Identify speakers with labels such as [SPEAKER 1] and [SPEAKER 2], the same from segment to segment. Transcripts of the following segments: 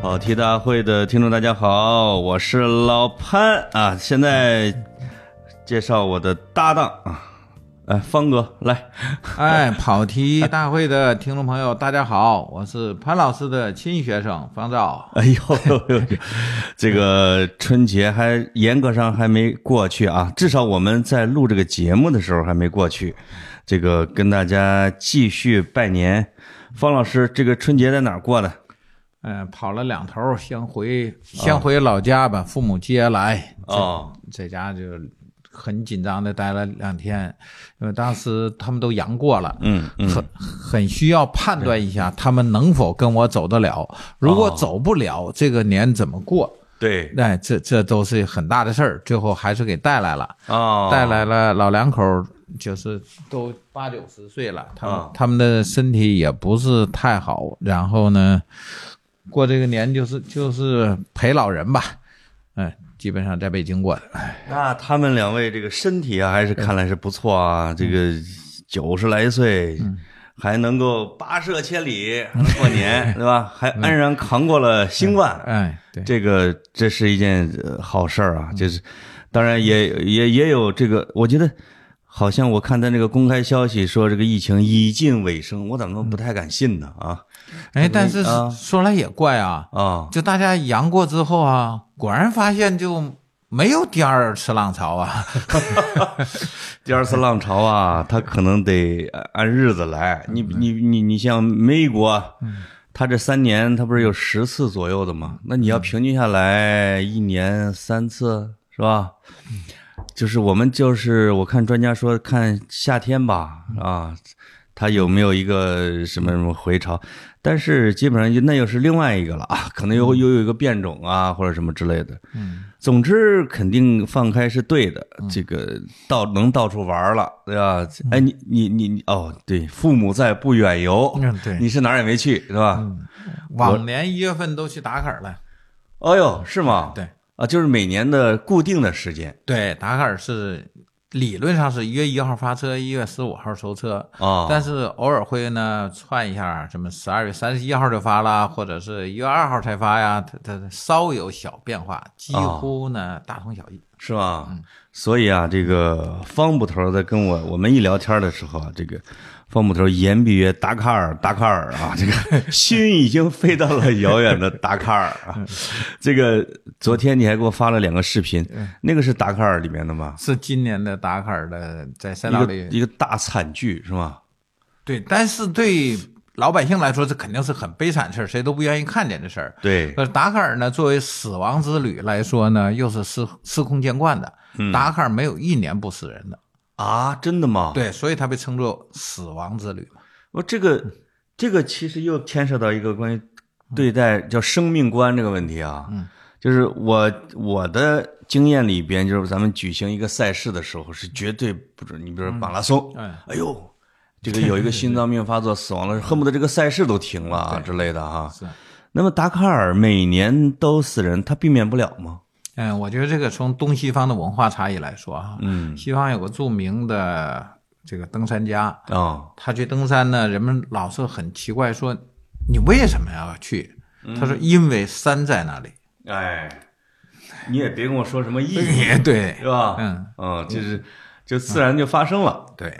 [SPEAKER 1] 跑题大会的听众，大家好，我是老潘啊。现在介绍我的搭档啊，哎，方哥来，
[SPEAKER 2] 哎，跑题大会的听众朋友，大家好，我是潘老师的亲学生方照。
[SPEAKER 1] 哎呦呦呦，这个春节还严格上还没过去啊，至少我们在录这个节目的时候还没过去。这个跟大家继续拜年，方老师，这个春节在哪儿过的？
[SPEAKER 2] 嗯、跑了两头儿，先回先回老家把父母接来，
[SPEAKER 1] 哦，
[SPEAKER 2] 在家就很紧张的待了两天，因为当时他们都阳过了，
[SPEAKER 1] 嗯嗯，
[SPEAKER 2] 很很需要判断一下他们能否跟我走得了，如果走不了，这个年怎么过？
[SPEAKER 1] 对，
[SPEAKER 2] 哎，这这都是很大的事儿，最后还是给带来了。
[SPEAKER 1] 哦，
[SPEAKER 2] 带来了老两口儿，就是都八九十岁了，他们、
[SPEAKER 1] 啊
[SPEAKER 2] 他们的身体也不是太好，然后呢，过这个年就是就是陪老人吧，嗯、基本上在北京过的，
[SPEAKER 1] 那他们两位这个身体啊，还是看来是不错啊。这个九十来岁，还能够跋涉千里，还能过年，对吧？还安然扛过了新冠，
[SPEAKER 2] 哎，对，
[SPEAKER 1] 这个这是一件呃好事儿啊。就是，当然也也也有这个，我觉得好像我看他那个公开消息说这个疫情已近尾声，我怎么不太敢信呢？啊
[SPEAKER 2] 哎，但是
[SPEAKER 1] 啊
[SPEAKER 2] 说来也怪啊，
[SPEAKER 1] 啊，
[SPEAKER 2] 就大家阳过之后啊，果然发现就没有第二次浪潮啊，
[SPEAKER 1] 第二次浪潮啊，他可能得按日子来。你你你你像美国，他这三年他不是有十次左右的吗？那你要平均下来，一年三次是吧？就是我们就是我看专家说看夏天吧啊，它有没有一个什么什么回潮？但是基本上就那又是另外一个了啊，可能又又有一个变种啊或者什么之类的。
[SPEAKER 2] 嗯，
[SPEAKER 1] 总之肯定放开是对的，这个到能到处玩了，对吧？哎，你你你你哦，对，父母在不远 游，
[SPEAKER 2] 嗯对嗯
[SPEAKER 1] 你是哪儿也没去，对吧？
[SPEAKER 2] 往年一月份都去达喀尔了，
[SPEAKER 1] 哎呦，是吗？
[SPEAKER 2] 对
[SPEAKER 1] 啊，就是每年的固定的时间
[SPEAKER 2] 对，达喀尔是。理论上是一月一号发车，一月十五号收车。
[SPEAKER 1] 啊。
[SPEAKER 2] 但是偶尔会呢串一下，什么十二月三十一号就发啦，或者是一月二号才发呀，它它稍有小变化，几乎
[SPEAKER 1] 哦
[SPEAKER 2] 呢、大同小异。
[SPEAKER 1] 是吧？
[SPEAKER 2] 嗯
[SPEAKER 1] 所以啊，这个方捕头在跟我我们一聊天的时候啊，这个方捕头言必曰达喀尔，达喀尔啊， 这个心已经飞到了遥远的达喀尔啊。
[SPEAKER 2] 嗯
[SPEAKER 1] 这个昨天你还给我发了两个视频，
[SPEAKER 2] 嗯
[SPEAKER 1] 那个是达喀尔里面的吗？
[SPEAKER 2] 是今年的达喀尔的在赛道
[SPEAKER 1] 一个
[SPEAKER 2] 里，
[SPEAKER 1] 一个大惨剧是吗？
[SPEAKER 2] 对，但是对老百姓来说，这肯定是很悲惨的事儿，谁都不愿意看见的事儿。
[SPEAKER 1] 对，
[SPEAKER 2] 呃，达喀尔呢，作为死亡之旅来说呢，又是司司空见惯的。
[SPEAKER 1] 嗯
[SPEAKER 2] 达喀尔没有一年不死人的，
[SPEAKER 1] 啊，真的吗？，
[SPEAKER 2] 对，所以它被称作死亡之旅嘛。
[SPEAKER 1] 我哦这个这个其实又牵涉到一个关于对待叫生命观这个问题啊，
[SPEAKER 2] 嗯，
[SPEAKER 1] 就是我我的经验里边，就是咱们举行一个赛事的时候是绝对不准，你比如说马拉松，
[SPEAKER 2] 嗯
[SPEAKER 1] 哎呦，这个有一个心脏病发作死亡了，恨不得这个赛事都停了啊之类的啊。
[SPEAKER 2] 是。
[SPEAKER 1] 那么达喀尔每年都死人，他避免不了吗？
[SPEAKER 2] 嗯，我觉得这个从东西方的文化差异来说啊，
[SPEAKER 1] 嗯
[SPEAKER 2] 西方有个著名的这个登山家，
[SPEAKER 1] 啊、哦，
[SPEAKER 2] 他去登山呢，人们老是很奇怪说，你为什么要去？他说因为山在那里。
[SPEAKER 1] 哎，你也别跟我说什么意 义
[SPEAKER 2] 也对
[SPEAKER 1] 是，吧？
[SPEAKER 2] 嗯，
[SPEAKER 1] 嗯，就是就自然就发生了。
[SPEAKER 2] 对，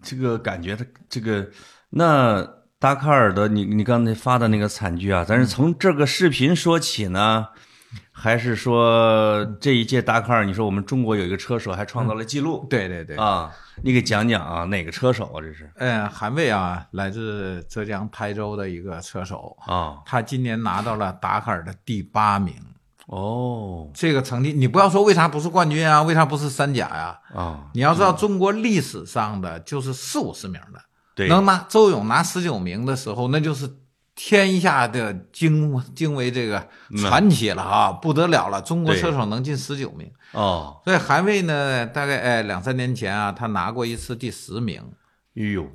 [SPEAKER 1] 这个感觉，它这个那达喀尔的，你你刚才发的那个惨剧啊，咱是从这个视频说起呢，还是说这一届达喀尔，你说我们中国有一个车手还创造了记录、
[SPEAKER 2] 对对对。
[SPEAKER 1] 啊？你给讲讲啊，哪个车手啊？这是
[SPEAKER 2] 嗯，韩卫啊，来自浙江台州的一个车手，
[SPEAKER 1] 啊，
[SPEAKER 2] 他今年拿到了达喀尔的第八名，
[SPEAKER 1] 哦
[SPEAKER 2] 这个成绩你不要说为啥不是冠军啊，为啥不是三甲呀、
[SPEAKER 1] 啊，
[SPEAKER 2] 你要知道，中国历史上的就是四五十名的，
[SPEAKER 1] 对，
[SPEAKER 2] 能拿周勇拿十九名的时候，那就是天下的惊惊为这个传奇了啊，不得了了！中
[SPEAKER 1] 嗯
[SPEAKER 2] 国
[SPEAKER 1] 对
[SPEAKER 2] 车手能进十九名，
[SPEAKER 1] 哦，
[SPEAKER 2] 所以韩卫呢，大概哎两三年前啊，他拿过一次第十名，
[SPEAKER 1] 哎呦，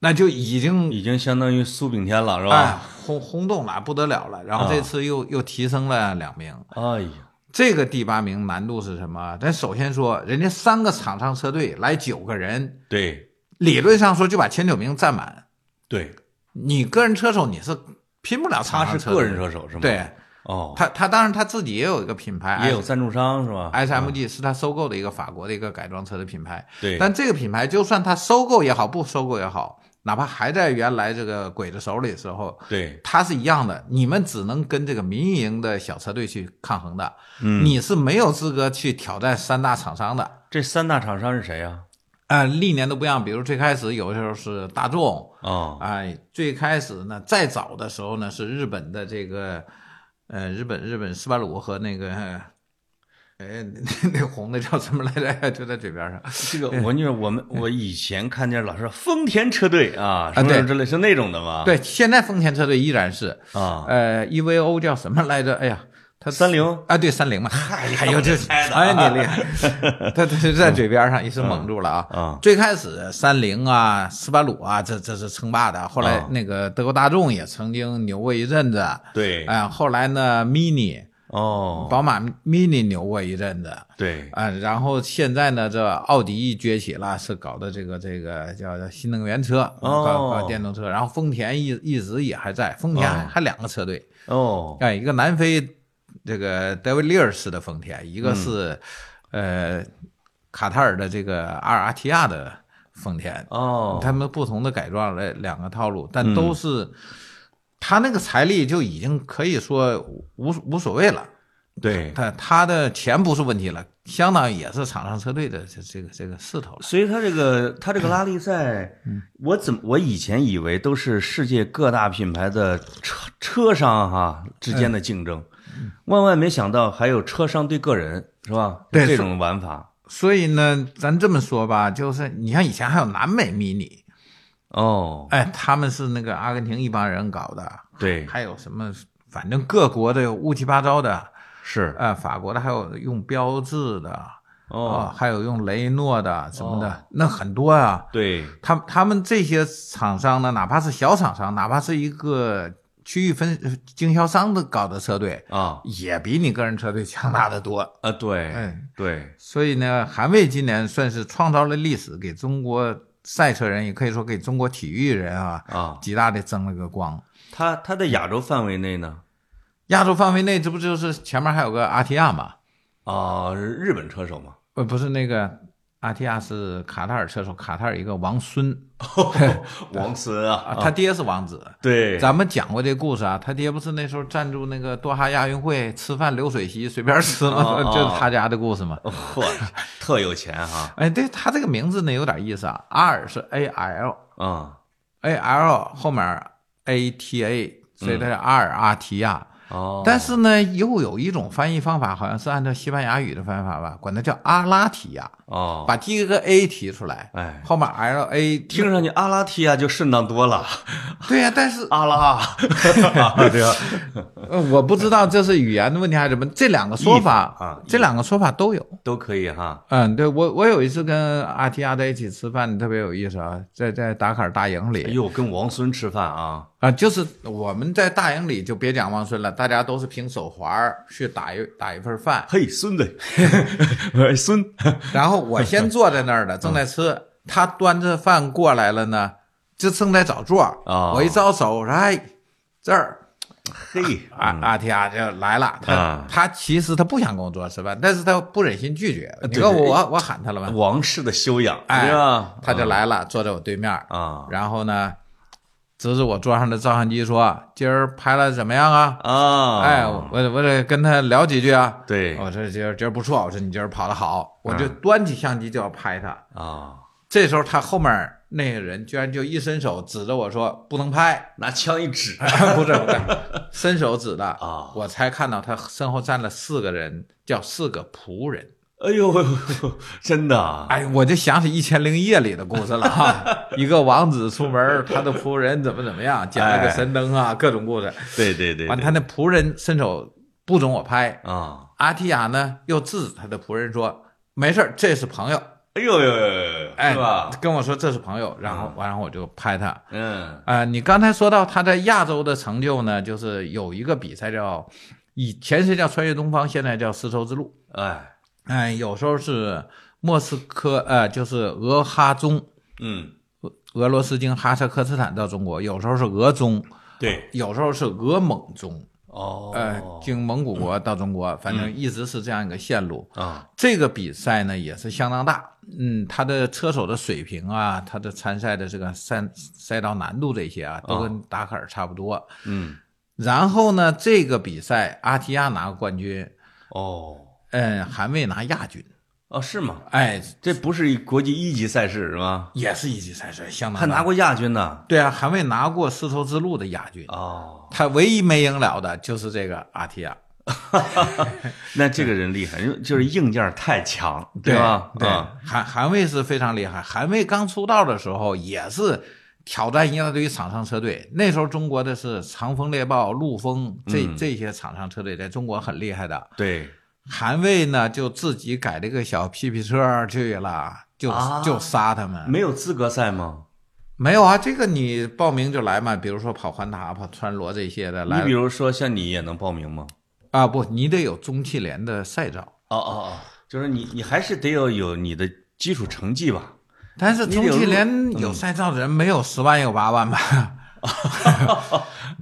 [SPEAKER 2] 那就已经
[SPEAKER 1] 已经相当于苏炳添了是
[SPEAKER 2] 哎
[SPEAKER 1] 吧？啊
[SPEAKER 2] 轰轰动了，不得了了。然后这次又、又提升了两名，
[SPEAKER 1] 哎呀，
[SPEAKER 2] 这个第八名难度是什么？咱首先说，人家三个厂商车队来九个人，
[SPEAKER 1] 对
[SPEAKER 2] 理论上说就把前九名占满。
[SPEAKER 1] 对，
[SPEAKER 2] 你个人车手你是拼不了厂
[SPEAKER 1] 他
[SPEAKER 2] 商
[SPEAKER 1] 是
[SPEAKER 2] 车
[SPEAKER 1] 啊个
[SPEAKER 2] 队
[SPEAKER 1] 人车手是吗？
[SPEAKER 2] 对，
[SPEAKER 1] 哦，
[SPEAKER 2] 他他当然他自己也有一个品牌，
[SPEAKER 1] 也有啊赞助商是吧
[SPEAKER 2] SMG 是他收购的一个法国的一个改装车的品牌，
[SPEAKER 1] 对，
[SPEAKER 2] 但这个品牌就算他收购也好，不收购也好，哪怕还在原来这个鬼子手里的时候，
[SPEAKER 1] 对，
[SPEAKER 2] 它是一样的，你们只能跟这个民营的小车队去抗衡的，
[SPEAKER 1] 嗯，
[SPEAKER 2] 你是没有资格去挑战三大厂商的。
[SPEAKER 1] 这三大厂商是谁呀？
[SPEAKER 2] 啊，历年都不一样，比如最开始有的时候是大众，
[SPEAKER 1] 哦，
[SPEAKER 2] 哎，最开始呢，再早的时候呢是日本的这个，呃，日本日本斯巴鲁和那个，呃哎，那那红的叫什么来着？就在嘴边上。
[SPEAKER 1] 这个我就是我们我以前看见老是丰田车队啊，
[SPEAKER 2] 啊
[SPEAKER 1] 什么
[SPEAKER 2] 对
[SPEAKER 1] 什么之类是那种的吗？
[SPEAKER 2] 对，现在丰田车队依然是，
[SPEAKER 1] 啊，
[SPEAKER 2] 呃，EVO 叫什么来着？哎呀，它
[SPEAKER 1] 三菱
[SPEAKER 2] 啊，对，三菱嘛。哎呀，有这，
[SPEAKER 1] 猜的啊
[SPEAKER 2] 哎，你厉害，他他就在嘴边上一时蒙住了啊。
[SPEAKER 1] 啊
[SPEAKER 2] 最开始三菱啊、斯巴鲁啊，这这是称霸的。后来
[SPEAKER 1] 啊
[SPEAKER 2] 那个德国大众也曾经牛过一阵子，哎、
[SPEAKER 1] 对，
[SPEAKER 2] 后来呢，Mini
[SPEAKER 1] 哦，
[SPEAKER 2] 宝马 Mini 牛过一阵子，啊、
[SPEAKER 1] 对，
[SPEAKER 2] 然后现在呢，这奥迪一崛起了，是搞的这个这个叫叫新能源车，
[SPEAKER 1] 哦
[SPEAKER 2] 搞搞电动车。然后丰田一一直也还在，丰田还
[SPEAKER 1] 哦
[SPEAKER 2] 还两个车队，
[SPEAKER 1] 哦，
[SPEAKER 2] 哎，一个南非这个德维利尔式的丰田，一
[SPEAKER 1] 嗯
[SPEAKER 2] 个是、呃卡塔尔的这个阿尔阿提亚的丰田，
[SPEAKER 1] 哦，嗯
[SPEAKER 2] 他们不同的改装来两个套路，但都是、他那个财力就已经可以说无无所谓了，
[SPEAKER 1] 对，
[SPEAKER 2] 他他的钱不是问题了，相当于也是厂商车队的这这个这个势头了。
[SPEAKER 1] 所以他这个他这个拉力赛，
[SPEAKER 2] 嗯
[SPEAKER 1] 我怎么我以前以为都是世界各大品牌的车车商哈之间
[SPEAKER 2] 嗯
[SPEAKER 1] 的竞争，嗯万万没想到还有车商对个人是吧？
[SPEAKER 2] 对
[SPEAKER 1] 这
[SPEAKER 2] 是
[SPEAKER 1] 种玩法
[SPEAKER 2] 所以呢，咱这么说吧，就是你像以前还有南美迷你，
[SPEAKER 1] 哦，
[SPEAKER 2] 哎，他们是那个阿根廷一帮人搞的，
[SPEAKER 1] 对，
[SPEAKER 2] 还有什么，反正各国的乌七八糟的，
[SPEAKER 1] 是
[SPEAKER 2] 呃，法国的还有用标志的，啊、
[SPEAKER 1] 哦，
[SPEAKER 2] 还有用雷诺的什么的，
[SPEAKER 1] 哦
[SPEAKER 2] 那很多啊。
[SPEAKER 1] 对，
[SPEAKER 2] 他他们这些厂商呢，哪怕是小厂商，哪怕是一个区域分呃经销商的搞的车队，
[SPEAKER 1] 啊
[SPEAKER 2] 也比你个人车队强大的多。
[SPEAKER 1] 啊，对
[SPEAKER 2] 哎，
[SPEAKER 1] 对，
[SPEAKER 2] 所以呢，韩卫今年算是创造了历史，给中国赛车人，也可以说给中国体育人啊，
[SPEAKER 1] 啊，
[SPEAKER 2] 极大的争了个光。
[SPEAKER 1] 他他在亚洲范围内呢，
[SPEAKER 2] 亚洲范围内，这不就是前面还有个阿提亚吗？
[SPEAKER 1] 啊，日本车手嘛，
[SPEAKER 2] 呃，不是那个阿提亚是卡塔尔车手，卡塔尔一个王孙
[SPEAKER 1] 王孙啊，
[SPEAKER 2] 啊，他爹是王子。
[SPEAKER 1] 对，
[SPEAKER 2] 咱们讲过这故事啊，他爹不是那时候赞助那个多哈亚运会吃饭流水席随便吃
[SPEAKER 1] 哦
[SPEAKER 2] 吗？
[SPEAKER 1] 哦
[SPEAKER 2] 就是他家的故事嘛。
[SPEAKER 1] 嚯，特有钱哈，
[SPEAKER 2] 哎，对他这个名字呢有点意思啊，阿尔是 A L
[SPEAKER 1] 啊
[SPEAKER 2] A L 后面 A T A，所以他是阿尔阿提亚。
[SPEAKER 1] 哦，
[SPEAKER 2] 但是呢，又有一种翻译方法，好像是按照西班牙语的翻译法吧，管它叫阿拉提亚，
[SPEAKER 1] 哦，
[SPEAKER 2] 把第一个 A 提出来，
[SPEAKER 1] 哎。
[SPEAKER 2] 后面 L A
[SPEAKER 1] 听上去阿拉提亚就顺当多 了，
[SPEAKER 2] 对呀、但是
[SPEAKER 1] 阿拉，对啊吧？
[SPEAKER 2] 呃，我不知道这是语言的问题还是什么，这两个说法
[SPEAKER 1] 啊
[SPEAKER 2] 这两个说法都有。
[SPEAKER 1] 都可以哈。
[SPEAKER 2] 嗯，对我我有一次跟阿提亚在一起吃饭，特别有意思啊，在在达喀尔大营
[SPEAKER 1] 哎
[SPEAKER 2] 里
[SPEAKER 1] 呦，跟王孙吃饭啊，
[SPEAKER 2] 啊、就是我们在大营里就别讲王孙了，大家都是凭手环儿去打一打一份饭，
[SPEAKER 1] 嘿，孙子， 哎孙，
[SPEAKER 2] 然后我先坐在那儿的，正在
[SPEAKER 1] 嗯
[SPEAKER 2] 吃，他端着饭过来了呢，就正在找座儿
[SPEAKER 1] 哦
[SPEAKER 2] 我一招手，我说哎，这儿
[SPEAKER 1] 嘿，
[SPEAKER 2] 阿阿提亚就来了，
[SPEAKER 1] 嗯啊
[SPEAKER 2] 他他其实他不想跟我做吃饭，但是他不忍心拒绝。你
[SPEAKER 1] 啊对
[SPEAKER 2] 说
[SPEAKER 1] 对
[SPEAKER 2] 我我喊他了吗？
[SPEAKER 1] 嗯王室的修养，
[SPEAKER 2] 哎
[SPEAKER 1] 对吧？
[SPEAKER 2] 他就来了，坐在我对面，
[SPEAKER 1] 啊
[SPEAKER 2] 然后呢，指指我桌上的照相机说：“今儿拍了怎么样啊？”
[SPEAKER 1] 啊，
[SPEAKER 2] 哎，我我得我得跟他聊几句啊。
[SPEAKER 1] 对
[SPEAKER 2] 我说今儿今儿不错，我说你今儿跑得好，我就端起相机就要拍他。
[SPEAKER 1] 啊，
[SPEAKER 2] 这时候他后面那个人居然就一伸手指着我说：“不能拍。”
[SPEAKER 1] 拿枪一指，
[SPEAKER 2] 不是不是，伸手指的
[SPEAKER 1] 啊
[SPEAKER 2] 我才看到他身后站了四个人，叫四个仆人。
[SPEAKER 1] 哎呦， 哎呦真的啊，
[SPEAKER 2] 哎，我就想起《一千零一夜》里的故事了哈，一个王子出门，他的仆人怎么怎么样，捡了个神灯啊，各种故事。
[SPEAKER 1] 对对对，
[SPEAKER 2] 完，
[SPEAKER 1] 对
[SPEAKER 2] 他那仆人伸手不准我拍，
[SPEAKER 1] 啊，
[SPEAKER 2] 阿提亚呢又制止他的仆人说：“没事儿这是朋友。
[SPEAKER 1] 哎呦呦呦呦，”
[SPEAKER 2] 哎，
[SPEAKER 1] 是吧？
[SPEAKER 2] 跟我说这是朋友，然后然后我就拍他。
[SPEAKER 1] 嗯，
[SPEAKER 2] 啊、你刚才说到他在亚洲的成就呢，就是有一个比赛叫，以前是叫穿越东方，现在叫丝绸之路。
[SPEAKER 1] 哎，
[SPEAKER 2] 嗯、有时候是莫斯科，呃，就是俄哈中，
[SPEAKER 1] 嗯，
[SPEAKER 2] 俄罗斯经哈萨克斯坦到中国；有时候是俄中，
[SPEAKER 1] 对，
[SPEAKER 2] 有时候是俄蒙中。
[SPEAKER 1] 哦，嗯
[SPEAKER 2] 呃，经蒙古国到中国，反正一直是这样一个线路。
[SPEAKER 1] 啊，
[SPEAKER 2] 这个比赛呢也是相当大，嗯，他的车手的水平啊，他的参赛的这个赛赛道难度这些啊，都跟达喀尔差不多。
[SPEAKER 1] 嗯，
[SPEAKER 2] 然后呢，这个比赛阿提亚拿冠军，
[SPEAKER 1] 哦，
[SPEAKER 2] 嗯，还未拿亚军，
[SPEAKER 1] 哦，是吗？
[SPEAKER 2] 哎，
[SPEAKER 1] 这不是一国际一级赛事是吧？
[SPEAKER 2] 也是一级赛事，相
[SPEAKER 1] 他
[SPEAKER 2] 当
[SPEAKER 1] 拿
[SPEAKER 2] 大。
[SPEAKER 1] 过亚军呢。
[SPEAKER 2] 对啊，还未拿过丝绸之路的亚军，
[SPEAKER 1] 哦，
[SPEAKER 2] 他唯一没赢了的就是这个阿提亚。
[SPEAKER 1] 那这个人厉害，因为就是硬件太强，
[SPEAKER 2] 嗯对
[SPEAKER 1] 吧？
[SPEAKER 2] 对，
[SPEAKER 1] 啊
[SPEAKER 2] 韩韩卫是非常厉害。韩卫刚出道的时候也是挑战一大堆厂商车队，那时候中国的是长风猎豹、陆风这
[SPEAKER 1] 嗯
[SPEAKER 2] 这些厂商车队在中国很厉害的。
[SPEAKER 1] 对，
[SPEAKER 2] 韩卫呢就自己改了个小屁屁车去了，就、
[SPEAKER 1] 啊
[SPEAKER 2] 就杀他们。
[SPEAKER 1] 没有资格赛吗？
[SPEAKER 2] 没有啊，这个你报名就来嘛，比如说跑环塔、跑川罗这些的
[SPEAKER 1] 你
[SPEAKER 2] 来
[SPEAKER 1] 比如说像你也能报名吗？
[SPEAKER 2] 啊，不，你得有中汽联的赛照。
[SPEAKER 1] 哦哦哦，就是你你还是得要有你的基础成绩 吧？
[SPEAKER 2] 但是
[SPEAKER 1] 你
[SPEAKER 2] 中
[SPEAKER 1] 得有嗯
[SPEAKER 2] 汽
[SPEAKER 1] 路
[SPEAKER 2] 联有赛照的人没有十万有八万吧？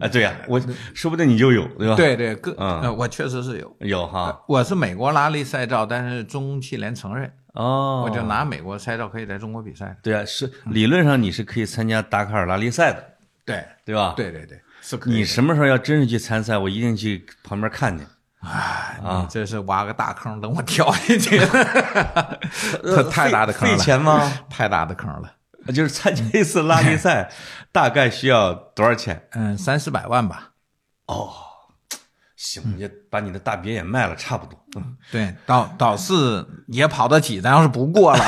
[SPEAKER 1] 哎，对呀，我说不定你就有，对吧？，
[SPEAKER 2] 对对，各、
[SPEAKER 1] 嗯
[SPEAKER 2] 呃我确实是有，呃
[SPEAKER 1] 有哈。
[SPEAKER 2] 我是美国拉力赛照，但是中汽联承认，
[SPEAKER 1] 哦，
[SPEAKER 2] 我就拿美国赛照可以在中国比赛。
[SPEAKER 1] 对啊，是理论上你是可以参加达喀尔拉力赛的，
[SPEAKER 2] 对
[SPEAKER 1] 对吧？，
[SPEAKER 2] 对对对，啊是可以的。
[SPEAKER 1] 你什么时候要真是去参赛，我一定去旁边看去。
[SPEAKER 2] 哎，
[SPEAKER 1] 啊
[SPEAKER 2] 你这是挖个大坑，等我跳进 去，
[SPEAKER 1] 呃
[SPEAKER 2] 太大的
[SPEAKER 1] 费
[SPEAKER 2] 坑
[SPEAKER 1] 费
[SPEAKER 2] 了，
[SPEAKER 1] 钱吗？
[SPEAKER 2] 太大的坑了。
[SPEAKER 1] 就是参加一次拉力 赛，大概需要多少钱？
[SPEAKER 2] 嗯，三四百万吧。
[SPEAKER 1] 哦行，也把你的大别也卖了，差不多。嗯
[SPEAKER 2] 对，导导是也跑得起，咱要是不过了，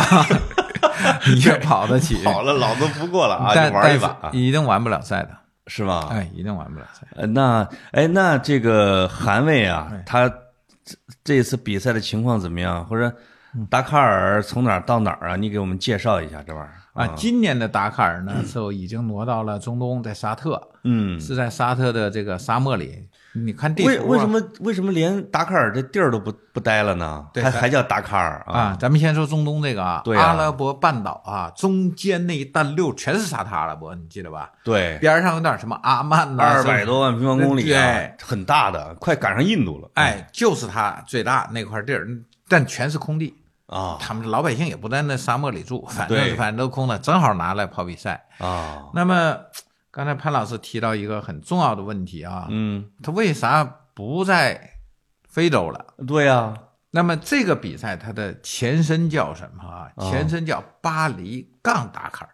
[SPEAKER 2] 也跑得起，
[SPEAKER 1] 好了，老子不过了 啊，
[SPEAKER 2] 但
[SPEAKER 1] 就玩一把
[SPEAKER 2] 但
[SPEAKER 1] 啊
[SPEAKER 2] 是，一定完不了赛的。
[SPEAKER 1] 是吗？
[SPEAKER 2] 哎，一定完不了赛。
[SPEAKER 1] 呃，那哎，那这个韩卫啊
[SPEAKER 2] 哎，
[SPEAKER 1] 他这这次比赛的情况怎么样？或者
[SPEAKER 2] 嗯
[SPEAKER 1] 达喀尔从哪儿到哪儿啊？你给我们介绍一下这玩意儿
[SPEAKER 2] 啊，今年的达喀尔呢， 就已经挪到了中东，在沙特，
[SPEAKER 1] 嗯，
[SPEAKER 2] 是在沙特的这个沙漠里。你看地图、
[SPEAKER 1] 为
[SPEAKER 2] 啊，
[SPEAKER 1] 为什么为什么连达喀尔这地儿都不不待了呢？
[SPEAKER 2] 对
[SPEAKER 1] 还
[SPEAKER 2] 咱
[SPEAKER 1] 还叫达喀尔啊？
[SPEAKER 2] 啊？咱们先说中东这个啊，
[SPEAKER 1] 对啊
[SPEAKER 2] 阿拉伯半岛啊，中间那一带六全是沙特阿拉伯，你记得吧？
[SPEAKER 1] 对，
[SPEAKER 2] 边上有点什么阿曼呐、
[SPEAKER 1] 二百
[SPEAKER 2] 什么。
[SPEAKER 1] 多万平方公里啊
[SPEAKER 2] 对，
[SPEAKER 1] 很大的，快赶上印度了。
[SPEAKER 2] 哎，就是它最大那块地儿，但全是空地，
[SPEAKER 1] 啊
[SPEAKER 2] 他们老百姓也不在那沙漠里住，反正
[SPEAKER 1] 对
[SPEAKER 2] 反正都空的，正好拿来跑比赛。
[SPEAKER 1] 啊，
[SPEAKER 2] 那么，刚才潘老师提到一个很重要的问题啊，
[SPEAKER 1] 嗯，
[SPEAKER 2] 他为啥不在非洲了？
[SPEAKER 1] 对啊呀，
[SPEAKER 2] 那么这个比赛它的前身叫什么啊？
[SPEAKER 1] 啊
[SPEAKER 2] 前身叫巴黎杠达喀尔。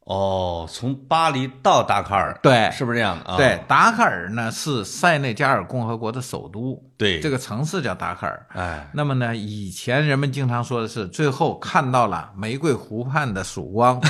[SPEAKER 1] 哦，从巴黎到达喀尔，
[SPEAKER 2] 对
[SPEAKER 1] 是不是这样的啊？
[SPEAKER 2] 对，达喀尔呢是塞内加尔共和国的首都，
[SPEAKER 1] 对，
[SPEAKER 2] 这
[SPEAKER 1] 个
[SPEAKER 2] 个城市叫达喀尔。
[SPEAKER 1] 哎，
[SPEAKER 2] 那么呢，以前人们经常说的是最后看到了玫瑰湖畔的曙 光，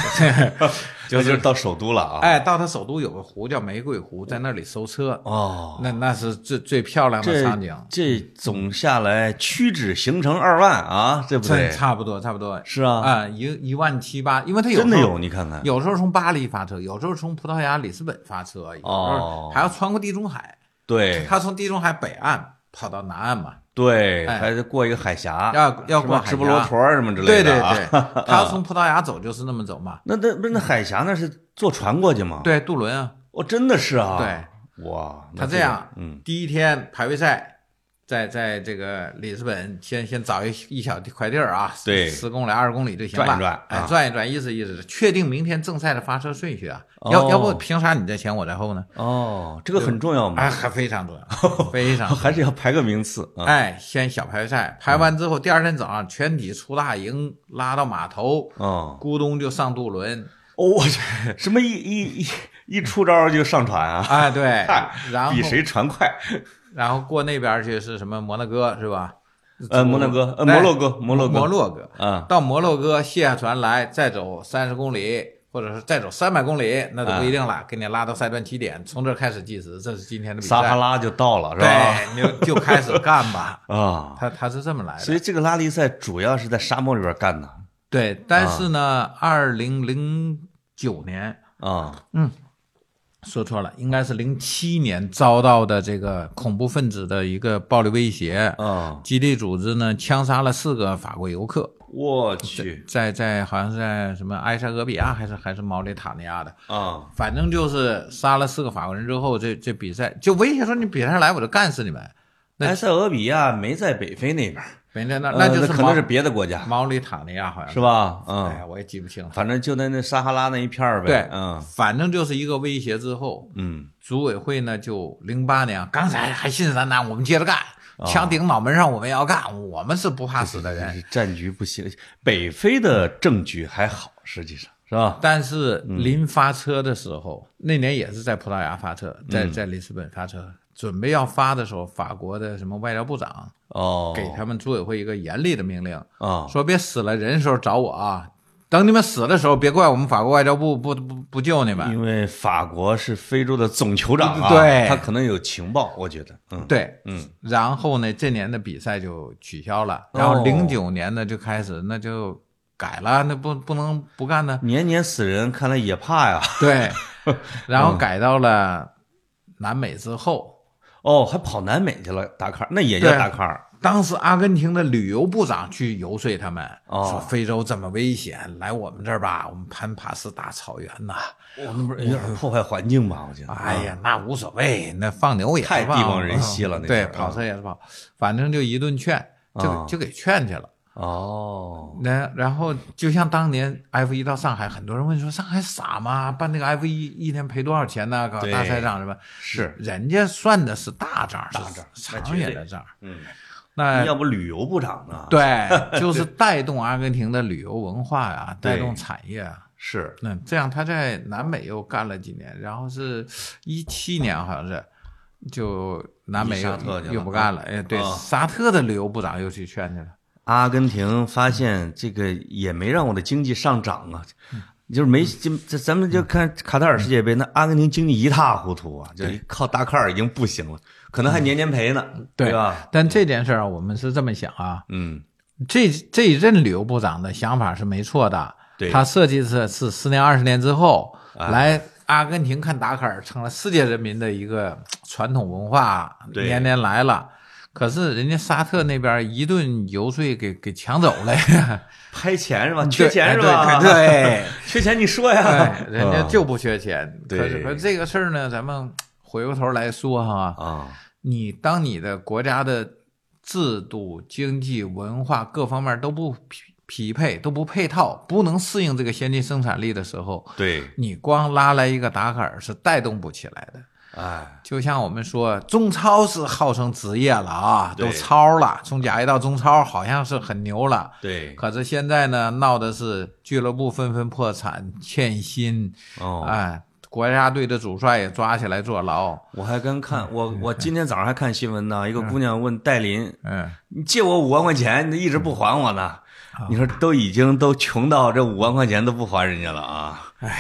[SPEAKER 1] 就就是到首都了啊。
[SPEAKER 2] 哎，到他首都有个湖叫玫瑰湖，在那里收车，
[SPEAKER 1] 哦，
[SPEAKER 2] 那那是最最漂亮的场景。
[SPEAKER 1] 这总下来屈指形成二万啊，对不
[SPEAKER 2] 这
[SPEAKER 1] 对？
[SPEAKER 2] 差不多，差不多
[SPEAKER 1] 是啊，
[SPEAKER 2] 啊，一一万七八，因为他有
[SPEAKER 1] 真的
[SPEAKER 2] 时候
[SPEAKER 1] 有，你看看。
[SPEAKER 2] 有时候从巴黎发车，有时候从葡萄牙里斯本发车，有时候
[SPEAKER 1] 哦
[SPEAKER 2] 还要穿过地中海。
[SPEAKER 1] 对
[SPEAKER 2] 他从地中海北岸跑到南岸嘛，
[SPEAKER 1] 对，
[SPEAKER 2] 哎
[SPEAKER 1] 还得过一个海峡，
[SPEAKER 2] 要要
[SPEAKER 1] 是
[SPEAKER 2] 过
[SPEAKER 1] 吧
[SPEAKER 2] 海峡
[SPEAKER 1] 啊直布罗陀什么之类
[SPEAKER 2] 对对
[SPEAKER 1] 的啊。
[SPEAKER 2] 对， 他从葡萄牙走就是那么走嘛。
[SPEAKER 1] 那那不是那海峡那是坐船过去吗？，
[SPEAKER 2] 对，渡轮啊，
[SPEAKER 1] 哦，真的是啊。
[SPEAKER 2] 对，
[SPEAKER 1] 对，哇，那
[SPEAKER 2] 他
[SPEAKER 1] 这
[SPEAKER 2] 这样
[SPEAKER 1] 个，嗯，
[SPEAKER 2] 第一天排位赛，在在这个里斯本先先找一一小块地儿啊，
[SPEAKER 1] 对
[SPEAKER 2] 十公里二十公里就行了，
[SPEAKER 1] 转一转
[SPEAKER 2] 哎
[SPEAKER 1] 啊，
[SPEAKER 2] 转一转，意思意思，确定明天正赛的发车顺序啊，要要不
[SPEAKER 1] 哦
[SPEAKER 2] 凭啥你在前我在后呢？
[SPEAKER 1] 哦，这个很重要嘛，
[SPEAKER 2] 哎，还非常重要，非常重要
[SPEAKER 1] 还是要排个名次啊。
[SPEAKER 2] 哎，先小排赛，排完之后，第二天早上全体出大营，拉到码头，
[SPEAKER 1] 哦，
[SPEAKER 2] 咕咚就上渡轮。
[SPEAKER 1] 哦，我去，什么一一一一出招就上船啊，
[SPEAKER 2] 哎，对，然后
[SPEAKER 1] 比谁船快？
[SPEAKER 2] 然后过那边去是什么摩纳哥是吧？
[SPEAKER 1] 呃，摩纳哥，呃，摩
[SPEAKER 2] 哎
[SPEAKER 1] 洛哥，摩洛哥，
[SPEAKER 2] 摩洛哥，
[SPEAKER 1] 啊，
[SPEAKER 2] 到摩洛哥卸下船来，再走三十公里。或者是再走三百公里，那都不一定
[SPEAKER 1] 哎
[SPEAKER 2] 了，给你拉到赛段起点，从这儿开始计时，这是今天的比赛。
[SPEAKER 1] 撒哈拉就到了，是吧？。
[SPEAKER 2] 对，你就就开始干吧
[SPEAKER 1] 啊，
[SPEAKER 2] 他他是这么来的。
[SPEAKER 1] 所以这个拉力赛主要是在沙漠里边干的
[SPEAKER 2] 对，但是呢，二零零九年
[SPEAKER 1] 啊。
[SPEAKER 2] 说错了，应该是零七年遭到的这个恐怖分子的一个暴力威胁，
[SPEAKER 1] 啊
[SPEAKER 2] 基地组织呢枪杀了四个法国游客，
[SPEAKER 1] 我去
[SPEAKER 2] 在在好像是在什么埃塞俄比亚还是还是毛里塔尼亚的，
[SPEAKER 1] 啊！
[SPEAKER 2] 反正就是杀了四个法国人之后，这这比赛就威胁说你比赛来我就干死你们。那
[SPEAKER 1] 埃塞俄比亚没在北非那边，
[SPEAKER 2] 没那那
[SPEAKER 1] 呃
[SPEAKER 2] 就是
[SPEAKER 1] 可能是
[SPEAKER 2] 毛
[SPEAKER 1] 别的国家，
[SPEAKER 2] 毛里塔尼亚好像
[SPEAKER 1] 是吧？
[SPEAKER 2] 哎呀，
[SPEAKER 1] 嗯，
[SPEAKER 2] 我也记不清了。
[SPEAKER 1] 反正就在那撒哈拉那一片儿呗。
[SPEAKER 2] 对
[SPEAKER 1] 嗯
[SPEAKER 2] 反正就是一个威胁之后，
[SPEAKER 1] 嗯，
[SPEAKER 2] 组委会呢就零八年，啊刚才还信誓旦旦，我们接着干，枪顶脑门上，我们要干，我啊们是不怕死的人。
[SPEAKER 1] 这战局不行，北非的政局还好，实际上是吧？
[SPEAKER 2] 但是临发车的时候，那年也是在葡萄牙发车，在在里斯本发车，准备要发的时候，法国的什么外交部长
[SPEAKER 1] 哦，
[SPEAKER 2] 给他们组委会一个严厉的命令，
[SPEAKER 1] 啊，
[SPEAKER 2] 说别死了人的时候找我啊，等你们死的时候别怪我们法国外交部不不不救你们。
[SPEAKER 1] 因为法国是非洲的总酋长啊，
[SPEAKER 2] 对
[SPEAKER 1] 他可能有情报，我觉得，嗯，
[SPEAKER 2] 对，
[SPEAKER 1] 嗯，
[SPEAKER 2] 然后呢，这年的比赛就取消了，然后
[SPEAKER 1] 哦
[SPEAKER 2] 零九年呢就开始那就改了，那不不能不干呢，
[SPEAKER 1] 年年死人，看来也怕呀。
[SPEAKER 2] 对， 然
[SPEAKER 1] 嗯
[SPEAKER 2] 后改到了南美之后。
[SPEAKER 1] 哦，还跑南美去了，达喀尔，那也叫
[SPEAKER 2] 对
[SPEAKER 1] 达喀尔。
[SPEAKER 2] 当时阿根廷的旅游部长去游说他们，
[SPEAKER 1] 哦
[SPEAKER 2] 说非洲这么危险，来我们这儿吧，我们潘帕斯大草原呐、
[SPEAKER 1] 我那不是有点破坏环境吧？我觉得，
[SPEAKER 2] 哎呀，那无所谓，那放牛也是
[SPEAKER 1] 啊太
[SPEAKER 2] 放嗯
[SPEAKER 1] 地方人稀了那
[SPEAKER 2] 对，
[SPEAKER 1] 阵儿
[SPEAKER 2] 跑车也是跑，反正就一顿劝，就
[SPEAKER 1] 啊
[SPEAKER 2] 就给劝去了。
[SPEAKER 1] 哦，
[SPEAKER 2] 那然后就像当年 F 一到上海，很多人问说上海傻吗？办那个 F 一一天赔多少钱呢？搞
[SPEAKER 1] 对
[SPEAKER 2] 大赛场什么？
[SPEAKER 1] 是，
[SPEAKER 2] 人家算的是大账，
[SPEAKER 1] 大账
[SPEAKER 2] 是
[SPEAKER 1] 那
[SPEAKER 2] 长
[SPEAKER 1] 绝
[SPEAKER 2] 远
[SPEAKER 1] 对
[SPEAKER 2] 的账。
[SPEAKER 1] 嗯，
[SPEAKER 2] 那
[SPEAKER 1] 要不旅游部长呢？，
[SPEAKER 2] 对，就是带动阿根廷的旅游文化 呀、带动产业啊。
[SPEAKER 1] 是，
[SPEAKER 2] 那这样他在南美又干了几年，然后是一七年好像是，就南美
[SPEAKER 1] 你沙特去
[SPEAKER 2] 又
[SPEAKER 1] 了
[SPEAKER 2] 又不干了。哎，对，
[SPEAKER 1] 啊
[SPEAKER 2] 沙特的旅游部长又去劝去了。
[SPEAKER 1] 阿根廷发现这个也没让我的经济上涨啊，
[SPEAKER 2] 嗯
[SPEAKER 1] 就是没就这咱们就看卡塔尔世界杯，那阿根廷经济一塌糊涂啊，就靠达喀尔已经不行了，可能还年年赔呢，对吧？
[SPEAKER 2] 但这件事儿啊我们是这么想啊，
[SPEAKER 1] 嗯，
[SPEAKER 2] 这这一任旅游部长的想法是没错的，
[SPEAKER 1] 对
[SPEAKER 2] 他设计的是十年二十年之后、
[SPEAKER 1] 啊
[SPEAKER 2] 来阿根廷看达喀尔，成了世界人民的一个呃传统文化，
[SPEAKER 1] 对
[SPEAKER 2] 年年来了。可是人家沙特那边一顿游说给给抢走了，
[SPEAKER 1] 拍钱是吧？缺钱是吧？
[SPEAKER 2] 嗯哎对 对哎
[SPEAKER 1] 缺钱你说
[SPEAKER 2] 对
[SPEAKER 1] 呀
[SPEAKER 2] 对，人家就不缺钱。
[SPEAKER 1] 啊对
[SPEAKER 2] 可是可是这个事儿呢，咱们呃回过头来说哈，
[SPEAKER 1] 啊，
[SPEAKER 2] 你当你的国家的制度、经济、文化各方面都不匹匹配、都不配套，不能适应这个先进生产力的时候，
[SPEAKER 1] 对，
[SPEAKER 2] 你光拉来一个达喀尔是带动不起来的。
[SPEAKER 1] 哎，
[SPEAKER 2] 就像我们说，中超是号称职业了啊，
[SPEAKER 1] 对
[SPEAKER 2] 都超了，从甲 A 到中超好像是很牛了。
[SPEAKER 1] 对，
[SPEAKER 2] 可是现在呢，闹的是俱乐部纷纷破产、欠薪，
[SPEAKER 1] 哦，
[SPEAKER 2] 哎，国家队的主帅也抓起来坐牢，
[SPEAKER 1] 我还刚嗯看嗯我我今天早上还看新闻呢，一个姑娘问戴琳，
[SPEAKER 2] 嗯。
[SPEAKER 1] 你借我五万块钱，你一直不还我呢，你说都已经都穷到这五万块钱都不还人家了啊，
[SPEAKER 2] 嗯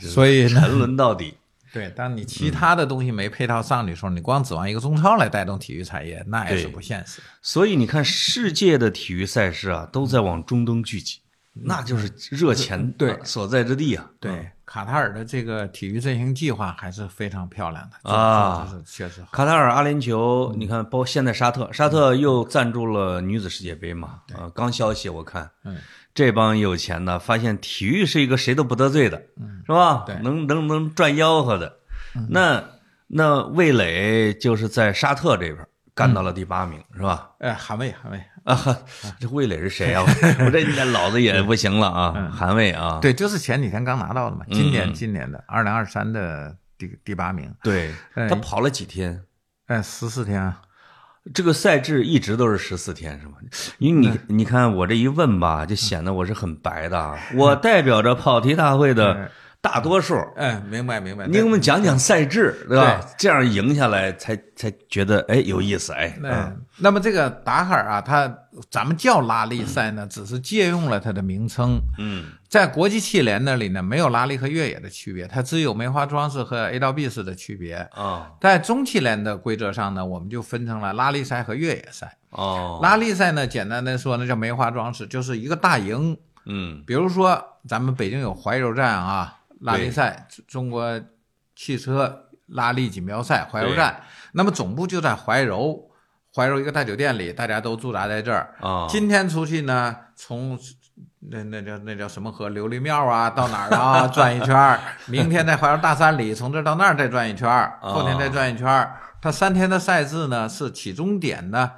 [SPEAKER 2] 所以呢，
[SPEAKER 1] 沉沦到底，
[SPEAKER 2] 对，当你
[SPEAKER 1] 嗯
[SPEAKER 2] 其他的东西没配套上去的时候，你光指望一个中超来带动体育产业，那也是
[SPEAKER 1] 对
[SPEAKER 2] 不现实。
[SPEAKER 1] 所以你看世界的体育赛事啊，都在往中东聚集，那就是热钱
[SPEAKER 2] 对
[SPEAKER 1] 所在之地啊，
[SPEAKER 2] 对，
[SPEAKER 1] 嗯。
[SPEAKER 2] 卡塔尔的这个体育振兴计划还是非常漂亮的
[SPEAKER 1] 啊
[SPEAKER 2] 这这这是确实好。
[SPEAKER 1] 卡塔尔、阿联酋，你看，包括现在沙特，沙特又赞助了女子世界杯嘛？啊，刚消息我看，
[SPEAKER 2] 嗯，
[SPEAKER 1] 这帮有钱的发现体育是一个谁都不得罪的，是吧？
[SPEAKER 2] 对
[SPEAKER 1] 能能能赚吆喝的。那那魏磊就是在沙特这边干到了第八名，是吧？
[SPEAKER 2] 哎，韩卫，韩卫，
[SPEAKER 1] 啊， 这魏磊是谁 啊？我这脑子也不行了啊，韩卫啊，
[SPEAKER 2] 对，就是前几天刚拿到的嘛，
[SPEAKER 1] 嗯
[SPEAKER 2] 今年今年的二零二三的第第八名，
[SPEAKER 1] 对，
[SPEAKER 2] 哎
[SPEAKER 1] 他跑了几天？
[SPEAKER 2] 哎，十四天啊，
[SPEAKER 1] 这个赛制一直都是十四天，是吗？因为你你看我这一问吧，就显得我是很白的啊。我代表着跑题大会的大多数，
[SPEAKER 2] 哎，明白明白。
[SPEAKER 1] 你给我们讲讲赛制，啊嗯对吧
[SPEAKER 2] 对？
[SPEAKER 1] 这样赢下来才才觉得哎有意思哎。
[SPEAKER 2] 那
[SPEAKER 1] 嗯
[SPEAKER 2] 那么这个达喀尔啊，它咱们叫拉力赛呢，只是借用了它的名称，
[SPEAKER 1] 嗯，
[SPEAKER 2] 在国际汽联那里呢，没有拉力和越野的区别，它只有梅花桩式和 A 到 B 式的区别。
[SPEAKER 1] 哦
[SPEAKER 2] 在中汽联的规则上呢，我们就分成了拉力赛和越野赛。
[SPEAKER 1] 哦，
[SPEAKER 2] 拉力赛呢，简单的说呢，叫梅花桩式，就是一个大营。
[SPEAKER 1] 嗯
[SPEAKER 2] 比如说，咱们北京有怀柔站啊，拉力赛，中国汽车拉力锦标赛怀柔站，那么总部就在怀柔。怀柔一个大酒店里，大家都驻扎在这儿。
[SPEAKER 1] 啊，
[SPEAKER 2] 今天出去呢，从那那叫那叫什么河琉璃庙啊，到哪儿啊 转一圈儿，明天在怀柔大山里从这儿到那儿再转一圈儿，
[SPEAKER 1] 啊
[SPEAKER 2] 后天再转一圈儿。他三天的赛制呢，是起终点呢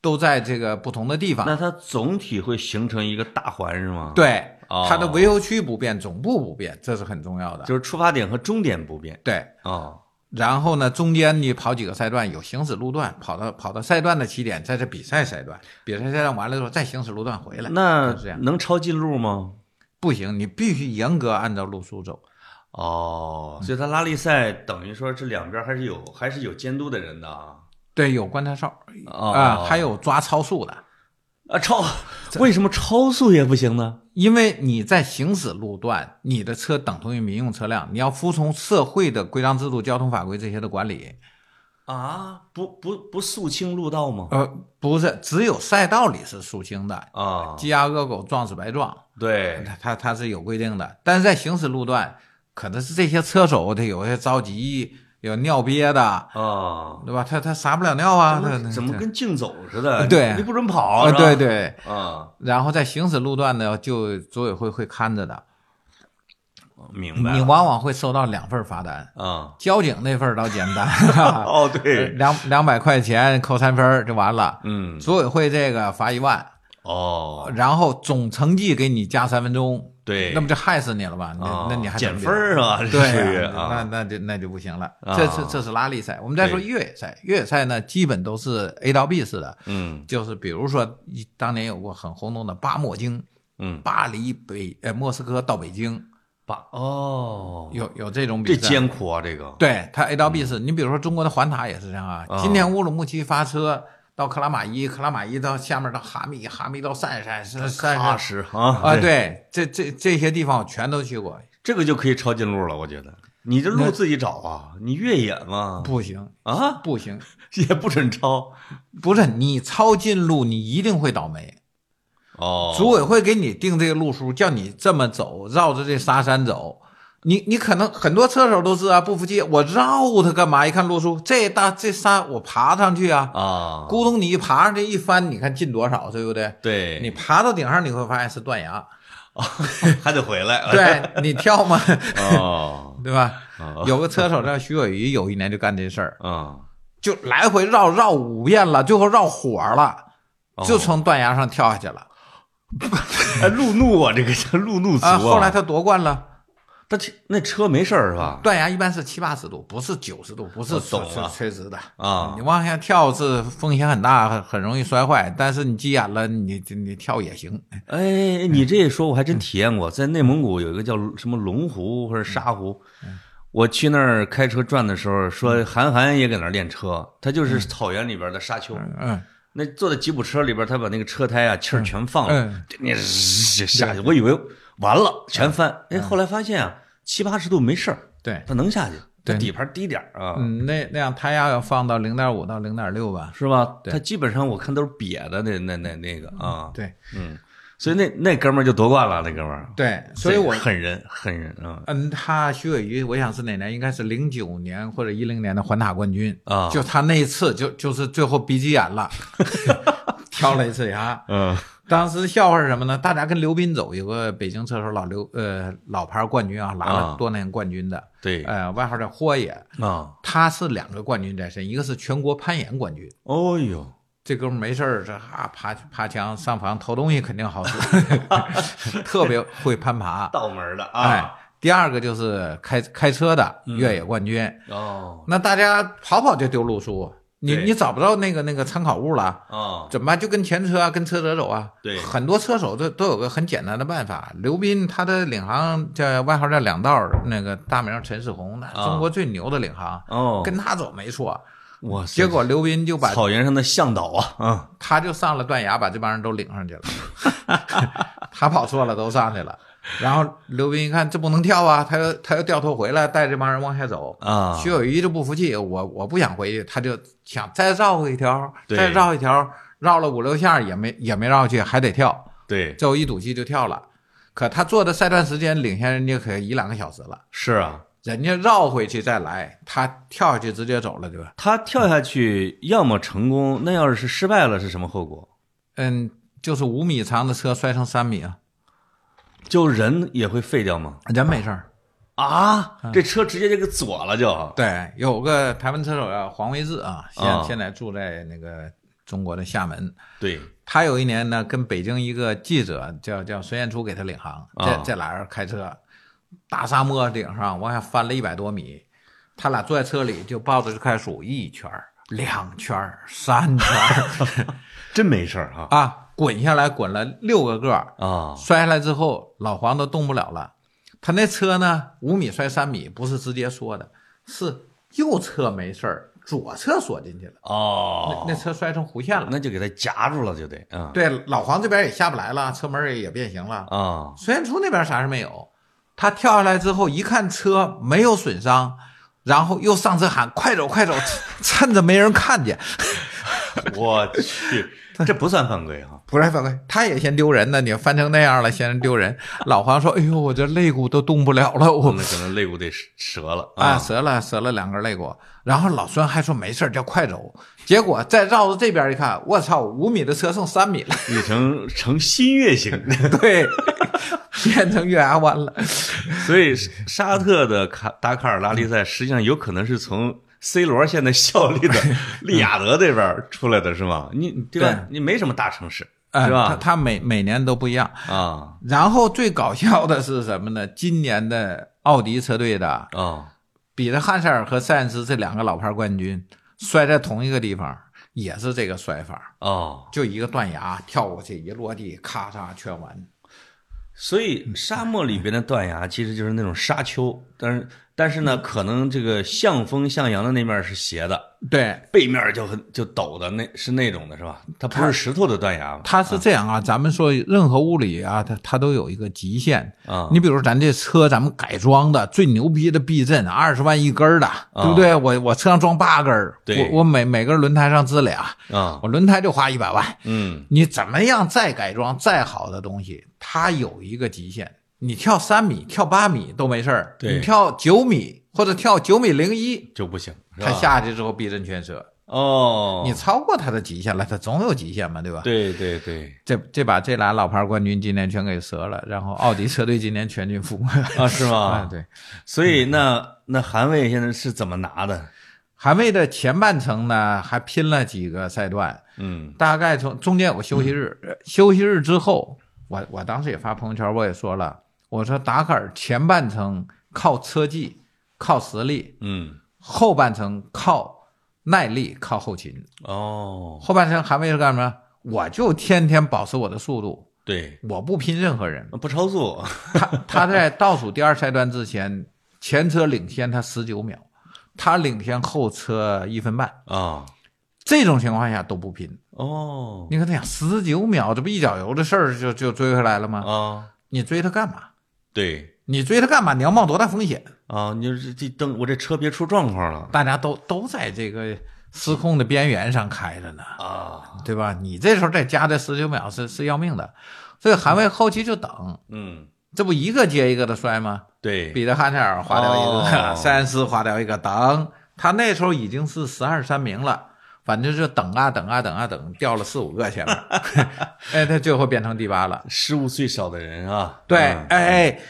[SPEAKER 2] 都在这个不同的地方。
[SPEAKER 1] 那它总体会形成一个大环是吗？，
[SPEAKER 2] 对，
[SPEAKER 1] 哦
[SPEAKER 2] 它的维修区不变，总部不变，这是很重要的。
[SPEAKER 1] 就是出发点和终点不变
[SPEAKER 2] 对，
[SPEAKER 1] 啊
[SPEAKER 2] 然后呢，中间你跑几个赛段，有行驶路段，跑到跑到赛段的起点，在这比赛赛段，比赛赛段完了之后再行驶路段
[SPEAKER 1] 哎
[SPEAKER 2] 回来，
[SPEAKER 1] 那
[SPEAKER 2] 就是这样
[SPEAKER 1] 能超近路吗？
[SPEAKER 2] 不行，你必须严格按照路数走。
[SPEAKER 1] 哦，所以它拉力赛等于说这两边还是有还是有监督的人的啊
[SPEAKER 2] 对，有观察哨啊、
[SPEAKER 1] 啊
[SPEAKER 2] 还有抓超速的，
[SPEAKER 1] 啊超，为什么超速也不行呢？
[SPEAKER 2] 因为你在行驶路段，你的车等同于民用车辆，你要服从社会的规章制度、交通法规这些的管理。
[SPEAKER 1] 啊，不不不肃清路道吗？
[SPEAKER 2] 呃，不是，只有赛道里是肃清的，
[SPEAKER 1] 啊，
[SPEAKER 2] 鸡鸭鹅狗撞死白撞。
[SPEAKER 1] 对，
[SPEAKER 2] 它它它是有规定的，但是在行驶路段，可能是这些车手他有些着急，有尿憋的，
[SPEAKER 1] 啊，
[SPEAKER 2] 对吧？他他撒不了尿啊，他
[SPEAKER 1] 怎么跟竞走似的？
[SPEAKER 2] 对
[SPEAKER 1] 你不准跑
[SPEAKER 2] 啊？，
[SPEAKER 1] 是吧
[SPEAKER 2] 对，对。
[SPEAKER 1] 啊，
[SPEAKER 2] 然后在行驶路段呢，就组委会会看着的，
[SPEAKER 1] 明白
[SPEAKER 2] 你
[SPEAKER 1] 了
[SPEAKER 2] 往往会收到两份罚单，
[SPEAKER 1] 啊，
[SPEAKER 2] 交警那份儿倒简 单，呃
[SPEAKER 1] 哦对，
[SPEAKER 2] 两两百块钱扣三分儿就完了，
[SPEAKER 1] 嗯，
[SPEAKER 2] 组委会这个罚一万，
[SPEAKER 1] 哦，
[SPEAKER 2] 然后总成绩给你加三分钟，
[SPEAKER 1] 对，
[SPEAKER 2] 那不就害死你了吗？那
[SPEAKER 1] 啊
[SPEAKER 2] 那你还怎
[SPEAKER 1] 减
[SPEAKER 2] 么比
[SPEAKER 1] 分儿啊？这属于
[SPEAKER 2] 对啊那
[SPEAKER 1] 啊，
[SPEAKER 2] 那就那就不行了。
[SPEAKER 1] 啊
[SPEAKER 2] 这是这是拉力赛，我们再说
[SPEAKER 1] 对
[SPEAKER 2] 越野赛。越野赛呢，基本都是 A 到 B 式的，
[SPEAKER 1] 嗯
[SPEAKER 2] 就是比如说一当年有过很轰动的巴莫京，
[SPEAKER 1] 嗯，
[SPEAKER 2] 巴黎北呃莫斯科到北京，
[SPEAKER 1] 把哦，
[SPEAKER 2] 有有这种比
[SPEAKER 1] 这
[SPEAKER 2] 赛。
[SPEAKER 1] 艰苦啊，这个
[SPEAKER 2] 对它 A 到 B 式，你比如说中国的环塔也是这样啊。
[SPEAKER 1] 啊
[SPEAKER 2] 今天乌鲁木齐发车到克拉玛依，克拉玛依到下面到哈密，哈密到鄯善，是鄯
[SPEAKER 1] 踏
[SPEAKER 2] 善。
[SPEAKER 1] 实啊
[SPEAKER 2] 啊，，对，这这这些地方我全都去过，
[SPEAKER 1] 这个就可以抄近路了，我觉得。你这路自己找啊，你越野嘛，
[SPEAKER 2] 不行，
[SPEAKER 1] 啊，
[SPEAKER 2] 不行，
[SPEAKER 1] 也不准超
[SPEAKER 2] 不是你抄近路，你一定会倒霉。
[SPEAKER 1] 哦。
[SPEAKER 2] 组委会给你定这个路书，叫你这么走，绕着这沙山走。你你可能很多车手都是啊，不服气，我绕它干嘛？一看路书，这大这山我爬上去啊，
[SPEAKER 1] 啊，
[SPEAKER 2] 咕咚你一爬上去一翻，你看进多少，对不对？
[SPEAKER 1] 对，
[SPEAKER 2] 你爬到顶上你会发现是断崖，
[SPEAKER 1] 还得回来。
[SPEAKER 2] 对你 跳吗？
[SPEAKER 1] 哦，
[SPEAKER 2] 对吧？
[SPEAKER 1] 啊
[SPEAKER 2] 有个车手叫徐伟瑜，有一年就干这事儿，
[SPEAKER 1] 啊，
[SPEAKER 2] 就来回绕绕五遍了，最后绕火了，
[SPEAKER 1] 哦
[SPEAKER 2] 就从断崖上跳下去了。
[SPEAKER 1] 哎路怒啊，这个叫路怒族
[SPEAKER 2] 啊，后来他夺冠了。
[SPEAKER 1] 他这那车没事儿是吧？
[SPEAKER 2] 断崖一般是七八十度，不是九十度，不是
[SPEAKER 1] 我懂
[SPEAKER 2] 垂
[SPEAKER 1] 了
[SPEAKER 2] 垂直的。
[SPEAKER 1] 啊
[SPEAKER 2] 你，往下跳是风险很大，很很容易摔坏。但是你急眼了，你你你跳也行。
[SPEAKER 1] 哎，你这一说，我还
[SPEAKER 2] 嗯
[SPEAKER 1] 真体验过，在内蒙古有一个叫什么龙湖或者沙湖，
[SPEAKER 2] 嗯
[SPEAKER 1] 我去那儿开车转的时候，说韩寒也搁那儿练车，他就是草原里边的沙丘，
[SPEAKER 2] 嗯，
[SPEAKER 1] 那坐在吉普车里边，他把那个车胎啊气儿全放了，
[SPEAKER 2] 嗯
[SPEAKER 1] 你下去，我以为完了全翻，
[SPEAKER 2] 嗯
[SPEAKER 1] 哎，后来发现啊，七八十度没事儿，
[SPEAKER 2] 对，
[SPEAKER 1] 它能下去，它
[SPEAKER 2] 对
[SPEAKER 1] 底盘低点儿啊，
[SPEAKER 2] 嗯，那那样胎压要放到零点五到零点六吧。
[SPEAKER 1] 是吧？
[SPEAKER 2] 对
[SPEAKER 1] 它基本上我看都是瘪的，那那那那个啊，
[SPEAKER 2] 对
[SPEAKER 1] 嗯，所以那那哥们儿就夺冠了，那哥们儿。
[SPEAKER 2] 对，所以我
[SPEAKER 1] 这个狠人，狠人啊
[SPEAKER 2] 嗯，他徐伟瑜，我想是哪年？应该是零九年或者一零年的环塔冠军
[SPEAKER 1] 啊
[SPEAKER 2] 就他那一次就，就是最后逼急眼了，跳了一次崖。
[SPEAKER 1] 嗯
[SPEAKER 2] 当时笑话是什么呢？大家跟刘斌走，有个北京车手老刘，呃，老牌冠军啊，拿
[SPEAKER 1] 啊
[SPEAKER 2] 了多年冠军的，，
[SPEAKER 1] 对啊、
[SPEAKER 2] 呃，外号叫豁爷。他是两个冠军在身，一个是全国攀岩冠军，
[SPEAKER 1] 哦呦，
[SPEAKER 2] 这哥们儿没事儿这啊爬爬墙上房偷东西肯定好使， 特别会攀爬。
[SPEAKER 1] 道门的
[SPEAKER 2] 哎
[SPEAKER 1] 啊，，嗯
[SPEAKER 2] 第二个就是开开车的越野冠军，
[SPEAKER 1] 哦
[SPEAKER 2] 那大家跑跑就丢路书，你
[SPEAKER 1] 对
[SPEAKER 2] 你找不到那个那个参考物了。
[SPEAKER 1] 哦，
[SPEAKER 2] 怎么办？就跟前车啊，跟车者走啊。
[SPEAKER 1] 对
[SPEAKER 2] 很多车手都都有个很简单的办法。刘斌他的领航叫外号叫两道儿，那个大名陈世宏，那
[SPEAKER 1] 啊
[SPEAKER 2] 中国最牛的领航，
[SPEAKER 1] 哦，
[SPEAKER 2] 跟他走没错。
[SPEAKER 1] 哇塞，
[SPEAKER 2] 结果刘斌就把嗯
[SPEAKER 1] 草原上的向导啊，啊、
[SPEAKER 2] 他就上了断崖，把这帮人都领上去了。 他跑错了，都上去了。然后刘斌一看这不能跳啊，他又他又掉头回来，带这帮人往下走。
[SPEAKER 1] 啊，
[SPEAKER 2] 徐有余就不服气，我我不想回去，他就想再绕回一条，
[SPEAKER 1] 对
[SPEAKER 2] 再绕一条，绕了五六下也没也没绕去，还得跳，
[SPEAKER 1] 对，
[SPEAKER 2] 最后一赌气就跳了。可他做的赛段时间领先人家可一两个小时了，
[SPEAKER 1] 是啊，
[SPEAKER 2] 人家绕回去再来，他跳下去直接走了，对吧？
[SPEAKER 1] 他跳下去，要么成功，那要是失败了，是什么后果？
[SPEAKER 2] 嗯，就是五米长的车摔成三米啊，
[SPEAKER 1] 就人也会废掉吗？
[SPEAKER 2] 人没事儿。
[SPEAKER 1] 啊，这车直接就给左了就。
[SPEAKER 2] 对，有个台湾车手叫黄维志啊，现、
[SPEAKER 1] 啊
[SPEAKER 2] 现在住在那个中国的厦门。
[SPEAKER 1] 对，
[SPEAKER 2] 他有一年呢，跟北京一个记者叫叫孙彦初给他领航，
[SPEAKER 1] 啊
[SPEAKER 2] 这这俩人开车，大沙漠顶上往下翻了一百多米，他俩坐在车里就抱着就开始数一圈儿、两圈儿、三圈儿
[SPEAKER 1] 真没事儿啊
[SPEAKER 2] 啊，滚下来滚了六个个儿，
[SPEAKER 1] 啊
[SPEAKER 2] 摔下来之后，老黄都动不了了。他那车呢，五米摔三米，不是直接缩的，是右侧没事儿，左侧缩进去了。
[SPEAKER 1] 哦
[SPEAKER 2] 那，那车摔成弧线了。
[SPEAKER 1] 那就给他夹住了就得啊。
[SPEAKER 2] 对，老黄这边也下不来了，车门也变形了。
[SPEAKER 1] 啊，
[SPEAKER 2] 孙元初那边啥事没有，他跳下来之后一看车没有损伤，然后又上车喊快走快走， 趁着没人看见。
[SPEAKER 1] 我 去，这不算犯规哈。
[SPEAKER 2] 不是犯规，他也嫌丢人呢。你翻成那样了，嫌人丢人。老黄说：“哎呦，我这肋骨都动不了了，我
[SPEAKER 1] 那可能肋骨得折了
[SPEAKER 2] 啊，折了折了两根肋骨。然后老孙还说没事儿，叫快走。结果再绕到这边一看，我操，五米的车剩三米了，
[SPEAKER 1] 你成成新月形。
[SPEAKER 2] 对， 变成月牙湾了。
[SPEAKER 1] 所以沙特的卡达喀尔拉力赛实际上有可能是从 C 罗现在效力 的
[SPEAKER 2] 嗯
[SPEAKER 1] 利雅得这边儿出来的是吗？你对吧？你没什么大城市
[SPEAKER 2] 啊，
[SPEAKER 1] 是
[SPEAKER 2] 他
[SPEAKER 1] 吧？
[SPEAKER 2] 他每每年都不一样。
[SPEAKER 1] 啊
[SPEAKER 2] 然后最搞笑的是什么呢？今年的奥迪车队的
[SPEAKER 1] 啊
[SPEAKER 2] 彼得汉塞尔和塞恩斯这两个老牌冠军摔在同一个地方，也是这个摔法，
[SPEAKER 1] 哦！
[SPEAKER 2] 就一个断崖跳过去，一落地咔嚓全完。
[SPEAKER 1] 所以沙漠里边的断崖其实就是那种沙丘，但是但是
[SPEAKER 2] 嗯
[SPEAKER 1] 呢，可能这个向风向阳的那面是斜的，
[SPEAKER 2] 对，
[SPEAKER 1] 背面就很就陡的那是那种的是吧？它不是石头的断崖吗？
[SPEAKER 2] 它是这样
[SPEAKER 1] 嗯
[SPEAKER 2] 啊，咱们说任何物理啊，它它都有一个极限。
[SPEAKER 1] 啊，
[SPEAKER 2] 你比如咱这车，咱们改装的最牛逼的避震，二十万一根儿的，对不对？我我车上装八根
[SPEAKER 1] 嗯
[SPEAKER 2] 儿，
[SPEAKER 1] 对
[SPEAKER 2] 我我每每根轮胎上支俩，
[SPEAKER 1] 啊
[SPEAKER 2] 我轮胎就花一百万。
[SPEAKER 1] 嗯
[SPEAKER 2] 你怎么样再改装再好的东西，它有一个极限。你跳三米、跳八米都没事儿，
[SPEAKER 1] 对
[SPEAKER 2] 你跳九米或者跳九米零一，
[SPEAKER 1] 就不行，是吧
[SPEAKER 2] 它下去之后避震全折。
[SPEAKER 1] 哦，
[SPEAKER 2] 你超过它的极限了，它总有极限嘛，对吧？
[SPEAKER 1] 对对对。
[SPEAKER 2] 这这把这俩老牌冠军今年全给折了，然后奥迪车队今年全军覆没
[SPEAKER 1] 啊，是
[SPEAKER 2] 啊！
[SPEAKER 1] 吗？
[SPEAKER 2] 对，
[SPEAKER 1] 所以那那韩卫现在是怎么拿的？
[SPEAKER 2] 韩卫的前半程呢还拼了几个赛段，
[SPEAKER 1] 嗯
[SPEAKER 2] 大概从中间有个休息日，呃休息日之后，我我当时也发朋友圈，我也说了，我说达喀尔前半程靠车技、靠实力，
[SPEAKER 1] 嗯，
[SPEAKER 2] 后半程靠耐力、靠后勤。
[SPEAKER 1] 哦，
[SPEAKER 2] 后半程韩卫是干什么？我就天天保持我的速度，
[SPEAKER 1] 对，
[SPEAKER 2] 我不拼任何人。
[SPEAKER 1] 不超速，
[SPEAKER 2] 他他在倒数第二赛段之前，前车领先他十九秒，他领先后车一分半。
[SPEAKER 1] 啊，
[SPEAKER 2] 这种情况下都不拼，
[SPEAKER 1] 哦，
[SPEAKER 2] 你跟他讲十九秒，这不一脚油的事儿就就追回来了吗？
[SPEAKER 1] 啊，
[SPEAKER 2] 你追他干嘛？
[SPEAKER 1] 对，
[SPEAKER 2] 你追他干嘛？你要冒多大风险？
[SPEAKER 1] 啊，你就是这灯，我这车别出状况了
[SPEAKER 2] 大家都都在这个失控的边缘上开着呢，
[SPEAKER 1] 啊，
[SPEAKER 2] 对吧？你这时候再加这十九秒是是要命的，所以韩卫后期就等，
[SPEAKER 1] 嗯，
[SPEAKER 2] 这不一个接一个的摔吗？
[SPEAKER 1] 对，
[SPEAKER 2] 彼得汉塞尔划掉一
[SPEAKER 1] 哦
[SPEAKER 2] 个， 塞恩斯划掉一个，等他那时候已经是十二三名了，反正就等啊等啊等啊等，掉了四 五个前面，哎，他最后变成第八了。
[SPEAKER 1] 失误最少的人啊，
[SPEAKER 2] 对，
[SPEAKER 1] 嗯
[SPEAKER 2] 哎，哎，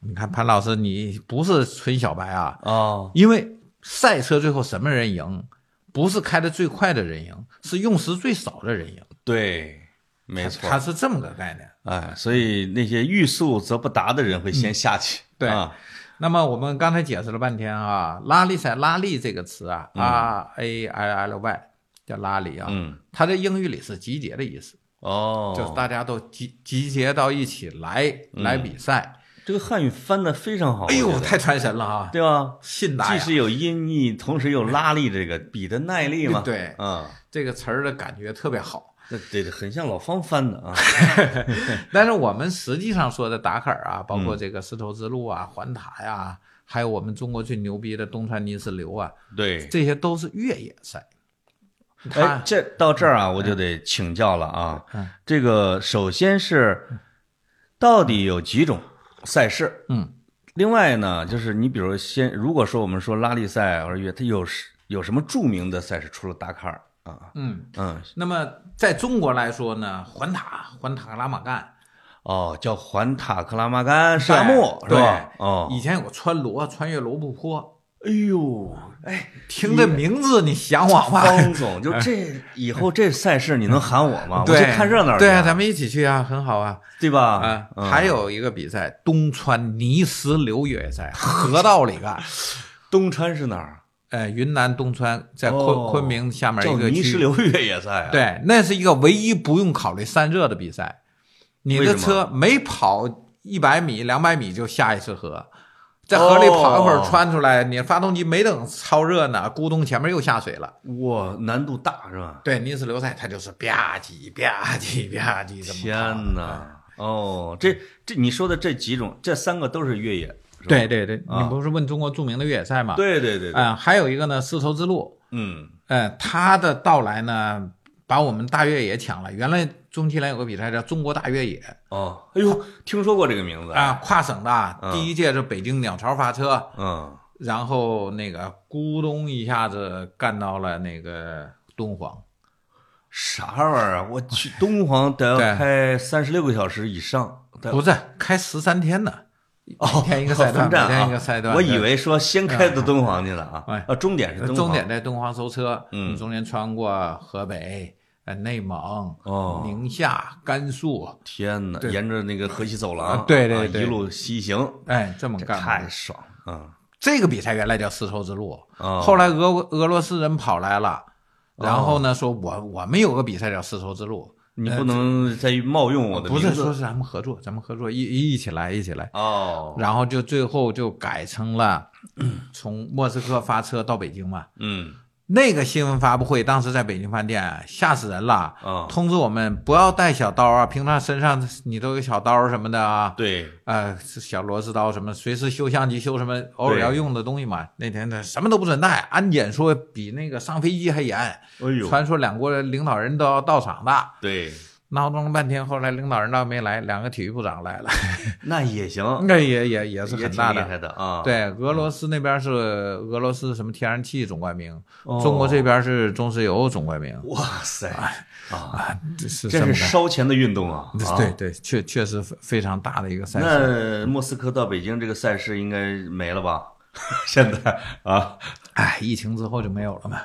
[SPEAKER 2] 你看潘老师，你不是纯小白啊，
[SPEAKER 1] 哦，
[SPEAKER 2] 因为赛车最后什么人赢，不是开的最快的人赢，是用时最少的人赢，
[SPEAKER 1] 对，没错，
[SPEAKER 2] 它是这么个概念。
[SPEAKER 1] 哎，所以那些欲速则不达的人会先下去，
[SPEAKER 2] 嗯对
[SPEAKER 1] 啊
[SPEAKER 2] 那么我们刚才解释了半天啊，拉力赛拉力这个词啊，R A I L Y 叫拉力啊，
[SPEAKER 1] 嗯，
[SPEAKER 2] 它在英语里是集结的意思，
[SPEAKER 1] 哦，
[SPEAKER 2] 就是大家都集集结到一起来来比赛。
[SPEAKER 1] 这个汉语翻的非常好，
[SPEAKER 2] 哎
[SPEAKER 1] 哦我
[SPEAKER 2] 呦，
[SPEAKER 1] 觉得
[SPEAKER 2] 太传神了啊！
[SPEAKER 1] 对吧？
[SPEAKER 2] 信达
[SPEAKER 1] 既
[SPEAKER 2] 雅
[SPEAKER 1] 是有音译，同时有拉力，这个比的耐力嘛。
[SPEAKER 2] 对
[SPEAKER 1] 啊，
[SPEAKER 2] 这个词儿的感觉特别好，
[SPEAKER 1] 那对，很像老方翻的 啊。
[SPEAKER 2] 但是我们实际上说的达喀尔
[SPEAKER 1] 嗯
[SPEAKER 2] 啊，包括这个丝绸之路啊、环塔呀、还有我们中国最牛逼的东川泥石流啊，
[SPEAKER 1] 对，
[SPEAKER 2] 这些都是越野赛。
[SPEAKER 1] 哎
[SPEAKER 2] 它，
[SPEAKER 1] 这到这儿啊，我就得请教了啊
[SPEAKER 2] 嗯。
[SPEAKER 1] 这个首先是到底有几种赛事？
[SPEAKER 2] 嗯，
[SPEAKER 1] 另外呢，就是你比如先，如果说我们说拉力赛或者越，它有是有什么著名的赛事？除了达喀尔啊，
[SPEAKER 2] 嗯，
[SPEAKER 1] 嗯，
[SPEAKER 2] 那么在中国来说呢，环塔、环塔克拉玛干
[SPEAKER 1] 哦，叫环塔克拉玛干沙漠是
[SPEAKER 2] 对
[SPEAKER 1] 吧？哦，
[SPEAKER 2] 以前有个川罗，穿越罗布泊，
[SPEAKER 1] 哎呦，哎，
[SPEAKER 2] 听这名字你想我话。
[SPEAKER 1] 方总，就这以后这赛事你能喊我吗？我去
[SPEAKER 2] 对，
[SPEAKER 1] 看热闹去啊，
[SPEAKER 2] 对啊，咱们一起去啊，很好啊
[SPEAKER 1] 对吧？
[SPEAKER 2] 啊！
[SPEAKER 1] 嗯
[SPEAKER 2] 还有一个比赛，东川泥石流越野 赛，河道里干。
[SPEAKER 1] 东川是哪儿？
[SPEAKER 2] 呃，云南东川在昆、
[SPEAKER 1] 哦
[SPEAKER 2] 昆明下面
[SPEAKER 1] 叫
[SPEAKER 2] 一个
[SPEAKER 1] 泥
[SPEAKER 2] 区
[SPEAKER 1] 石流越野赛啊？，
[SPEAKER 2] 对，那是一个唯一不用考虑散热的比赛。你
[SPEAKER 1] 为什
[SPEAKER 2] 的
[SPEAKER 1] 么
[SPEAKER 2] 车每跑一百米、两百米就下一次河，在河里跑一会儿
[SPEAKER 1] 哦
[SPEAKER 2] 穿出来，你发动机没等超热呢，咕咚前面又下水了。
[SPEAKER 1] 哇，难度大是吧？
[SPEAKER 2] 对，尼斯流赛它就是吧唧吧唧吧唧这么跑嗯啊
[SPEAKER 1] 天哪！！哦，这这你说的这几种，这三个都是越野，是吧
[SPEAKER 2] 对对对，
[SPEAKER 1] 啊
[SPEAKER 2] 你不是问中国著名的越野赛吗？，
[SPEAKER 1] 对对对对，
[SPEAKER 2] 嗯，还有一个呢，丝绸之路，
[SPEAKER 1] 嗯，
[SPEAKER 2] 呃，它的到来呢，把我们大越野抢了。原来中青联有个比赛叫中国大越野，
[SPEAKER 1] 哦，哎呦，听说过这个名字
[SPEAKER 2] 啊，，跨省的
[SPEAKER 1] 嗯
[SPEAKER 2] 第一届是北京鸟巢发车，
[SPEAKER 1] 嗯，
[SPEAKER 2] 然后那个咕咚一下子干到了那个敦煌。
[SPEAKER 1] 啥玩意儿啊？我去东煌得要
[SPEAKER 2] 对
[SPEAKER 1] 开三十六个小时以上，得
[SPEAKER 2] 不是开十三天呢，每天一个赛段，
[SPEAKER 1] 分站
[SPEAKER 2] 每
[SPEAKER 1] 啊
[SPEAKER 2] 天一个赛段。
[SPEAKER 1] 我
[SPEAKER 2] 对
[SPEAKER 1] 以为说先开到敦煌去了啊
[SPEAKER 2] 哎，
[SPEAKER 1] 啊，终点是敦
[SPEAKER 2] 终
[SPEAKER 1] 煌
[SPEAKER 2] 点在敦煌收车，
[SPEAKER 1] 嗯
[SPEAKER 2] 你中间穿过河北、呃内蒙、
[SPEAKER 1] 哦
[SPEAKER 2] 宁夏、甘肃，
[SPEAKER 1] 天哪，
[SPEAKER 2] 对
[SPEAKER 1] 沿着那个河西走
[SPEAKER 2] 啊
[SPEAKER 1] 廊，
[SPEAKER 2] 对对
[SPEAKER 1] 啊
[SPEAKER 2] 对
[SPEAKER 1] 一路西行，
[SPEAKER 2] 哎，这么
[SPEAKER 1] 这
[SPEAKER 2] 干。
[SPEAKER 1] 太爽啊！
[SPEAKER 2] 这个比赛原来叫丝绸之路，
[SPEAKER 1] 哦
[SPEAKER 2] 后来俄国俄罗斯人跑来了，然
[SPEAKER 1] 哦
[SPEAKER 2] 后呢说我我们有个比赛叫丝绸之路。
[SPEAKER 1] 你不能再冒用我的
[SPEAKER 2] 呃不
[SPEAKER 1] 名
[SPEAKER 2] 是
[SPEAKER 1] 字
[SPEAKER 2] 说是咱们合作，咱们合作一一一起来，一起来。
[SPEAKER 1] 哦，
[SPEAKER 2] 然后就最后就改成了从莫斯科发车到北京嘛。
[SPEAKER 1] 嗯，
[SPEAKER 2] 那个新闻发布会当时在北京饭店啊吓死人了，
[SPEAKER 1] 哦
[SPEAKER 2] 通知我们不要带小刀啊，平常身上你都有小刀什么的啊，
[SPEAKER 1] 对，
[SPEAKER 2] 呃，小螺丝刀什么，随时修相机修什么，偶尔要用的东西嘛。那天他什么都不准带，安检说比那个上飞机还严，
[SPEAKER 1] 哎呦，
[SPEAKER 2] 传说两国领导人都要到场的。
[SPEAKER 1] 对，
[SPEAKER 2] 闹腾了半天，后来领导人倒没来，两个体育部长来了，
[SPEAKER 1] 那也行，
[SPEAKER 2] 那也也也是
[SPEAKER 1] 也
[SPEAKER 2] 很
[SPEAKER 1] 挺
[SPEAKER 2] 大
[SPEAKER 1] 厉
[SPEAKER 2] 的。
[SPEAKER 1] 害的啊。，
[SPEAKER 2] 对，俄罗斯那边是俄罗斯什么天然气总冠名，
[SPEAKER 1] 哦
[SPEAKER 2] 中国这边是中石油总冠名
[SPEAKER 1] 哇塞
[SPEAKER 2] 哎
[SPEAKER 1] 啊，
[SPEAKER 2] 啊，这是
[SPEAKER 1] 这
[SPEAKER 2] 这么
[SPEAKER 1] 是
[SPEAKER 2] 干
[SPEAKER 1] 烧钱的运动啊！啊
[SPEAKER 2] 对。对，确确实非非常大的一个赛事。
[SPEAKER 1] 那莫斯科到北京这个赛事应该没了吧？ 现在啊，
[SPEAKER 2] 哎，疫情之后就没有了嘛。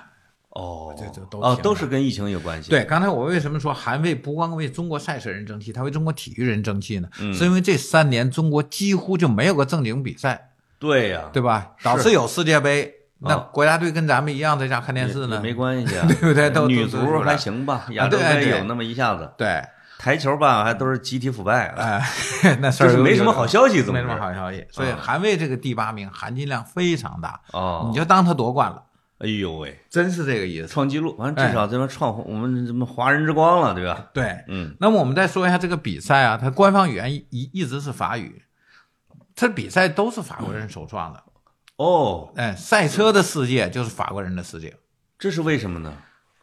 [SPEAKER 1] 哦，
[SPEAKER 2] 这这都
[SPEAKER 1] 啊
[SPEAKER 2] 停
[SPEAKER 1] 都是跟疫情有关系。，
[SPEAKER 2] 对，刚才我为什么说韩卫不光为中国赛事人争气，他为中国体育人争气呢？
[SPEAKER 1] 嗯
[SPEAKER 2] 是因为这三年中国几乎就没有个正经比赛，
[SPEAKER 1] 对呀，
[SPEAKER 2] 对吧？导
[SPEAKER 1] 是
[SPEAKER 2] 致有世界杯，那
[SPEAKER 1] 啊
[SPEAKER 2] 国家队跟咱们一样在家看电视
[SPEAKER 1] 也
[SPEAKER 2] 呢，
[SPEAKER 1] 没关系啊，
[SPEAKER 2] 对不对都
[SPEAKER 1] 女
[SPEAKER 2] 都
[SPEAKER 1] 足
[SPEAKER 2] 都出来
[SPEAKER 1] 还行吧，亚洲
[SPEAKER 2] 对啊
[SPEAKER 1] 杯
[SPEAKER 2] 对
[SPEAKER 1] 有那么一下子，
[SPEAKER 2] 对，
[SPEAKER 1] 台球吧还都是集体腐败啊，
[SPEAKER 2] 哎，那事
[SPEAKER 1] 就
[SPEAKER 2] 儿
[SPEAKER 1] 是
[SPEAKER 2] 又
[SPEAKER 1] 没什么好消息，总
[SPEAKER 2] 没
[SPEAKER 1] 之
[SPEAKER 2] 什么好消息。所以韩卫这个第八名含金量非常大，
[SPEAKER 1] 哦
[SPEAKER 2] 你，就当他夺冠了，
[SPEAKER 1] 哎呦喂，
[SPEAKER 2] 真是这个意思。
[SPEAKER 1] 创纪录，反正至少这边创我们什么华人之光了，对吧？
[SPEAKER 2] 对，
[SPEAKER 1] 嗯，
[SPEAKER 2] 那么我们再说一下这个比赛啊，它官方语言一一一直是法语，这比赛都是法国人首创的。
[SPEAKER 1] 哦，
[SPEAKER 2] 哎，赛车的世界就是法国人的世界，
[SPEAKER 1] 这是为什么呢？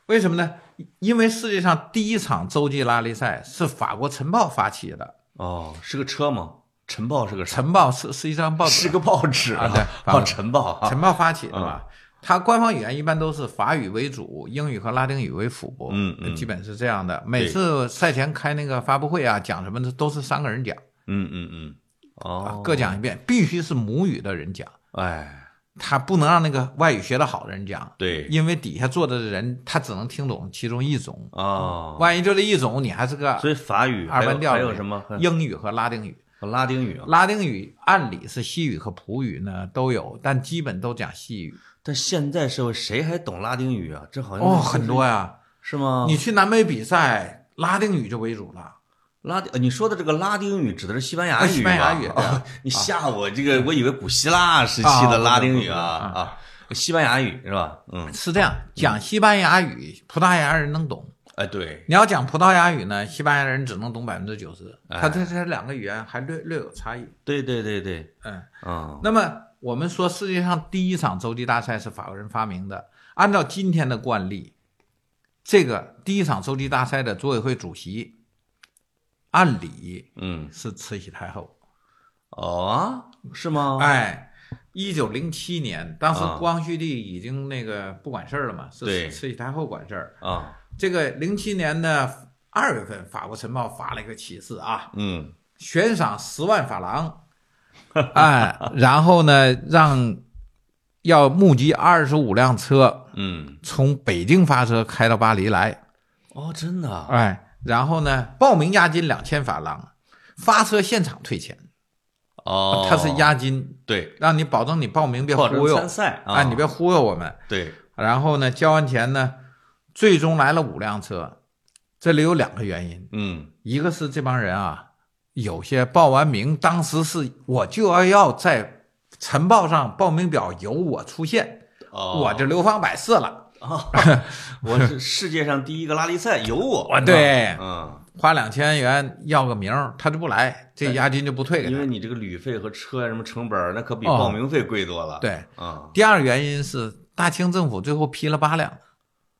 [SPEAKER 2] 为什么呢？因为世界上第一场洲际拉力赛是法国《晨报》发起的，
[SPEAKER 1] 哦，是个车吗？晨报是个
[SPEAKER 2] 《
[SPEAKER 1] 啥？
[SPEAKER 2] 晨报是》是一张报纸，
[SPEAKER 1] 是个报纸
[SPEAKER 2] 啊对反
[SPEAKER 1] 哦，
[SPEAKER 2] 正
[SPEAKER 1] 晨报啊，
[SPEAKER 2] 晨报发起的嘛。它官方语言一般都是法语为主，英语和拉丁语为辅，
[SPEAKER 1] 嗯嗯
[SPEAKER 2] 基本是这样的。每次赛前开那个发布会啊，讲什么的都是三个人讲，
[SPEAKER 1] 嗯嗯嗯，
[SPEAKER 2] 啊
[SPEAKER 1] 哦，
[SPEAKER 2] 各讲一遍，必须是母语的人讲，
[SPEAKER 1] 哎，
[SPEAKER 2] 他不能让那个外语学得好的人讲，
[SPEAKER 1] 对，
[SPEAKER 2] 因为底下坐着的人他只能听懂其中一种，
[SPEAKER 1] 哦，
[SPEAKER 2] 万一就这一种，你还是个
[SPEAKER 1] 所以法语
[SPEAKER 2] 嗯二
[SPEAKER 1] 还有
[SPEAKER 2] 班调
[SPEAKER 1] 还
[SPEAKER 2] 里
[SPEAKER 1] 有什么？还
[SPEAKER 2] 英语和拉丁语。
[SPEAKER 1] 有拉丁语啊，
[SPEAKER 2] 拉丁语按理是西语和葡语呢都有，但基本都讲西语。
[SPEAKER 1] 但现在社会谁还懂拉丁语啊？这好像
[SPEAKER 2] 哦，
[SPEAKER 1] 是
[SPEAKER 2] 很多呀、
[SPEAKER 1] 是吗？
[SPEAKER 2] 你去南美比赛，拉丁语就为主了。
[SPEAKER 1] 拉丁，呃你说的这个拉丁语指的是西班牙
[SPEAKER 2] 啊
[SPEAKER 1] 语吧？
[SPEAKER 2] 西班牙语对
[SPEAKER 1] 哦
[SPEAKER 2] 啊，
[SPEAKER 1] 你吓我！这个我以为古希腊时期的拉丁语啊
[SPEAKER 2] 啊
[SPEAKER 1] 啊，
[SPEAKER 2] 不
[SPEAKER 1] 西班牙语是吧？嗯，
[SPEAKER 2] 是这样，讲西班牙语，葡萄牙人能懂。
[SPEAKER 1] 哎，对，
[SPEAKER 2] 你要讲葡萄牙语呢，西班牙人只能懂百分之九十。
[SPEAKER 1] 哎
[SPEAKER 2] 他这这两个语言还略略有差异。
[SPEAKER 1] 对对对对，
[SPEAKER 2] 嗯，
[SPEAKER 1] 嗯，
[SPEAKER 2] 那么我们说世界上第一场洲际大赛是法国人发明的，按照今天的惯例，这个第一场洲际大赛的组委会主席，按理
[SPEAKER 1] 嗯，
[SPEAKER 2] 是慈禧太后。
[SPEAKER 1] 哦，是吗？
[SPEAKER 2] 哎，一九零七年，当时
[SPEAKER 1] 啊
[SPEAKER 2] 光绪帝已经那个不管事儿了嘛，
[SPEAKER 1] 对
[SPEAKER 2] 是慈禧太后管事儿。
[SPEAKER 1] 啊，
[SPEAKER 2] 这个零七年的二月份，法国晨报发了一个启事啊，
[SPEAKER 1] 嗯，
[SPEAKER 2] 悬赏十万法 郎，哎，然后呢，让要募集二十五辆车
[SPEAKER 1] 嗯，
[SPEAKER 2] 从北京发车开到巴黎来，
[SPEAKER 1] 哦，真的啊，
[SPEAKER 2] 哎，然后呢，报名押金两千法郎，发车现场退钱，
[SPEAKER 1] 哦，
[SPEAKER 2] 啊它是押金，
[SPEAKER 1] 对，
[SPEAKER 2] 让你保证你报名别
[SPEAKER 1] 保证哦
[SPEAKER 2] 忽悠，
[SPEAKER 1] 参赛
[SPEAKER 2] 哎，你
[SPEAKER 1] 别
[SPEAKER 2] 别忽悠我们。
[SPEAKER 1] 对，
[SPEAKER 2] 然后呢，交完钱呢，最终来了五辆车，这里有两个原因，
[SPEAKER 1] 嗯，
[SPEAKER 2] 一个是这帮人啊，有些报完名，当时是我就要要在晨报上报名表有我出现，
[SPEAKER 1] 哦，
[SPEAKER 2] 我 就流芳百世了，
[SPEAKER 1] 我是世界上第一个拉力赛，有我，
[SPEAKER 2] 我啊对
[SPEAKER 1] 嗯，
[SPEAKER 2] 花两千元要个名儿，他就不来，这押金就不退给
[SPEAKER 1] 因为
[SPEAKER 2] 他。
[SPEAKER 1] 你这个旅费和车呀什么成本儿，那可比
[SPEAKER 2] 哦
[SPEAKER 1] 报名费贵多了，，
[SPEAKER 2] 对，
[SPEAKER 1] 啊，
[SPEAKER 2] 第二个原因是大清政府最后批了八辆，啊、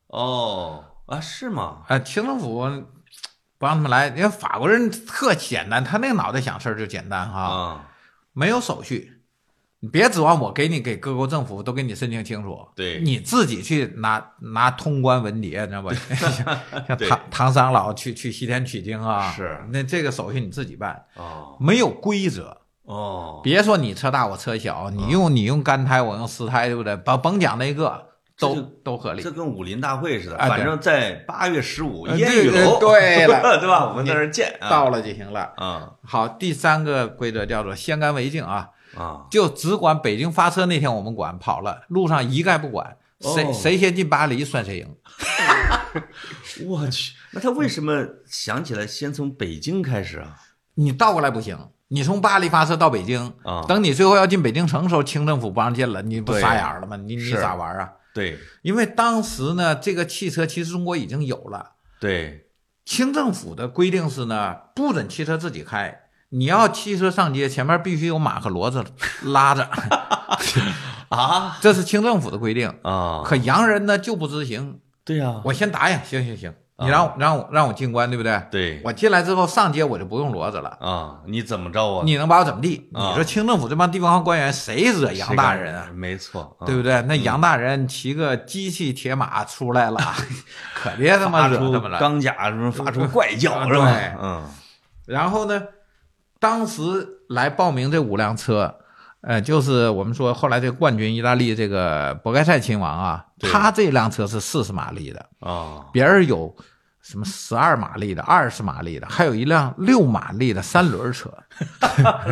[SPEAKER 1] 哦，啊，是吗？
[SPEAKER 2] 清政府不让他们来，因为法国人特简单，他那个脑袋想事儿就简单哈。
[SPEAKER 1] 啊，
[SPEAKER 2] 没有手续，你别指望我给你给各国政府都给你申请清楚，
[SPEAKER 1] 对
[SPEAKER 2] 你自己去拿拿通关文牒，你知道吧？ 像像
[SPEAKER 1] 对
[SPEAKER 2] 唐唐三老去去西天取经啊，
[SPEAKER 1] 是
[SPEAKER 2] 那这个手续你自己办，
[SPEAKER 1] 哦，
[SPEAKER 2] 没有规则。
[SPEAKER 1] 哦，
[SPEAKER 2] 别说你车大我车小，
[SPEAKER 1] 嗯
[SPEAKER 2] 你用你用干胎，我用湿胎，对不对？甭甭讲那个，
[SPEAKER 1] 这
[SPEAKER 2] 都
[SPEAKER 1] 就
[SPEAKER 2] 都合理
[SPEAKER 1] 这。跟武林大会似的，
[SPEAKER 2] 啊对
[SPEAKER 1] 反正在八月十五
[SPEAKER 2] 呃
[SPEAKER 1] 烟
[SPEAKER 2] 对
[SPEAKER 1] 雨楼，
[SPEAKER 2] 对了
[SPEAKER 1] 对吧？我们在那儿见啊，
[SPEAKER 2] 到了就行了。
[SPEAKER 1] 啊
[SPEAKER 2] 好，第三个规则叫做先干为敬啊。
[SPEAKER 1] 啊，
[SPEAKER 2] 就只管北京发车那天我们管跑了，路上一概不管，谁、
[SPEAKER 1] 哦
[SPEAKER 2] 谁先进巴黎算谁赢。
[SPEAKER 1] 我去，那他为什么想起来先从北京开始啊？
[SPEAKER 2] 你倒过来不行，你从巴黎发车到北京，
[SPEAKER 1] 啊
[SPEAKER 2] 等你最后要进北京城的时候，清政府不让进了，你不
[SPEAKER 1] 对
[SPEAKER 2] 傻眼儿了吗？你你
[SPEAKER 1] 是
[SPEAKER 2] 咋玩啊？
[SPEAKER 1] 对
[SPEAKER 2] 因为当时呢，这个汽车其实中国已经有了，
[SPEAKER 1] 对，
[SPEAKER 2] 清政府的规定是呢，不准汽车自己开。你要汽车上街，前面必须有马和骡子拉着，
[SPEAKER 1] 啊
[SPEAKER 2] 这是清政府的规定。
[SPEAKER 1] 啊，
[SPEAKER 2] 可洋人呢就不执行，
[SPEAKER 1] 对呀，
[SPEAKER 2] 我先答应，行行行，
[SPEAKER 1] 啊
[SPEAKER 2] 你让我让我让我进关，对不对？
[SPEAKER 1] 对
[SPEAKER 2] 我进来之后上街我就不用骡子了，
[SPEAKER 1] 啊，你怎么着啊？
[SPEAKER 2] 你能把我怎么地？
[SPEAKER 1] 啊
[SPEAKER 2] 你说清政府这帮地方官员谁惹杨大人
[SPEAKER 1] 谁
[SPEAKER 2] 啊
[SPEAKER 1] 敢？没错，啊
[SPEAKER 2] 对不对？那杨大人骑个机器铁马 出来了，可别他妈
[SPEAKER 1] 发
[SPEAKER 2] 惹
[SPEAKER 1] 出
[SPEAKER 2] 他们了。
[SPEAKER 1] 钢甲什么，发出怪叫
[SPEAKER 2] 啊
[SPEAKER 1] 是吧
[SPEAKER 2] 对？
[SPEAKER 1] 嗯，
[SPEAKER 2] 然后呢，当时来报名这五辆车，呃，就是我们说后来这个冠军意大利这个博盖塞亲王啊，
[SPEAKER 1] 对
[SPEAKER 2] 他这辆车是四十马力的，
[SPEAKER 1] 啊
[SPEAKER 2] 别人有什么十二马力的、二十马力的，还有一辆六马力的三轮车。
[SPEAKER 1] 啊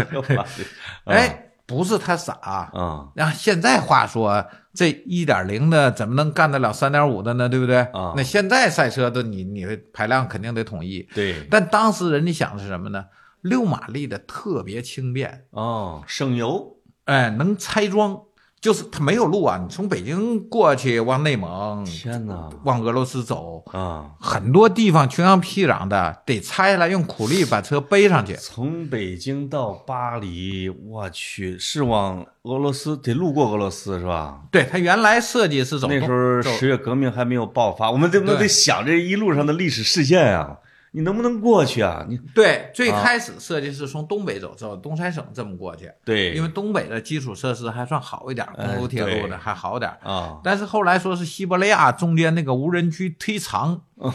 [SPEAKER 2] 哎，不是他傻。
[SPEAKER 1] 啊
[SPEAKER 2] 那现在话说，这一点零的怎么能干得了三点五的呢？对不对？
[SPEAKER 1] 啊
[SPEAKER 2] 那现在赛车的你你排量肯定得统一，
[SPEAKER 1] 对
[SPEAKER 2] 但当时人家想的是什么呢？六马力的特别轻便，
[SPEAKER 1] 哦，省油
[SPEAKER 2] 哎，能拆装，就是它没有路啊，你从北京过去往内蒙、
[SPEAKER 1] 天哪
[SPEAKER 2] 往俄罗斯走，
[SPEAKER 1] 啊！
[SPEAKER 2] 很多地方穷乡僻壤的得拆下来，用苦力把车背上去。
[SPEAKER 1] 从北京到巴黎，我去，是往俄罗斯得路过俄罗斯是吧？
[SPEAKER 2] 对，它原来设计是走
[SPEAKER 1] 那
[SPEAKER 2] 东
[SPEAKER 1] 时候
[SPEAKER 2] 走
[SPEAKER 1] 十月革命还没有爆发，我们得不
[SPEAKER 2] 对
[SPEAKER 1] 得想这一路上的历史事件啊？你能不能过去啊？你
[SPEAKER 2] 对，最
[SPEAKER 1] 啊
[SPEAKER 2] 开始设计是从东北走，走东三省这么过去，
[SPEAKER 1] 对，
[SPEAKER 2] 因为东北的基础设施还算好一点，公路、
[SPEAKER 1] 哎
[SPEAKER 2] 铁路
[SPEAKER 1] 对
[SPEAKER 2] 的还好点。
[SPEAKER 1] 啊，
[SPEAKER 2] 但是后来说是西伯利亚中间那个无人区忒长，
[SPEAKER 1] 哦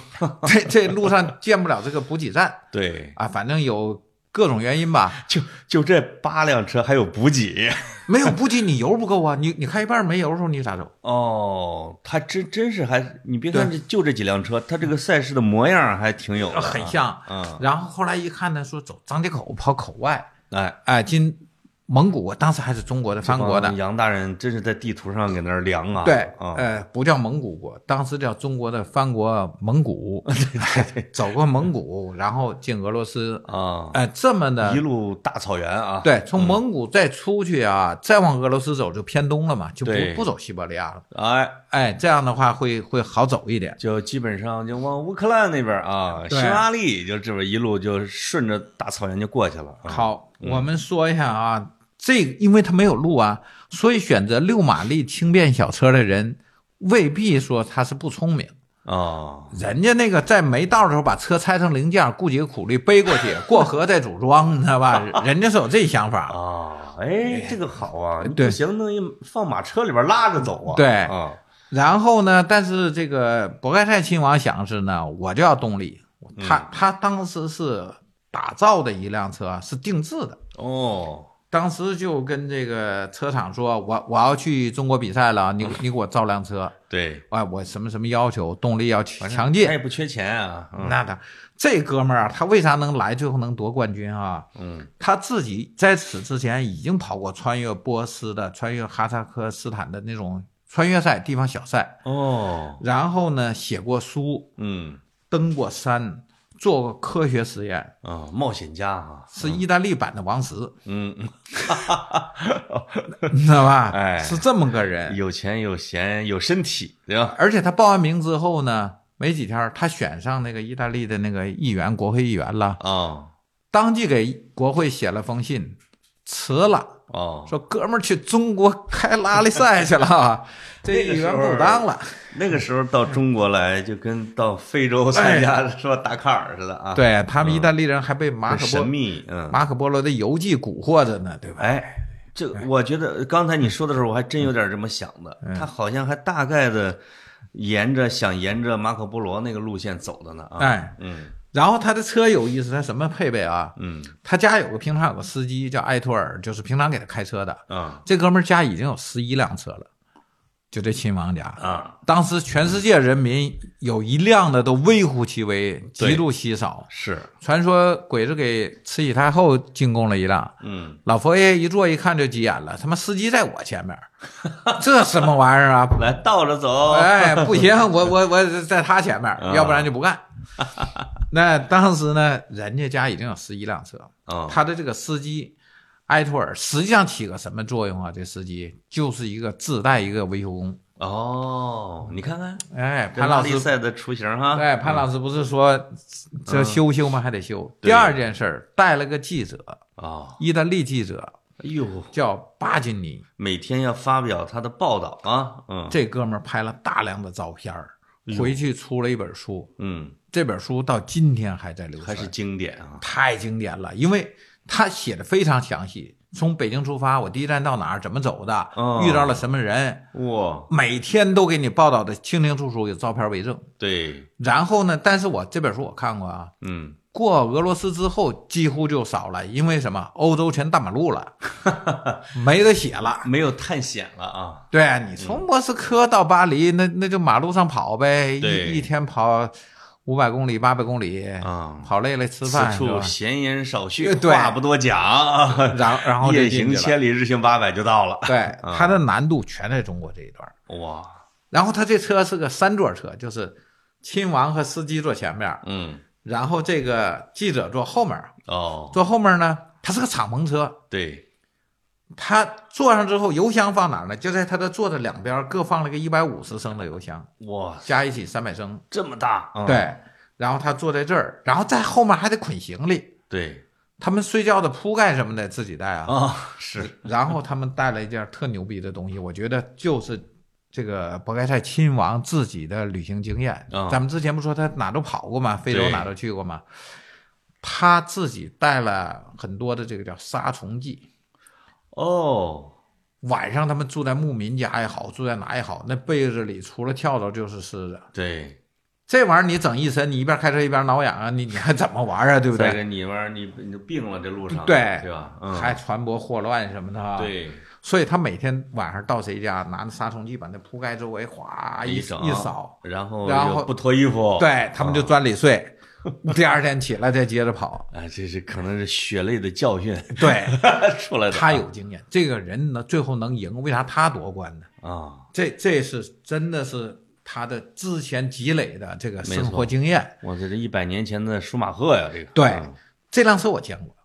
[SPEAKER 2] 这这路上建不了这个补给站
[SPEAKER 1] 对，
[SPEAKER 2] 啊，反正有各种原因吧，
[SPEAKER 1] 就就这八辆车还有补给
[SPEAKER 2] 没有补给你油不够啊，你你开一半没油的时候你咋走？
[SPEAKER 1] 哦，他真真是还你别看
[SPEAKER 2] 对
[SPEAKER 1] 这就这几辆车，他这个赛事的模样还挺有的啊，
[SPEAKER 2] 很像。
[SPEAKER 1] 嗯，
[SPEAKER 2] 然后后来一看呢，说走张家口跑口外，
[SPEAKER 1] 哎，
[SPEAKER 2] 哎，进蒙古，当时还是中国的藩国的，
[SPEAKER 1] 杨大人真是在地图上给那儿量啊，
[SPEAKER 2] 对，
[SPEAKER 1] 啊，
[SPEAKER 2] 呃，不叫蒙古国，当时叫中国的藩国蒙 古，走过蒙古，然后进俄罗斯，
[SPEAKER 1] 啊，
[SPEAKER 2] 呃，这么的
[SPEAKER 1] 一，路大草原啊，
[SPEAKER 2] 对，从蒙古再出去啊，再往俄罗斯走就偏东了嘛，就不
[SPEAKER 1] 对
[SPEAKER 2] 不走西伯利亚了，
[SPEAKER 1] 哎，
[SPEAKER 2] 哎，这样的话会会好走一点，
[SPEAKER 1] 就基本上就往乌克兰那边啊，
[SPEAKER 2] 对
[SPEAKER 1] 匈牙利就这边一路就顺着大草原就过去了啊，
[SPEAKER 2] 好，我们说一下啊，这因为它没有路啊，所以选择六马力轻便小车的人未必说他是不聪明，
[SPEAKER 1] 啊，
[SPEAKER 2] 人家那个在没道的时候把车拆成零件，雇几个苦力背过去，过河再组装，你 知道吧？人家是有这想法。
[SPEAKER 1] 啊，哎，这个好啊，你
[SPEAKER 2] 对
[SPEAKER 1] 不行，弄一放马车里边拉着走啊，
[SPEAKER 2] 对
[SPEAKER 1] 啊，
[SPEAKER 2] 然后呢，但是这个博盖塞亲王想的是呢，我就要动力。他、
[SPEAKER 1] 嗯
[SPEAKER 2] 他当时是打造的一辆车，是定制的。
[SPEAKER 1] 哦，
[SPEAKER 2] 当时就跟这个车厂说，我我要去中国比赛了，
[SPEAKER 1] 嗯
[SPEAKER 2] 你你给我造辆车，
[SPEAKER 1] 对，
[SPEAKER 2] 哎，我什么什么要求，动力要
[SPEAKER 1] 反正
[SPEAKER 2] 强
[SPEAKER 1] 他
[SPEAKER 2] 劲。
[SPEAKER 1] 也不缺钱啊，嗯
[SPEAKER 2] 那他这哥们儿啊，他为啥能来，最后能夺冠军啊？
[SPEAKER 1] 嗯，
[SPEAKER 2] 他自己在此之前已经跑过穿越波斯的、穿越哈萨克斯坦的那种穿越赛、地方小赛，
[SPEAKER 1] 哦，
[SPEAKER 2] 然后呢写过书，
[SPEAKER 1] 嗯，
[SPEAKER 2] 登过山，做过科学实验，
[SPEAKER 1] 啊，冒险家啊，
[SPEAKER 2] 是意大利版的王石，
[SPEAKER 1] 嗯，
[SPEAKER 2] 你知道吧？
[SPEAKER 1] 哎
[SPEAKER 2] 是这么个人。
[SPEAKER 1] 有钱有闲有身体，对吧？
[SPEAKER 2] 而且他报完名之后呢，没几天儿他选上那个意大利的那个议员，国会议员了，
[SPEAKER 1] 啊，
[SPEAKER 2] 当即给国会写了封信，辞了。
[SPEAKER 1] 哦，
[SPEAKER 2] 说哥们儿去中国开拉力赛去了 啊，这
[SPEAKER 1] 那个
[SPEAKER 2] 议员
[SPEAKER 1] 时候
[SPEAKER 2] 不当了。
[SPEAKER 1] 那个时候到中国来，就跟到非洲参加是吧达喀尔似的啊，，
[SPEAKER 2] 对他们意大利人还被马可波
[SPEAKER 1] 神秘，嗯，
[SPEAKER 2] 马可波罗的游记蛊惑着呢，对吧？
[SPEAKER 1] 哎，这个我觉得刚才你说的时候，我还真有点这么想的。他好像还大概的沿着想沿着马可波罗那个路线走的呢啊。
[SPEAKER 2] 哎，
[SPEAKER 1] 嗯
[SPEAKER 2] 然后他的车有意思，他什么配备啊？
[SPEAKER 1] 嗯
[SPEAKER 2] 他家有个平常有个司机叫艾托尔，就是平常给他开车的。
[SPEAKER 1] 啊
[SPEAKER 2] 这哥们儿家已经有十一辆车了，就这亲王家。
[SPEAKER 1] 啊，
[SPEAKER 2] 当时全世界人民有一辆的都微乎其微，
[SPEAKER 1] 对
[SPEAKER 2] 极度稀少。
[SPEAKER 1] 是
[SPEAKER 2] 传说鬼子给慈禧太后进贡了一辆，
[SPEAKER 1] 嗯
[SPEAKER 2] 老佛爷一坐一看就急眼了，他妈司机在我前面，这什么玩意儿啊？
[SPEAKER 1] 来倒着走。
[SPEAKER 2] 哎，不行，我我我在他前面，
[SPEAKER 1] 啊
[SPEAKER 2] 要不然就不 干。那当时呢，人家家已经有十一辆车，
[SPEAKER 1] 啊
[SPEAKER 2] 他的这个司机埃托尔实际上起个什么作用啊？这司机就是一个自带一个维修工。
[SPEAKER 1] 哦，你看看
[SPEAKER 2] 哎，
[SPEAKER 1] 这
[SPEAKER 2] 潘
[SPEAKER 1] 拉
[SPEAKER 2] 老
[SPEAKER 1] 力啊
[SPEAKER 2] 师，
[SPEAKER 1] 赛的雏形哈。
[SPEAKER 2] 对潘老师不是说这修修吗？还得修。
[SPEAKER 1] 对
[SPEAKER 2] 第二件事儿，带了个记者，
[SPEAKER 1] 哦，
[SPEAKER 2] 意大利记者
[SPEAKER 1] 哎呦，
[SPEAKER 2] 叫巴金尼，
[SPEAKER 1] 每天要发表他的报道啊。嗯
[SPEAKER 2] 这哥们儿拍了大量的照片儿
[SPEAKER 1] 哎呦
[SPEAKER 2] 回去出了一本书，
[SPEAKER 1] 嗯，
[SPEAKER 2] 这本书到今天还在流
[SPEAKER 1] 还
[SPEAKER 2] 传，
[SPEAKER 1] 是经典啊。
[SPEAKER 2] 太经典了，因为他写的非常详细。从北京出发，我第一站到哪儿，怎么走的，
[SPEAKER 1] 哦
[SPEAKER 2] 遇到了什么人，
[SPEAKER 1] 哇，
[SPEAKER 2] 每天都给你报道的清清楚楚，有照片为证。
[SPEAKER 1] 对，
[SPEAKER 2] 然后呢，但是我这本书我看过啊，
[SPEAKER 1] 嗯
[SPEAKER 2] 过俄罗斯之后几乎就少了，因为什么？欧洲全大马路了， 没得写了。
[SPEAKER 1] 没有探险了啊。
[SPEAKER 2] 对啊，你从莫斯科到巴黎，那那就马路上跑呗，
[SPEAKER 1] 对
[SPEAKER 2] 一一天跑五百公里、八百公里，
[SPEAKER 1] 啊，
[SPEAKER 2] 跑累了吃
[SPEAKER 1] 此
[SPEAKER 2] 饭，是
[SPEAKER 1] 处
[SPEAKER 2] 吧
[SPEAKER 1] 闲言少叙，
[SPEAKER 2] 对
[SPEAKER 1] 话不多讲啊。
[SPEAKER 2] 然然后就
[SPEAKER 1] 夜
[SPEAKER 2] 进
[SPEAKER 1] 行
[SPEAKER 2] 去了
[SPEAKER 1] 千里，日行八百就到 了。
[SPEAKER 2] 对，
[SPEAKER 1] 嗯
[SPEAKER 2] 它的难度全在中国这一段。
[SPEAKER 1] 哇，
[SPEAKER 2] 然后他这车是个三座车，就是亲王和司机坐前面，
[SPEAKER 1] 嗯，
[SPEAKER 2] 然后这个记者坐后面。
[SPEAKER 1] 哦，
[SPEAKER 2] 坐后面呢，它是个敞篷车，
[SPEAKER 1] 对，
[SPEAKER 2] 他坐上之后，油箱放哪儿呢？就在他的座的两边各放了个一百五十升的油箱，
[SPEAKER 1] 哇，
[SPEAKER 2] 加一起三百升。
[SPEAKER 1] 这么大，嗯
[SPEAKER 2] 对，然后他坐在这儿，然后在后面还得捆行李。
[SPEAKER 1] 对
[SPEAKER 2] 他们睡觉的铺盖什么的自己带啊。
[SPEAKER 1] 啊，是
[SPEAKER 2] 然后他们带了一件特牛逼的东西，我觉得就是这个博盖塞亲王自己的旅行经验。
[SPEAKER 1] 啊
[SPEAKER 2] 咱们之前不说他哪都跑过吗？非洲
[SPEAKER 1] 对
[SPEAKER 2] 哪都去过吗？他自己带了很多的这个叫杀虫剂。
[SPEAKER 1] 哦，
[SPEAKER 2] 晚上他们住在牧民家也好，住在哪也好，那被子里除了跳蚤就是虱子。
[SPEAKER 1] 对，
[SPEAKER 2] 这玩意儿你整一身，你一边开车一边挠痒啊，你你还怎么玩啊？对 不
[SPEAKER 1] 再给
[SPEAKER 2] 对？
[SPEAKER 1] 你玩，你你就病了，这路上，
[SPEAKER 2] 对
[SPEAKER 1] 对吧？嗯，
[SPEAKER 2] 还传播霍乱什么的啊。，
[SPEAKER 1] 对，
[SPEAKER 2] 所以他每天晚上到谁家，拿着杀虫剂把那铺盖周围哗一
[SPEAKER 1] 一整
[SPEAKER 2] 一扫，
[SPEAKER 1] 然后
[SPEAKER 2] 然
[SPEAKER 1] 又
[SPEAKER 2] 后
[SPEAKER 1] 不脱衣服，，
[SPEAKER 2] 对他们就钻里睡。
[SPEAKER 1] 啊
[SPEAKER 2] 第二天起来再接着跑。
[SPEAKER 1] 哎，这是可能是血泪的教训
[SPEAKER 2] 对
[SPEAKER 1] 出来的啊，
[SPEAKER 2] 他有经验，这个人呢最后能赢，为啥他夺冠呢？
[SPEAKER 1] 啊，
[SPEAKER 2] 这这是真的是他的之前积累的这个
[SPEAKER 1] 没
[SPEAKER 2] 生
[SPEAKER 1] 错
[SPEAKER 2] 活经验。
[SPEAKER 1] 我这是一百年前的舒马赫呀，这个，
[SPEAKER 2] 对
[SPEAKER 1] 嗯
[SPEAKER 2] 这辆车我见过，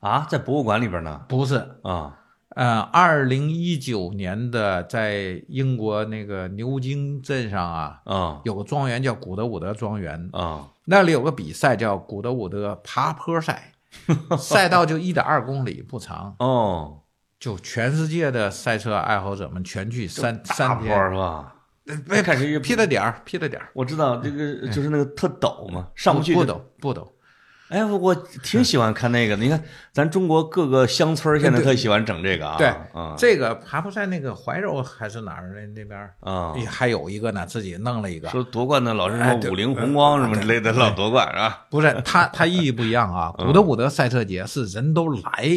[SPEAKER 1] 啊，在博物馆里边呢，
[SPEAKER 2] 不是，
[SPEAKER 1] 啊，
[SPEAKER 2] 呃，二零一九年的在英国那个牛津镇上啊，
[SPEAKER 1] 啊，
[SPEAKER 2] 有个庄园叫古德伍德庄园，
[SPEAKER 1] 啊，
[SPEAKER 2] 那里有个比赛叫古德伍德爬坡赛， 赛道就一点二公里不长，
[SPEAKER 1] 哦。
[SPEAKER 2] 就全世界的赛车爱好者们全去三
[SPEAKER 1] 大
[SPEAKER 2] 三
[SPEAKER 1] 坡
[SPEAKER 2] 天，
[SPEAKER 1] 是吧？
[SPEAKER 2] 没
[SPEAKER 1] 开始一个
[SPEAKER 2] 劈了点儿，劈了点儿，
[SPEAKER 1] 我知道这个就是那个特陡嘛，上不去
[SPEAKER 2] 嗯不
[SPEAKER 1] 的。
[SPEAKER 2] 抖不抖。
[SPEAKER 1] 哎，我挺喜欢看那个的。你看，咱中国各个乡村现在特喜欢整这个啊。
[SPEAKER 2] 嗯对
[SPEAKER 1] 啊，
[SPEAKER 2] 这个爬坡在那个怀柔还是哪儿的那边儿，哎
[SPEAKER 1] 啊，
[SPEAKER 2] 还有一个呢，自己弄了一个，
[SPEAKER 1] 说夺冠的老是
[SPEAKER 2] 哎
[SPEAKER 1] 什
[SPEAKER 2] 对
[SPEAKER 1] 么
[SPEAKER 2] 哎
[SPEAKER 1] 五菱宏光什么之类的，老夺冠是吧？
[SPEAKER 2] 不是它它意义不一 样
[SPEAKER 1] 嗯
[SPEAKER 2] 啊。古德伍德赛车节是人都来，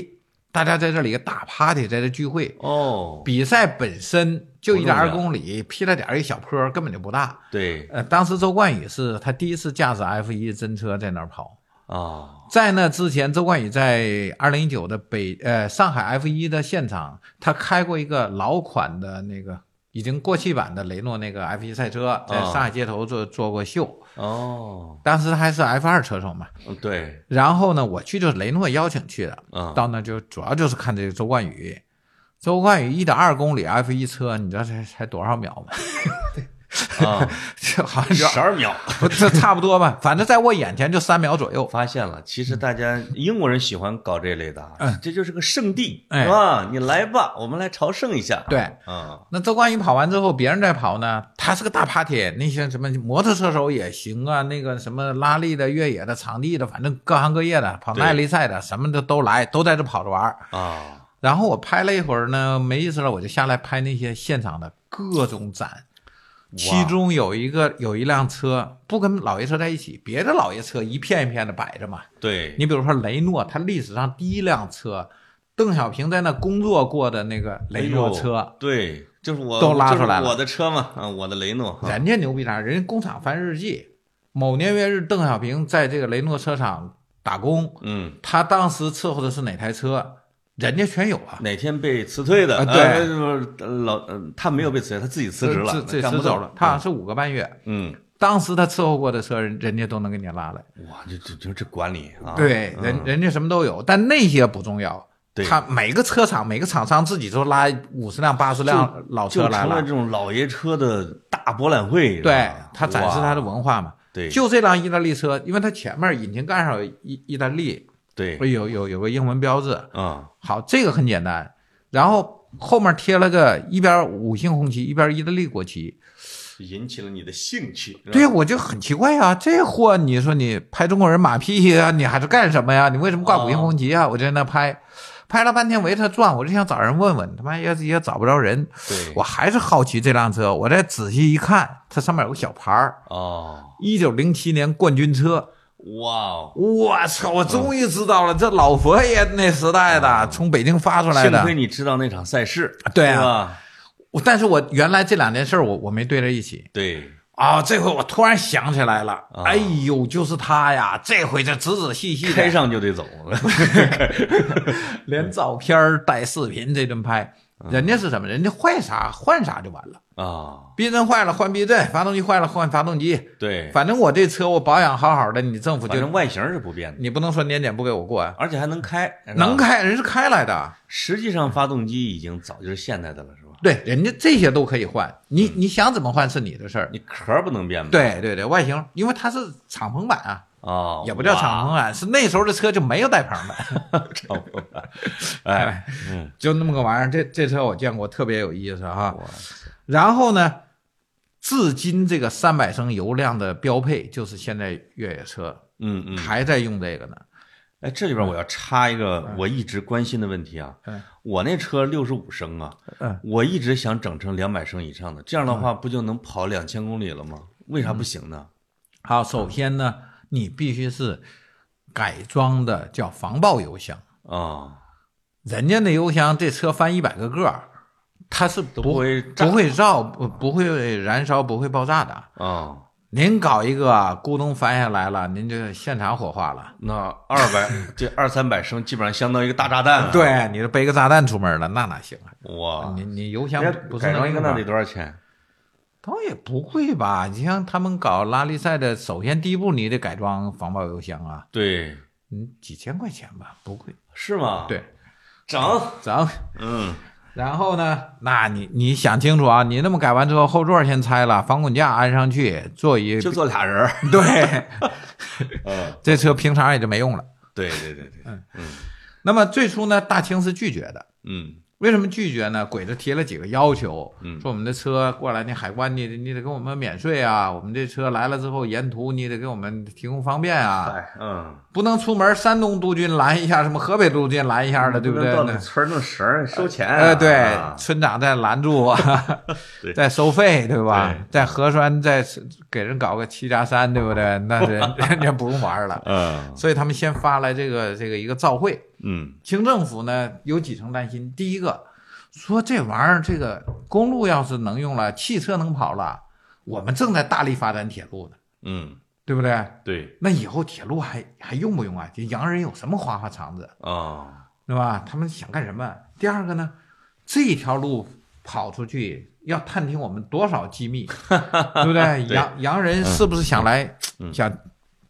[SPEAKER 2] 大家在这里大 party，在这聚会，
[SPEAKER 1] 哦，
[SPEAKER 2] 比赛本身就一点
[SPEAKER 1] 不重
[SPEAKER 2] 二
[SPEAKER 1] 要
[SPEAKER 2] 公里，劈了点儿一小坡，根本就不大。
[SPEAKER 1] 对
[SPEAKER 2] 呃，当时周冠宇是他第一次驾驶 F 1真车在那儿跑，
[SPEAKER 1] 啊，
[SPEAKER 2] 在那之前，周冠宇在二零一九的北呃上海 F 1的现场，他开过一个老款的那个已经过气版的雷诺那个 F 1赛车，在上海街头做做过秀，
[SPEAKER 1] 哦，
[SPEAKER 2] 当时他还是 F 2车手嘛。
[SPEAKER 1] 嗯对，
[SPEAKER 2] 然后呢，我去就是雷诺邀请去的，
[SPEAKER 1] 啊，
[SPEAKER 2] 到那就主要就是看这个周冠宇。周冠宇一点二公里 F 1车，你知道才才多少秒吗？
[SPEAKER 1] 啊，
[SPEAKER 2] 这好像就
[SPEAKER 1] 十二秒。
[SPEAKER 2] 不这差不多吧，反正在我眼前就三秒左右
[SPEAKER 1] 我。发现了，其实大家英国人喜欢搞这类的啊，这就是个圣地
[SPEAKER 2] 嗯哎
[SPEAKER 1] 啊，你来吧，我们来朝圣一下。
[SPEAKER 2] 对
[SPEAKER 1] 啊，
[SPEAKER 2] 那周冠宇跑完之后，别人在跑呢，他是个大 party，那些什么摩托车手也行啊，那个什么拉力的、越野的、场地的，反正各行各业的，跑
[SPEAKER 1] 对
[SPEAKER 2] 耐力赛的，什么的都来，都在这跑着玩儿。
[SPEAKER 1] 啊，
[SPEAKER 2] 然后我拍了一会儿呢，没意思了，我就下来拍那些现场的各种展。其中有一个有一辆车不跟老爷车在一起，别的老爷车一片一片的摆着嘛。
[SPEAKER 1] 对，
[SPEAKER 2] 你比如说雷诺，它历史上第一辆车，邓小平在那工作过的那个雷诺车，
[SPEAKER 1] 哎呦对，就是我
[SPEAKER 2] 都拉出来了
[SPEAKER 1] 就是我的车嘛，啊，我的雷诺，啊
[SPEAKER 2] 人家牛逼啥？人家工厂翻日记，某年月日，邓小平在这个雷诺车厂打工，
[SPEAKER 1] 嗯，
[SPEAKER 2] 他当时伺候的是哪台车？人家全有啊。
[SPEAKER 1] 哪天被辞退的？
[SPEAKER 2] 啊对
[SPEAKER 1] 哎呃老呃他没有被辞退，他自己辞职了，
[SPEAKER 2] 这这
[SPEAKER 1] 干
[SPEAKER 2] 辞
[SPEAKER 1] 不
[SPEAKER 2] 走
[SPEAKER 1] 动
[SPEAKER 2] 了，他好像是五个半月。
[SPEAKER 1] 嗯，
[SPEAKER 2] 当时他伺候过的车，人人家都能给你拉来。
[SPEAKER 1] 哇，这这这这管理啊，
[SPEAKER 2] 对，
[SPEAKER 1] 嗯
[SPEAKER 2] 人人家什么都有，但那些不重要。
[SPEAKER 1] 对
[SPEAKER 2] 他每个车厂、每个厂商自己都拉五十辆、八十辆老
[SPEAKER 1] 就
[SPEAKER 2] 车来
[SPEAKER 1] 成了
[SPEAKER 2] 了
[SPEAKER 1] 这。种老爷车的大博览会，是
[SPEAKER 2] 对
[SPEAKER 1] 吧
[SPEAKER 2] 他展示他的，文化嘛。
[SPEAKER 1] 哇对，
[SPEAKER 2] 就这辆意大利车，因为它前面引擎盖上有意意大利，
[SPEAKER 1] 对，
[SPEAKER 2] 有有有个英文标志，
[SPEAKER 1] 啊，
[SPEAKER 2] 好，这个很简单。然后后面贴了个一边五星红旗，一边意大利国旗。
[SPEAKER 1] 引起了你的兴趣，是吧
[SPEAKER 2] 对，我就很奇怪啊，这货你说你拍中国人马屁呀、你还是干什么呀？你为什么挂五星红旗啊？我就在那拍，拍了半天围着转，我就想找人问问，他妈也也找不着人。
[SPEAKER 1] 对，
[SPEAKER 2] 我还是好奇这辆车，我再仔细一看，它上面有个小牌儿，
[SPEAKER 1] 哦，
[SPEAKER 2] 一九零七年冠军车。
[SPEAKER 1] 哇哦，
[SPEAKER 2] 我操！我终于知道了，这老佛爷那时代的，从北京发出来
[SPEAKER 1] 啊幸
[SPEAKER 2] 的
[SPEAKER 1] 亏。你知道那场赛事，
[SPEAKER 2] 对啊
[SPEAKER 1] 啊，
[SPEAKER 2] 我但是我原来这两件事儿我我没对在一起
[SPEAKER 1] 对，
[SPEAKER 2] 啊、这回我突然想起来了，
[SPEAKER 1] 啊
[SPEAKER 2] 哎呦，就是他呀！这回这仔仔细细
[SPEAKER 1] 开
[SPEAKER 2] 的，
[SPEAKER 1] 上就得走，
[SPEAKER 2] 连照片儿带视频这顿拍，
[SPEAKER 1] 嗯
[SPEAKER 2] 人家是什么？人家坏啥换啥就完了，
[SPEAKER 1] 啊，
[SPEAKER 2] 避震坏了换避震，发动机坏了换发动机。
[SPEAKER 1] 对，
[SPEAKER 2] 反正我这车我保养好好的，你政府
[SPEAKER 1] 哎反
[SPEAKER 2] 就
[SPEAKER 1] 正外形是不变的，
[SPEAKER 2] 你不能说年检不给我过呀、啊
[SPEAKER 1] 而且还能开，是吧
[SPEAKER 2] 能。开人是开来的。
[SPEAKER 1] 实际上，发动机已经早就是现代的了，是吧？
[SPEAKER 2] 对，人家这些都可以换，
[SPEAKER 1] 嗯
[SPEAKER 2] 你你想怎么换是你的事儿。
[SPEAKER 1] 你壳不能变吧？
[SPEAKER 2] 对对对，外形，因为它是敞篷版啊，
[SPEAKER 1] 啊，
[SPEAKER 2] 也不叫敞
[SPEAKER 1] 哇
[SPEAKER 2] 篷版，是那时候的车就没有带棚的，
[SPEAKER 1] 敞篷版，哎，嗯，
[SPEAKER 2] 就那么个玩意儿。这这车我见过，特别有意思哈。
[SPEAKER 1] 哇
[SPEAKER 2] 然后呢，至今这个三百升油量的标配就是现在越野车
[SPEAKER 1] 嗯嗯，
[SPEAKER 2] 还在用这个呢。
[SPEAKER 1] 哎，这里边我要插一个我一直关心的问题啊，
[SPEAKER 2] 嗯
[SPEAKER 1] 我那车六十五升啊，
[SPEAKER 2] 嗯，
[SPEAKER 1] 我一直想整成两百升以上的，这样的话不就能跑两千公里了吗？为啥不
[SPEAKER 2] 嗯
[SPEAKER 1] 行呢？
[SPEAKER 2] 好，首先呢，你必须是改装的叫防爆油箱，
[SPEAKER 1] 啊，
[SPEAKER 2] 人家那油箱这车翻一百个个儿，它是
[SPEAKER 1] 都
[SPEAKER 2] 不
[SPEAKER 1] 不会炸
[SPEAKER 2] 不会造，不不会燃烧，不会爆炸的。
[SPEAKER 1] 啊，
[SPEAKER 2] 您搞一个咕咚翻下来了，您就现场火化了。
[SPEAKER 1] 那二百这二三百升基本上相当于一个大炸弹了。，
[SPEAKER 2] 对，你这背个炸弹出门了，那哪行啊？
[SPEAKER 1] 哇，
[SPEAKER 2] 你你油箱
[SPEAKER 1] 人家
[SPEAKER 2] 不是
[SPEAKER 1] 改装一个那
[SPEAKER 2] 那
[SPEAKER 1] 得
[SPEAKER 2] 的，
[SPEAKER 1] 多少钱？
[SPEAKER 2] 倒也不贵吧？你像他们搞拉力赛的，首先第一步你得改装防爆油箱啊，
[SPEAKER 1] 对，
[SPEAKER 2] 嗯，几千块钱吧，不贵。
[SPEAKER 1] 是吗？，
[SPEAKER 2] 对，
[SPEAKER 1] 整，
[SPEAKER 2] 整。
[SPEAKER 1] 嗯，
[SPEAKER 2] 然后呢？那你你想清楚啊！你那么改完之后，后座先拆了，防滚架安上去，座椅
[SPEAKER 1] 就坐俩人儿，
[SPEAKER 2] 对，
[SPEAKER 1] 嗯，
[SPEAKER 2] 这车平常也就没用了。
[SPEAKER 1] 对对对对，
[SPEAKER 2] 那么最初呢，大清是拒绝的，
[SPEAKER 1] 嗯，
[SPEAKER 2] 为什么拒绝呢？鬼子提了几个要求，说我们的车过来，那海关你得你得给我们免税啊，我们这车来了之后，沿途你得给我们提供方便啊，
[SPEAKER 1] 哎，嗯，
[SPEAKER 2] 不能出门山东督军拦一下，什么河北督军拦一下的，对不对？
[SPEAKER 1] 到
[SPEAKER 2] 那
[SPEAKER 1] 你村儿弄绳儿收钱啊，
[SPEAKER 2] 呃，对
[SPEAKER 1] 啊，
[SPEAKER 2] 村长在拦住 我，
[SPEAKER 1] 对
[SPEAKER 2] 在收费，对吧
[SPEAKER 1] 对？
[SPEAKER 2] 在核酸，在给人搞个七加三，对不对？ 那人人家不用玩了。
[SPEAKER 1] 嗯
[SPEAKER 2] 所以他们先发来这个这个一个照会，
[SPEAKER 1] 嗯
[SPEAKER 2] 清政府呢有几层担心，第一个说这玩意儿这个公路要是能用了，汽车能跑了，我们正在大力发展铁路呢，
[SPEAKER 1] 嗯，
[SPEAKER 2] 对不对？
[SPEAKER 1] 对
[SPEAKER 2] 那以后铁路还还用不用啊？这洋人有什么花花肠子？
[SPEAKER 1] 啊，
[SPEAKER 2] 对吧？他们想干什么？第二个呢，这条路跑出去要探听我们多少机密，对不对？
[SPEAKER 1] 对
[SPEAKER 2] 洋洋人是不是想来、
[SPEAKER 1] 嗯
[SPEAKER 2] 想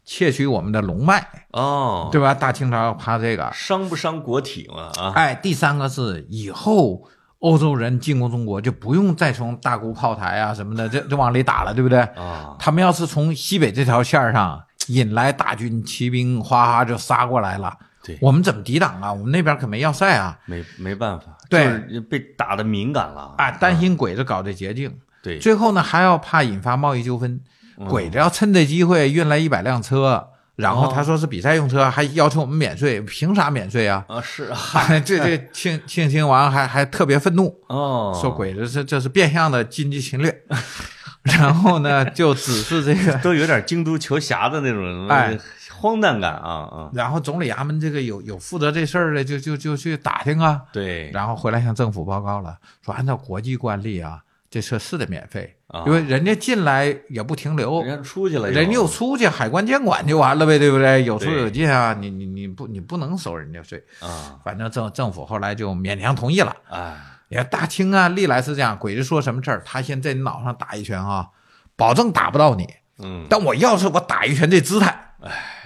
[SPEAKER 2] 窃取我们的龙脉，
[SPEAKER 1] 哦，
[SPEAKER 2] 对吧？大清朝要怕这个。
[SPEAKER 1] 伤不伤国体嘛啊？
[SPEAKER 2] 哎，第三个是以后欧洲人进攻中国就不用再从大沽炮台啊什么的这这往里打了，对不对？
[SPEAKER 1] 啊，
[SPEAKER 2] 他们要是从西北这条线儿上引来大军骑兵，哗哗就杀过来了，
[SPEAKER 1] 对，
[SPEAKER 2] 我们怎么抵挡啊？我们那边可没要塞啊。
[SPEAKER 1] 没没办法，
[SPEAKER 2] 对
[SPEAKER 1] 就是被打的敏感了
[SPEAKER 2] 啊，担心鬼子搞这捷径，
[SPEAKER 1] 对，
[SPEAKER 2] 最后呢还要怕引发贸易纠纷。
[SPEAKER 1] 嗯
[SPEAKER 2] 鬼子要趁这机会运来一百辆车，然后
[SPEAKER 1] 哦
[SPEAKER 2] 他说是比赛用车，还要求我们免税，凭啥免税啊？
[SPEAKER 1] 啊是 啊，
[SPEAKER 2] 这这庆庆亲王还还特别愤怒，
[SPEAKER 1] 哦，
[SPEAKER 2] 说鬼子这这是变相的经济侵略， 然后呢就指示这个，
[SPEAKER 1] 都有点京都球侠的那种
[SPEAKER 2] 哎
[SPEAKER 1] 荒诞感啊啊，
[SPEAKER 2] 然后总理衙门这个有有负责这事儿的就就就去打听啊，
[SPEAKER 1] 对，
[SPEAKER 2] 然后回来向政府报告了，说按照国际惯例啊，这车是得免费，
[SPEAKER 1] 啊
[SPEAKER 2] 因为人家进来也不停留，
[SPEAKER 1] 人家出去了，
[SPEAKER 2] 人家有出去，海关监管就完了呗，对不对？有出
[SPEAKER 1] 对
[SPEAKER 2] 有进啊，你你你不你不能收人家税。
[SPEAKER 1] 啊，
[SPEAKER 2] 反正政政府后来就勉强同意了。
[SPEAKER 1] 哎，
[SPEAKER 2] 你看大清啊，历来是这样，鬼子说什么事儿，他先在你脑上打一拳啊，保证打不到你。
[SPEAKER 1] 嗯
[SPEAKER 2] 但我要是我打一拳这姿态，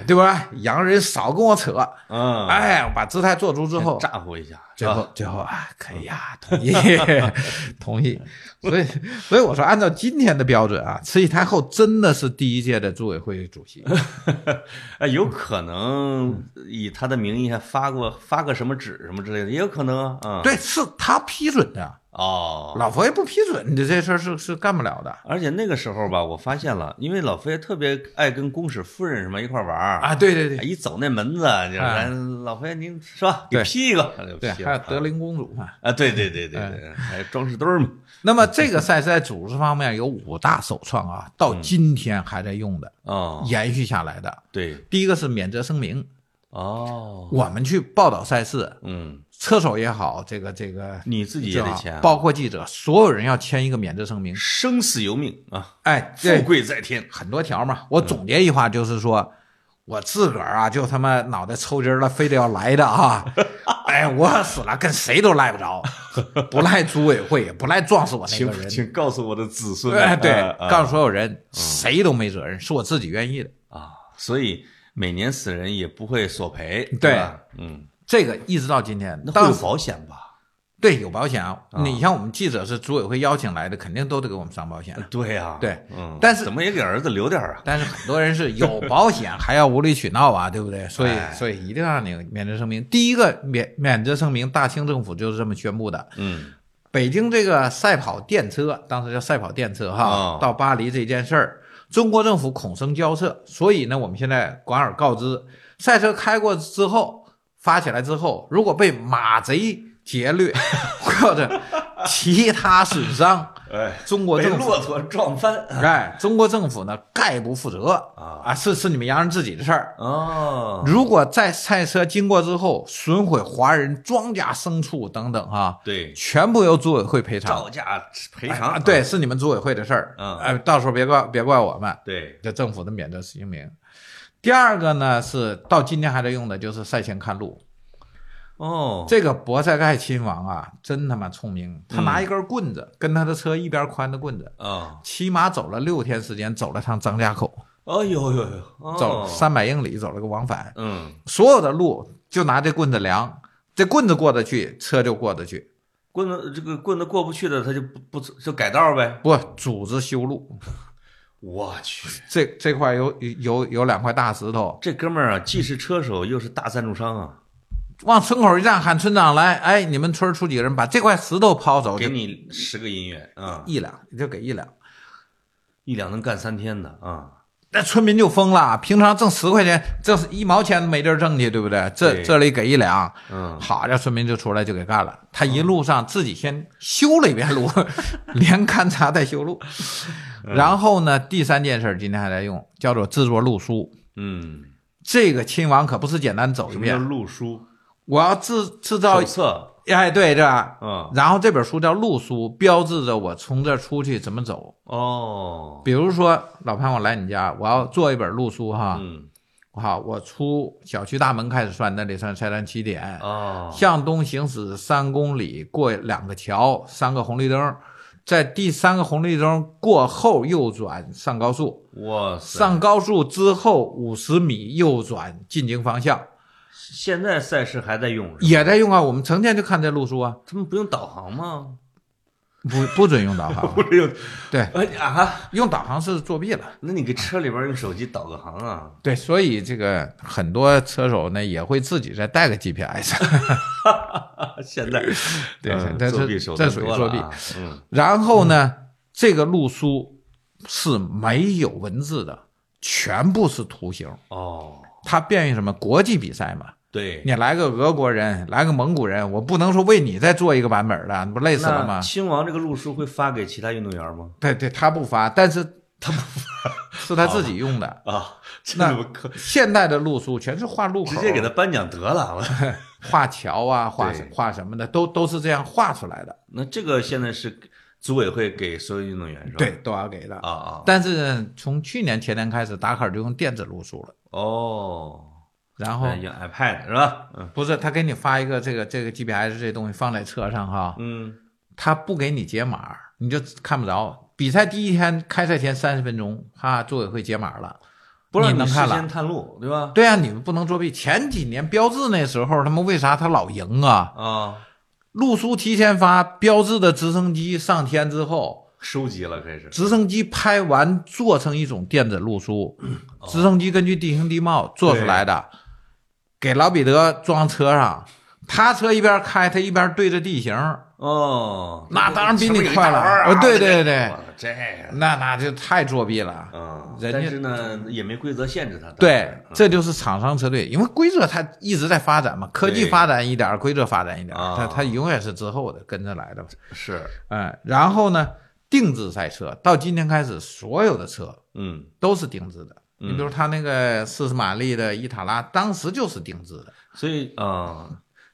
[SPEAKER 2] 对不对？洋人少跟我扯，
[SPEAKER 1] 嗯，
[SPEAKER 2] 哎，我把姿态做足之后，
[SPEAKER 1] 炸嗯呼一下，是
[SPEAKER 2] 最
[SPEAKER 1] 吧
[SPEAKER 2] 后最后啊，可以呀、同意 同意。所以所以我说，按照今天的标准啊，慈禧太后真的是第一届的组委会主席。
[SPEAKER 1] 嗯哎，有可能以他的名义还发过发个什么纸什么之类的，也有可能啊。嗯，
[SPEAKER 2] 对，是他批准的，
[SPEAKER 1] 哦，啊
[SPEAKER 2] 老佛爷不批准，你的这事儿是是干不了的
[SPEAKER 1] 而且那个时候吧，我发现了，因为老佛爷特别爱跟公使夫人什么一块玩儿，哎
[SPEAKER 2] 啊！对对对
[SPEAKER 1] 一走那门子就是、
[SPEAKER 2] 啊
[SPEAKER 1] 老佛爷您是吧？给
[SPEAKER 2] 对
[SPEAKER 1] 批一个，哎就
[SPEAKER 2] 对，
[SPEAKER 1] 批
[SPEAKER 2] 还有
[SPEAKER 1] 了
[SPEAKER 2] 德龄公主嘛。
[SPEAKER 1] 啊，对对对
[SPEAKER 2] 哎
[SPEAKER 1] 对对，还有装饰墩儿嘛，
[SPEAKER 2] 那么这个赛事在组织方面有五大首创啊，到今天还在用的，
[SPEAKER 1] 嗯哦，
[SPEAKER 2] 延续下来的。
[SPEAKER 1] 对，
[SPEAKER 2] 第一个是免责声明，
[SPEAKER 1] 哦，
[SPEAKER 2] 我们去报道赛事，
[SPEAKER 1] 嗯，
[SPEAKER 2] 车手也好，这个这个
[SPEAKER 1] 你自己也得签啊，
[SPEAKER 2] 包括记者，所有人要签一个免责声明。
[SPEAKER 1] 生死由命啊，
[SPEAKER 2] 哎，
[SPEAKER 1] 富
[SPEAKER 2] 这
[SPEAKER 1] 贵在天，
[SPEAKER 2] 很多条嘛，我总结一话就是说，我自个儿啊就他妈脑袋抽筋儿了，非得要来的啊！ 哎，我死了跟谁都赖不着，不赖组委会，也不赖撞死我那
[SPEAKER 1] 请
[SPEAKER 2] 个人。
[SPEAKER 1] 请告诉我的子孙啊，
[SPEAKER 2] 哎，对
[SPEAKER 1] 啊，啊
[SPEAKER 2] 告诉所有人，谁都没责任，是我自己愿意的。
[SPEAKER 1] 啊，所以每年死人也不会索赔，
[SPEAKER 2] 对
[SPEAKER 1] 吧？嗯，
[SPEAKER 2] 这个一直到今天，
[SPEAKER 1] 那会
[SPEAKER 2] 当
[SPEAKER 1] 有保险吧？
[SPEAKER 2] 对有保险啊，
[SPEAKER 1] 啊
[SPEAKER 2] 你像我们记者是组委会邀请来的，肯定都得给我们上保险。
[SPEAKER 1] 对呀、啊，
[SPEAKER 2] 对
[SPEAKER 1] 嗯，
[SPEAKER 2] 但是
[SPEAKER 1] 怎么也给儿子留点儿啊？
[SPEAKER 2] 但是很多人是有保险还要无理取闹啊，对不对？所以
[SPEAKER 1] 哎
[SPEAKER 2] 所以一定要让你免责声明。第一个免免责声明，大清政府就是这么宣布的。
[SPEAKER 1] 嗯，
[SPEAKER 2] 北京这个赛跑电车，当时叫赛跑电车哈，
[SPEAKER 1] 哦
[SPEAKER 2] 到巴黎这件事儿，中国政府恐生交涉，所以呢，我们现在广而告之，赛车开过之后发起来之后，如果被马贼劫掠 或者其他损伤，
[SPEAKER 1] 哎，
[SPEAKER 2] 中国
[SPEAKER 1] 被
[SPEAKER 2] 政府
[SPEAKER 1] 骆驼撞翻
[SPEAKER 2] 哎，中国政府呢概不负责
[SPEAKER 1] 啊
[SPEAKER 2] 啊，是是你们洋人自己的事儿。
[SPEAKER 1] 哦，
[SPEAKER 2] 如果在赛车经过之后损毁华人庄稼、牲畜等等啊，
[SPEAKER 1] 对，
[SPEAKER 2] 全部由组委会赔偿。
[SPEAKER 1] 照价赔
[SPEAKER 2] 啊，
[SPEAKER 1] 偿，
[SPEAKER 2] 对，是你们组委会的事儿。
[SPEAKER 1] 嗯
[SPEAKER 2] 哎，到时候别怪别怪我们，
[SPEAKER 1] 对，
[SPEAKER 2] 这政府的免责声明。第二个呢是到今天还在用的，就是赛前看路。
[SPEAKER 1] 哦，
[SPEAKER 2] 这个博塞盖亲王啊，真他妈聪明，他
[SPEAKER 1] 嗯
[SPEAKER 2] 拿一根棍子，跟他的车一边宽的棍子，
[SPEAKER 1] 啊，
[SPEAKER 2] 骑马走了六天时间，走了趟张家口，
[SPEAKER 1] 哦呦呦呦，哦
[SPEAKER 2] 走三百英里，走了个往返，
[SPEAKER 1] 嗯，
[SPEAKER 2] 所有的路就拿这棍子量，这棍子过得去，车就过得去。
[SPEAKER 1] 棍子这个棍子过不去的，他就不不就改道呗。
[SPEAKER 2] 不，组织修路，
[SPEAKER 1] 我去，
[SPEAKER 2] 这这块有有有两块大石头，
[SPEAKER 1] 这哥们儿啊，既是车手又是大赞助商啊，
[SPEAKER 2] 往村口一站，喊村长来，哎，你们村儿出几个人把这块石头抛走，
[SPEAKER 1] 给
[SPEAKER 2] 就
[SPEAKER 1] 你十个银元啊，
[SPEAKER 2] 一两，就给一两。
[SPEAKER 1] 一两能干三天的啊，
[SPEAKER 2] 那村民就疯了，平常挣十块钱，挣一毛钱没地儿挣去，对不对？这
[SPEAKER 1] 对
[SPEAKER 2] 这里给一两，
[SPEAKER 1] 嗯，
[SPEAKER 2] 好家伙，村民就出来就给干了。他一路上自己先修了一遍 路，连勘察带修路。
[SPEAKER 1] 嗯
[SPEAKER 2] 然后呢，第三件事儿今天还在用，叫做制作路书。
[SPEAKER 1] 嗯，
[SPEAKER 2] 这个亲王可不是简单走一
[SPEAKER 1] 什么叫
[SPEAKER 2] 遍，
[SPEAKER 1] 路书
[SPEAKER 2] 我要制制造
[SPEAKER 1] 手，册？
[SPEAKER 2] 哎，对，对吧？
[SPEAKER 1] 嗯，
[SPEAKER 2] 然后这本书叫路书，标志着我从这儿出去怎么走。
[SPEAKER 1] 哦，
[SPEAKER 2] 比如说，老潘，我来你家，我要做一本路书哈。
[SPEAKER 1] 嗯，
[SPEAKER 2] 好，我出小区大门开始算，那里算拆站起点。
[SPEAKER 1] 哦，
[SPEAKER 2] 向东行驶三公里，过两个桥，三个红绿灯，在第三个红绿灯过后右转上高速，
[SPEAKER 1] 哇塞，
[SPEAKER 2] 上高速之后五十米右转进京方向，
[SPEAKER 1] 现在赛事还在用是吧，
[SPEAKER 2] 也在用啊。我们成天就看这路书啊，
[SPEAKER 1] 他们不用导航 吗？
[SPEAKER 2] 不不准用 导航，
[SPEAKER 1] 是用，
[SPEAKER 2] 对，
[SPEAKER 1] 哎啊，
[SPEAKER 2] 用导航是作弊了。
[SPEAKER 1] 那你给车里边用手机导个航啊？
[SPEAKER 2] 对，所以这个很多车手呢也会自己再带个 GPS，
[SPEAKER 1] 现在
[SPEAKER 2] 对
[SPEAKER 1] 嗯
[SPEAKER 2] 这
[SPEAKER 1] 作
[SPEAKER 2] 这
[SPEAKER 1] 弊手
[SPEAKER 2] 这
[SPEAKER 1] 段
[SPEAKER 2] 属于
[SPEAKER 1] 多
[SPEAKER 2] 作
[SPEAKER 1] 了
[SPEAKER 2] 弊
[SPEAKER 1] 啊。嗯，
[SPEAKER 2] 然后呢，这个路书是没有文字的，全部是图形。
[SPEAKER 1] 哦，
[SPEAKER 2] 它便于什么？国际比赛嘛，
[SPEAKER 1] 对，
[SPEAKER 2] 你来个俄国人，来个蒙古人，我不能说为你再做一个版本的，你不累死了
[SPEAKER 1] 那
[SPEAKER 2] 吗？
[SPEAKER 1] 亲王这个路书会发给其他运动员吗？
[SPEAKER 2] 对对，他不发，但是他 不发，是他自己用的。
[SPEAKER 1] 啊， 这
[SPEAKER 2] 那
[SPEAKER 1] 怎么可
[SPEAKER 2] 现代的路书全是画路口，啊
[SPEAKER 1] 直接给他颁奖得了？ 我
[SPEAKER 2] 画桥啊，画
[SPEAKER 1] 对
[SPEAKER 2] 画什么的，都都是这样画出来的，
[SPEAKER 1] 那这个现在是组委会给所有运动员是吧？
[SPEAKER 2] 对，都要给的。
[SPEAKER 1] 啊啊，
[SPEAKER 2] 但是从去年前年开始，达喀尔就用电子路书了，
[SPEAKER 1] 哦，
[SPEAKER 2] 然后
[SPEAKER 1] 哎用 iPad 是吧？嗯
[SPEAKER 2] 不是，他给你发一个这个这个 GPS 这东西放在车上哈，
[SPEAKER 1] 嗯，
[SPEAKER 2] 他不给你解码，你就看不着。比赛第一天开赛前三十分钟，哈，组委会解码了。
[SPEAKER 1] 不让
[SPEAKER 2] 你能
[SPEAKER 1] 事
[SPEAKER 2] 看了
[SPEAKER 1] 先探路对吧？
[SPEAKER 2] 对啊，你们不能作弊。前几年标志那时候，他们为啥他老赢啊？
[SPEAKER 1] 啊，
[SPEAKER 2] 路书提前发，标志的直升机上天之后，
[SPEAKER 1] 收集了开始。
[SPEAKER 2] 直升机拍完做成一种电子路书，直升机根据地形地貌做出来的，给老彼得装车上，他车一边开，他一边对着地形。
[SPEAKER 1] 哦，
[SPEAKER 2] 那当然比
[SPEAKER 1] 是
[SPEAKER 2] 你
[SPEAKER 1] 不是有一
[SPEAKER 2] 快了
[SPEAKER 1] 大弯儿啊
[SPEAKER 2] 呃对对
[SPEAKER 1] 我这
[SPEAKER 2] 对
[SPEAKER 1] 我这个，
[SPEAKER 2] 那那就太作弊了。
[SPEAKER 1] 嗯，
[SPEAKER 2] 人
[SPEAKER 1] 但
[SPEAKER 2] 家
[SPEAKER 1] 是呢，也没规则限制他。
[SPEAKER 2] 对，
[SPEAKER 1] 当时
[SPEAKER 2] 这就是厂商车队，因为规则它一直在发展嘛，科技
[SPEAKER 1] 对
[SPEAKER 2] 发展一点儿，规则发展一点儿，
[SPEAKER 1] 啊
[SPEAKER 2] 它它永远是滞后的，跟着来的。
[SPEAKER 1] 嗯是，
[SPEAKER 2] 嗯，然后呢，定制赛车到今天开始，所有的车
[SPEAKER 1] 嗯，
[SPEAKER 2] 都是定制的。
[SPEAKER 1] 嗯
[SPEAKER 2] 你比如他那个四十马力的伊塔拉，当时就是定制的，
[SPEAKER 1] 所以啊，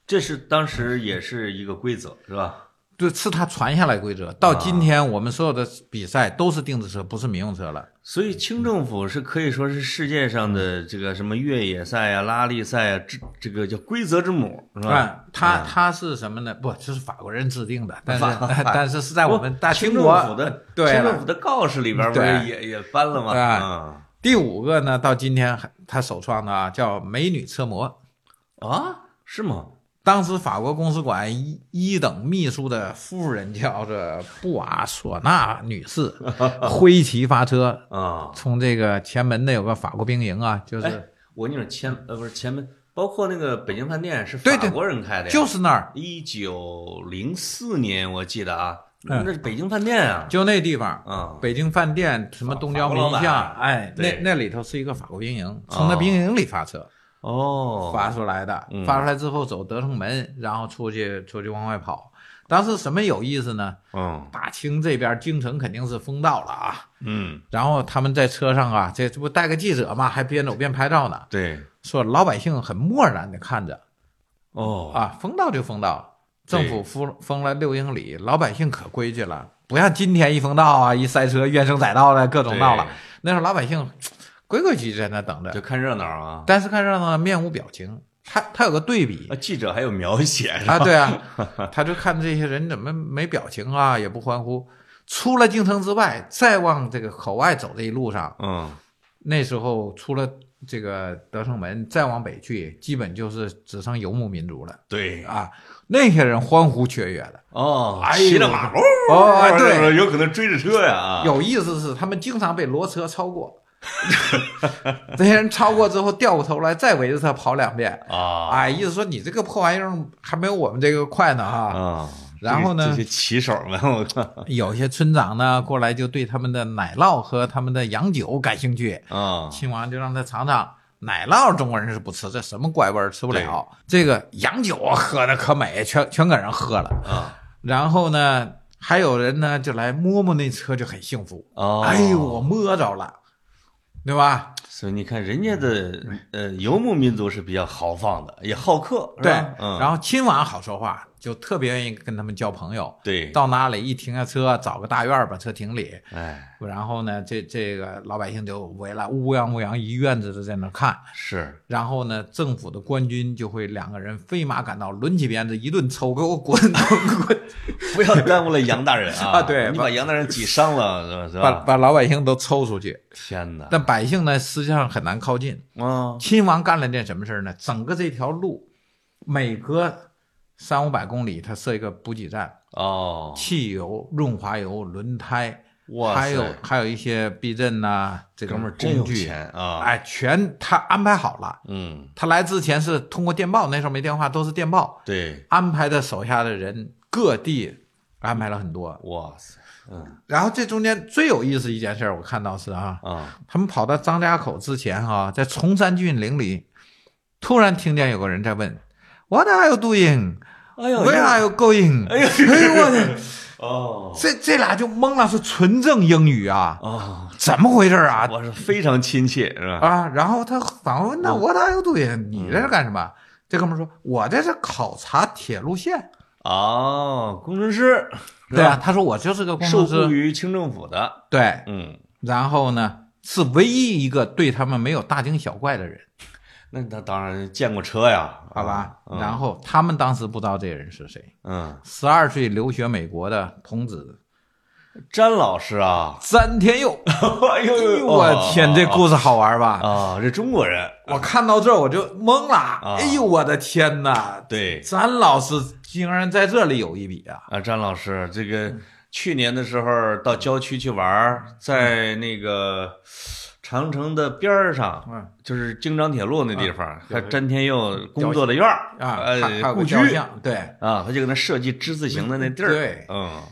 [SPEAKER 1] 这是当时也是一个规则是吧？
[SPEAKER 2] 对，是他传下来规则。
[SPEAKER 1] 啊
[SPEAKER 2] 到今天，我们所有的比赛都是定制车，不是民用车了。
[SPEAKER 1] 所以清政府是可以说是世界上的这个什么越野赛啊、拉力赛啊，这这个叫规则之母是吧？
[SPEAKER 2] 嗯，它它是什么呢？不，这是法国人制定的，但是
[SPEAKER 1] 法
[SPEAKER 2] 但是是在我们大
[SPEAKER 1] 清
[SPEAKER 2] 清
[SPEAKER 1] 政
[SPEAKER 2] 国
[SPEAKER 1] 府的
[SPEAKER 2] 对
[SPEAKER 1] 清
[SPEAKER 2] 了
[SPEAKER 1] 政府的告示里边不
[SPEAKER 2] 对
[SPEAKER 1] 是也也搬了吗？
[SPEAKER 2] 对
[SPEAKER 1] 啊
[SPEAKER 2] 第五个呢，到今天还他首创的啊，叫美女车模。
[SPEAKER 1] 啊，是吗？
[SPEAKER 2] 当时法国公使馆一一等秘书的夫人叫这布瓦索纳女 士，挥旗发车，
[SPEAKER 1] 啊，
[SPEAKER 2] 从这个前门那有个法国兵营啊，就
[SPEAKER 1] 哎
[SPEAKER 2] 是
[SPEAKER 1] 我跟你说前呃不是前门，包括那个北京饭店是
[SPEAKER 2] 对
[SPEAKER 1] 法
[SPEAKER 2] 对
[SPEAKER 1] 国人开的呀，
[SPEAKER 2] 就是那儿，
[SPEAKER 1] 一九零四年我记得啊，
[SPEAKER 2] 嗯
[SPEAKER 1] 那是北京饭店啊，
[SPEAKER 2] 就那地方，
[SPEAKER 1] 啊，
[SPEAKER 2] 北京饭店什么东交
[SPEAKER 1] 法国老
[SPEAKER 2] 民
[SPEAKER 1] 板
[SPEAKER 2] 巷，哎，那
[SPEAKER 1] 对
[SPEAKER 2] 那里头是一个法国兵营，从那兵营里发车。
[SPEAKER 1] 哦，
[SPEAKER 2] 发出来的
[SPEAKER 1] 嗯，
[SPEAKER 2] 发出来之后走德胜门，然后出去出去往外跑。当时什么有意思呢？
[SPEAKER 1] 嗯
[SPEAKER 2] 大清这边京城肯定是封道了啊，
[SPEAKER 1] 嗯，
[SPEAKER 2] 然后他们在车上啊，这这不带个记者嘛，还边走边拍照呢。
[SPEAKER 1] 对，
[SPEAKER 2] 说老百姓很漠然的看着
[SPEAKER 1] 哦，
[SPEAKER 2] 啊，封道就封道，
[SPEAKER 1] 对
[SPEAKER 2] 政府封封了六英里，老百姓可规矩了，不像今天一封道啊，一塞车怨声载道的各种闹了。那时候老百姓规规矩矩在那等
[SPEAKER 1] 对，
[SPEAKER 2] 着，
[SPEAKER 1] 就看热闹啊，
[SPEAKER 2] 但是看热闹面无表情。他他有个对比，
[SPEAKER 1] 啊，记者还有描写是吧
[SPEAKER 2] 啊，对 啊，他就看这些人怎么没表情啊，也不欢呼。出了京城之外，再往这个口外走这一路上，
[SPEAKER 1] 嗯，
[SPEAKER 2] 那时候出了这个德胜门，再往北去，基本就是只剩游牧民族了
[SPEAKER 1] 对，
[SPEAKER 2] 啊。那些人欢呼雀跃的，
[SPEAKER 1] 哦，
[SPEAKER 2] 哎呦
[SPEAKER 1] 骑着马，哦，
[SPEAKER 2] 哦，对，
[SPEAKER 1] 有可能追着车呀，啊
[SPEAKER 2] 有意思是他们经常被骡车超过， 这些人超过之后掉过头来再围着他跑两遍，
[SPEAKER 1] 啊
[SPEAKER 2] 哎，意思说你这个破玩意儿还没有我们这个快呢哈。
[SPEAKER 1] 啊！
[SPEAKER 2] 然后呢
[SPEAKER 1] 这些骑手们，我靠
[SPEAKER 2] 有些村长呢过来就对他们的奶酪和他们的洋酒感兴趣，
[SPEAKER 1] 啊，
[SPEAKER 2] 亲王就让他尝尝奶酪，中国人是不吃，这什么怪味儿吃不了。这个洋酒啊，喝的可美，全全给人喝了。
[SPEAKER 1] 啊
[SPEAKER 2] 然后呢，还有人呢就来摸摸那车，就很幸福。
[SPEAKER 1] 哦
[SPEAKER 2] 哎呦，我摸着了，对吧？
[SPEAKER 1] 所以你看人
[SPEAKER 2] 嗯
[SPEAKER 1] 家的呃游牧民族是比较豪放的，也好客，是
[SPEAKER 2] 对
[SPEAKER 1] 吧，嗯，
[SPEAKER 2] 然后亲王好说话，就特别愿意跟他们交朋友。
[SPEAKER 1] 对，
[SPEAKER 2] 到哪里一停下车，找个大院儿把车停里，
[SPEAKER 1] 哎，
[SPEAKER 2] 然后呢，这这个老百姓就围了，乌泱乌泱一院子都在那儿看。
[SPEAKER 1] 是
[SPEAKER 2] 然后呢，政府的官军就会两个人飞马赶到，抡起鞭子一顿抽，给我滚 滚滚，
[SPEAKER 1] 不要耽误了杨大人啊！
[SPEAKER 2] 啊对
[SPEAKER 1] 你
[SPEAKER 2] 把
[SPEAKER 1] 把杨大人挤伤了，是吧？是
[SPEAKER 2] 把
[SPEAKER 1] 吧？
[SPEAKER 2] 把老百姓都抽出去。
[SPEAKER 1] 天哪！
[SPEAKER 2] 但百姓呢，实际上很难靠近。
[SPEAKER 1] 啊，
[SPEAKER 2] 亲王干了件什么事儿呢？整个这条路，每隔三五百公里，他设一个补给站，
[SPEAKER 1] 哦，
[SPEAKER 2] 汽油、润滑油、轮胎，
[SPEAKER 1] 哇塞
[SPEAKER 2] 还有还有一些避震呐、这个
[SPEAKER 1] 哥们儿
[SPEAKER 2] 工
[SPEAKER 1] 真有
[SPEAKER 2] 具
[SPEAKER 1] 钱啊！，
[SPEAKER 2] 哎，全他安排好了。
[SPEAKER 1] 嗯，
[SPEAKER 2] 他来之前是通过电报，那时候没电话，都是电报
[SPEAKER 1] 对，
[SPEAKER 2] 安排的手下的人各地安排了很多。
[SPEAKER 1] 哇塞，嗯
[SPEAKER 2] 然后这中间最有意思一件事儿，我看到是啊，
[SPEAKER 1] 啊，
[SPEAKER 2] 他们跑到张家口之前哈、在崇山峻岭里，突然听见有个人在问：“What are you doing?
[SPEAKER 1] 哎
[SPEAKER 2] Where are you going?”
[SPEAKER 1] 哎呦
[SPEAKER 2] 哎呦我的，
[SPEAKER 1] 哦
[SPEAKER 2] 这这俩就懵了，是纯正英语啊，
[SPEAKER 1] 哦，
[SPEAKER 2] 怎么回事儿啊？
[SPEAKER 1] 我是非常亲切，是吧？
[SPEAKER 2] 啊，然后他反问：“那 What are you doing？你在这干什么？”这哥们儿说：“我在这考察铁路线。
[SPEAKER 1] 哦，工程师，”是
[SPEAKER 2] 对啊，他说我就是个工
[SPEAKER 1] 受
[SPEAKER 2] 程
[SPEAKER 1] 雇
[SPEAKER 2] 师。
[SPEAKER 1] 于清政府的，
[SPEAKER 2] 对，
[SPEAKER 1] 嗯，
[SPEAKER 2] 然后呢，是唯一一个对他们没有大惊小怪的人。
[SPEAKER 1] 那那当然见过车呀，
[SPEAKER 2] 好吧，
[SPEAKER 1] 嗯
[SPEAKER 2] 然后他们当时不知道这个人是谁，
[SPEAKER 1] 嗯，
[SPEAKER 2] 十二岁留学美国的童子，
[SPEAKER 1] 詹老师啊
[SPEAKER 2] 詹天佑。
[SPEAKER 1] 哎呦
[SPEAKER 2] 哎呦我天，这故事好玩吧？
[SPEAKER 1] 啊，这中国人，
[SPEAKER 2] 我看到这儿我就懵了，哎呦我的天哪！
[SPEAKER 1] 对
[SPEAKER 2] 詹老师竟然在这里有一笔啊！
[SPEAKER 1] 啊，詹老师，这
[SPEAKER 2] 嗯
[SPEAKER 1] 个去年的时候到郊区去玩儿，在那个长城的边儿上，
[SPEAKER 2] 嗯啊
[SPEAKER 1] 就是京张铁路那地方，
[SPEAKER 2] 有
[SPEAKER 1] 他詹天佑工作的院儿
[SPEAKER 2] 啊，还还
[SPEAKER 1] 呃，
[SPEAKER 2] 有
[SPEAKER 1] 故
[SPEAKER 2] 个
[SPEAKER 1] 居
[SPEAKER 2] 雕像，对。
[SPEAKER 1] 啊，他就给他设计之字形的那地儿，
[SPEAKER 2] 对
[SPEAKER 1] 嗯，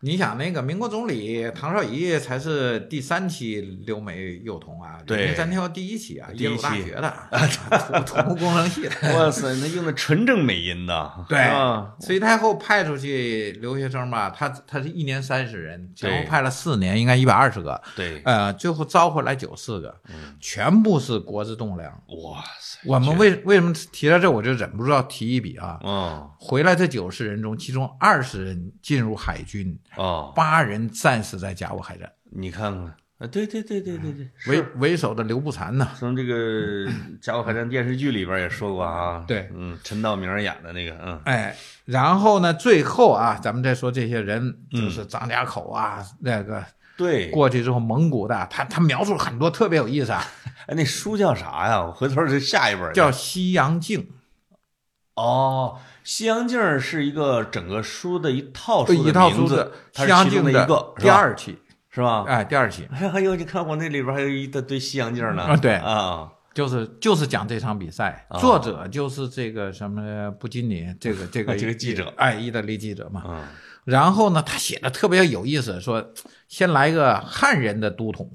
[SPEAKER 2] 你想那个民国总理唐绍仪才是第三期留美幼童啊，
[SPEAKER 1] 对
[SPEAKER 2] 人家詹天佑第一期啊，
[SPEAKER 1] 第一
[SPEAKER 2] 耶鲁大
[SPEAKER 1] 期
[SPEAKER 2] 学的，啊 土土木工程系的，
[SPEAKER 1] 哇塞，那用的纯正美音呐，
[SPEAKER 2] 对
[SPEAKER 1] 啊，
[SPEAKER 2] 隋太后派出去留学生吧，他他是一年三十人，
[SPEAKER 1] 对
[SPEAKER 2] 前后派了四年，应该一百二十个，
[SPEAKER 1] 对，嗯
[SPEAKER 2] 呃，最后招回来九四个，全部是国之栋梁。
[SPEAKER 1] 哇塞，
[SPEAKER 2] 我们为为什么提到这，我就忍不住要提一笔啊。
[SPEAKER 1] 嗯
[SPEAKER 2] 回来这九十人中，其中二十人进入海军，
[SPEAKER 1] 哦，
[SPEAKER 2] 八人战死在甲午海战。
[SPEAKER 1] 你看看啊，对对对对对对，
[SPEAKER 2] 为
[SPEAKER 1] 是。
[SPEAKER 2] 为首的刘步蟾呢，
[SPEAKER 1] 从这 个《甲午海战》电视剧里边也说过啊，
[SPEAKER 2] 对
[SPEAKER 1] 嗯，陈道明演的那个，嗯，
[SPEAKER 2] 哎，然后呢，最后啊，咱们再说这些人，
[SPEAKER 1] 嗯
[SPEAKER 2] 就是张家口啊，那个
[SPEAKER 1] 对，
[SPEAKER 2] 过去之后蒙古的，他他描述很多特别有意思啊。
[SPEAKER 1] 哎，那书叫啥呀？我回头就下一本儿
[SPEAKER 2] 叫《西洋镜》，
[SPEAKER 1] 哦，《西洋镜》是一个整个书的一套书的
[SPEAKER 2] 一套
[SPEAKER 1] 名
[SPEAKER 2] 书
[SPEAKER 1] 字
[SPEAKER 2] 的
[SPEAKER 1] 它
[SPEAKER 2] 《
[SPEAKER 1] 是啊
[SPEAKER 2] 西洋
[SPEAKER 1] 其
[SPEAKER 2] 镜
[SPEAKER 1] 中》的一个
[SPEAKER 2] 第，二期，
[SPEAKER 1] 是吧？是吧
[SPEAKER 2] 哎，第二期
[SPEAKER 1] 还还有你看我那里边还有一大堆西洋镜呢
[SPEAKER 2] 啊对
[SPEAKER 1] 啊，
[SPEAKER 2] 就是就是讲这场比赛
[SPEAKER 1] 啊，
[SPEAKER 2] 作者就是这个什么布金尼，这个这 个
[SPEAKER 1] 这个记者，
[SPEAKER 2] 哎，意大利记者嘛。
[SPEAKER 1] 嗯，
[SPEAKER 2] 然后呢，他写的特别有意思，说先来个汉人的 都统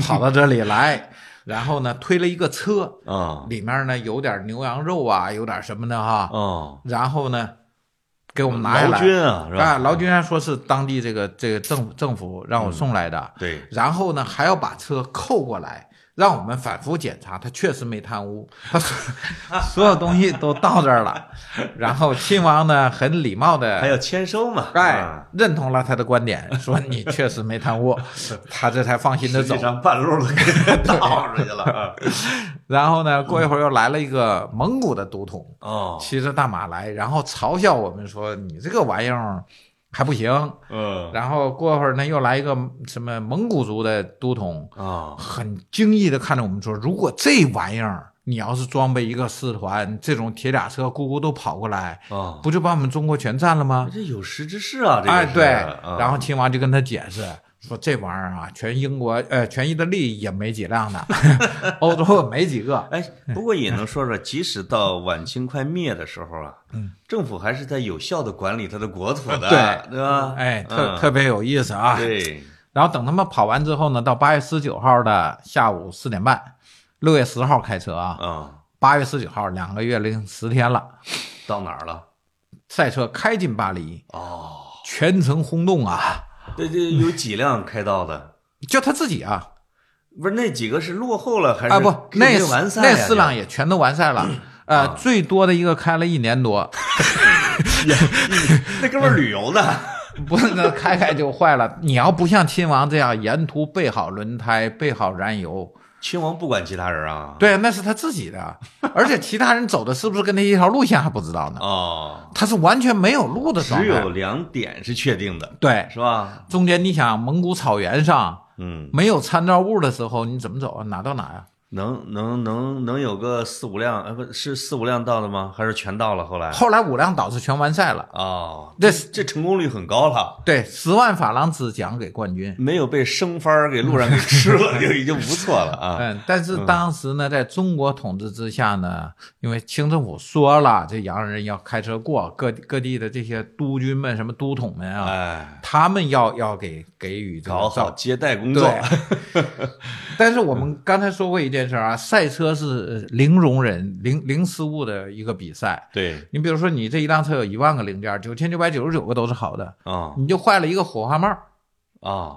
[SPEAKER 2] 跑到这里来，然后呢推了一个车，
[SPEAKER 1] 啊，
[SPEAKER 2] 里面呢有点牛羊肉啊，有点什么的哈，
[SPEAKER 1] 哦，
[SPEAKER 2] 然后呢给我们拿下
[SPEAKER 1] 劳
[SPEAKER 2] 来。
[SPEAKER 1] 军啊，是吧？
[SPEAKER 2] 啊，劳军还说是当地这个这个政政府让我送来的，
[SPEAKER 1] 对，
[SPEAKER 2] 然后呢还要把车扣过来，让我们反复检查，他确实没贪污， 他所所有东西都到这儿了。然后亲王呢很礼
[SPEAKER 1] 还
[SPEAKER 2] 貌的。
[SPEAKER 1] 要签收嘛，
[SPEAKER 2] 哎
[SPEAKER 1] 啊，，
[SPEAKER 2] 认同了他的观点，说你确实没 贪污，他这才放心的
[SPEAKER 1] 实
[SPEAKER 2] 走
[SPEAKER 1] 际。上半路都给他 倒出去 了，啊
[SPEAKER 2] 然后呢，过一会儿又来了一个蒙古的都统，
[SPEAKER 1] 哦，
[SPEAKER 2] 骑着大马来，然后嘲笑我们说你这个玩意儿还不行，
[SPEAKER 1] 嗯，
[SPEAKER 2] 然后过会儿呢，又来一个什么蒙古族的都统，
[SPEAKER 1] 啊，
[SPEAKER 2] 很惊异的看着我们说：“如果这玩意儿你要是装备一个师团，这种铁甲车咕咕都跑过来，
[SPEAKER 1] 哦，
[SPEAKER 2] 不就把我们中国全占了吗
[SPEAKER 1] 这有识之士啊，？”这个
[SPEAKER 2] 哎，
[SPEAKER 1] 是
[SPEAKER 2] 对。
[SPEAKER 1] 啊
[SPEAKER 2] 然后亲王就跟他解释说这玩意儿啊，全英国呃全意大利也没几 辆呢，欧洲也没几个。
[SPEAKER 1] 哎，不过也能说
[SPEAKER 2] 哎
[SPEAKER 1] 说，即使到晚清快灭的时候啊，政府还是在有效的管理它的国土的，
[SPEAKER 2] 嗯对
[SPEAKER 1] 对吧？
[SPEAKER 2] 哎，特
[SPEAKER 1] 嗯
[SPEAKER 2] 特别有意思啊。
[SPEAKER 1] 对，
[SPEAKER 2] 然后等他们跑完之后呢，到八月十九号的下午四点半，六月十号开车啊，
[SPEAKER 1] 啊，
[SPEAKER 2] 八月十九号两个月零十天了，
[SPEAKER 1] 到哪儿了？
[SPEAKER 2] 赛车开进巴黎，
[SPEAKER 1] 哦，
[SPEAKER 2] 全程轰动啊！
[SPEAKER 1] 这这有几辆开到的？
[SPEAKER 2] 就他自己啊，
[SPEAKER 1] 不是那几个是落后了还是
[SPEAKER 2] 啊不，那
[SPEAKER 1] 没
[SPEAKER 2] 四
[SPEAKER 1] 完赛呀
[SPEAKER 2] 那四辆也全都完赛了，呃，
[SPEAKER 1] 啊
[SPEAKER 2] 最多的一个开了一年多，
[SPEAKER 1] 那哥们儿旅游的，
[SPEAKER 2] 不是那开开就坏了。你要不像亲王这样沿途备好轮胎、备好燃油，
[SPEAKER 1] 亲王不管其他人啊？
[SPEAKER 2] 对，那是他自己的，而且其他人走的是不是跟他一条路线还不知道呢？
[SPEAKER 1] 哦，
[SPEAKER 2] 他是完全没有路的状态。
[SPEAKER 1] 只有两点是确定的，
[SPEAKER 2] 对，
[SPEAKER 1] 是吧？
[SPEAKER 2] 中间你想蒙古草原上
[SPEAKER 1] 嗯，
[SPEAKER 2] 没有参照物的时候，你怎么走啊？哪到哪呀、
[SPEAKER 1] 能能能能有个四五辆，呃，不是四五辆到的吗？还是全到了？后来
[SPEAKER 2] 后来五辆岛是全完赛了，
[SPEAKER 1] 哦，
[SPEAKER 2] 这
[SPEAKER 1] 这成功率很高了，
[SPEAKER 2] 对十万法郎只奖给冠军。
[SPEAKER 1] 没有被生番儿给路上给吃了， 就已经不错了 啊。
[SPEAKER 2] 嗯，但是当时呢，在中国统治之下呢，因为清政府说了，这洋人要开车过，各各地的这些督军们、什么都统们啊，
[SPEAKER 1] 哎，
[SPEAKER 2] 他们要要给给予这个
[SPEAKER 1] 搞
[SPEAKER 2] 照
[SPEAKER 1] 好接待工作
[SPEAKER 2] 对，啊但是我
[SPEAKER 1] 嗯
[SPEAKER 2] 们刚才说过一件事儿啊，赛车是零容忍、零零失误的一个比赛。
[SPEAKER 1] 对
[SPEAKER 2] 你比如说，你这一辆车有一万个零件，九千九百九十九个都是好的，
[SPEAKER 1] 啊
[SPEAKER 2] 你就坏了一个火花帽，
[SPEAKER 1] 啊，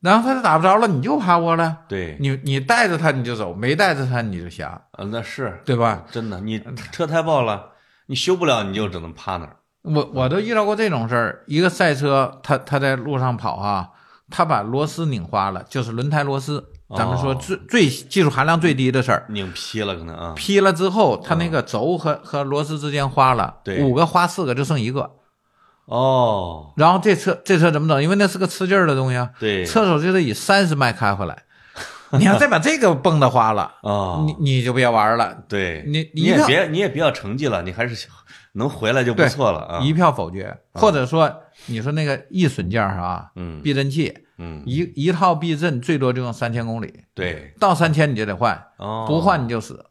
[SPEAKER 2] 然后它就打不着了，你就趴窝了。
[SPEAKER 1] 对，
[SPEAKER 2] 你你带着它你就走，没带着它你就瞎，
[SPEAKER 1] 啊那是
[SPEAKER 2] 对嗯吧？
[SPEAKER 1] 真的，你车胎爆了，你修不了，你就只能趴那儿。
[SPEAKER 2] 我我都遇到过这种事儿，一个赛车，他他在路上跑啊，他把螺丝拧花了，就是轮胎螺丝，咱们说
[SPEAKER 1] 哦
[SPEAKER 2] 最、最技术含量最低的事儿，
[SPEAKER 1] 拧劈了可能啊，
[SPEAKER 2] 劈了之后，它那个轴和、和螺丝之间花了，
[SPEAKER 1] 嗯对
[SPEAKER 2] 五个花四个就剩一个。
[SPEAKER 1] 哦，
[SPEAKER 2] 然后这车这车怎么整？因为那是个吃劲儿的东西啊，
[SPEAKER 1] 对，
[SPEAKER 2] 车手就得以三十迈开回来。你要再把这个蹦的花 了，
[SPEAKER 1] 啊，
[SPEAKER 2] 你你就别玩了，
[SPEAKER 1] 对，
[SPEAKER 2] 你
[SPEAKER 1] 你
[SPEAKER 2] 你一
[SPEAKER 1] 也
[SPEAKER 2] 票
[SPEAKER 1] 别你也别要成绩了，你还是能回来就不
[SPEAKER 2] 对
[SPEAKER 1] 错了啊。
[SPEAKER 2] 一票否决。或者说，你说那个易损件儿啊，
[SPEAKER 1] 嗯
[SPEAKER 2] 避震器
[SPEAKER 1] 嗯，
[SPEAKER 2] 一一套避震最多就用三千公里，
[SPEAKER 1] 对，
[SPEAKER 2] 到三千你就得换，
[SPEAKER 1] 哦，
[SPEAKER 2] 不换你就死。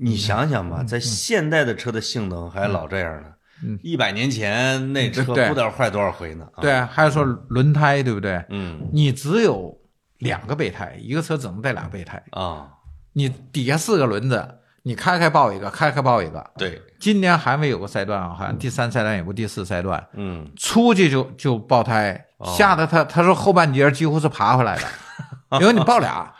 [SPEAKER 1] 你想想吧，在现代的车的性能还老这样呢
[SPEAKER 2] 嗯，
[SPEAKER 1] 一百年前那车不
[SPEAKER 2] 对
[SPEAKER 1] 知道坏多少回呢。啊，
[SPEAKER 2] 对，还有说轮胎，对不对？
[SPEAKER 1] 嗯
[SPEAKER 2] 你只有两个备胎，一个车只能带俩备胎。
[SPEAKER 1] 啊，
[SPEAKER 2] 你底下四个轮子，你开开爆一个，开开爆一个。
[SPEAKER 1] 对，
[SPEAKER 2] 今年还没有个赛段啊，好像第三赛段有个第四赛段，
[SPEAKER 1] 嗯，
[SPEAKER 2] 出去就就爆胎，
[SPEAKER 1] 哦
[SPEAKER 2] 吓得他他说后半截几乎是爬回来 的，因为你爆俩，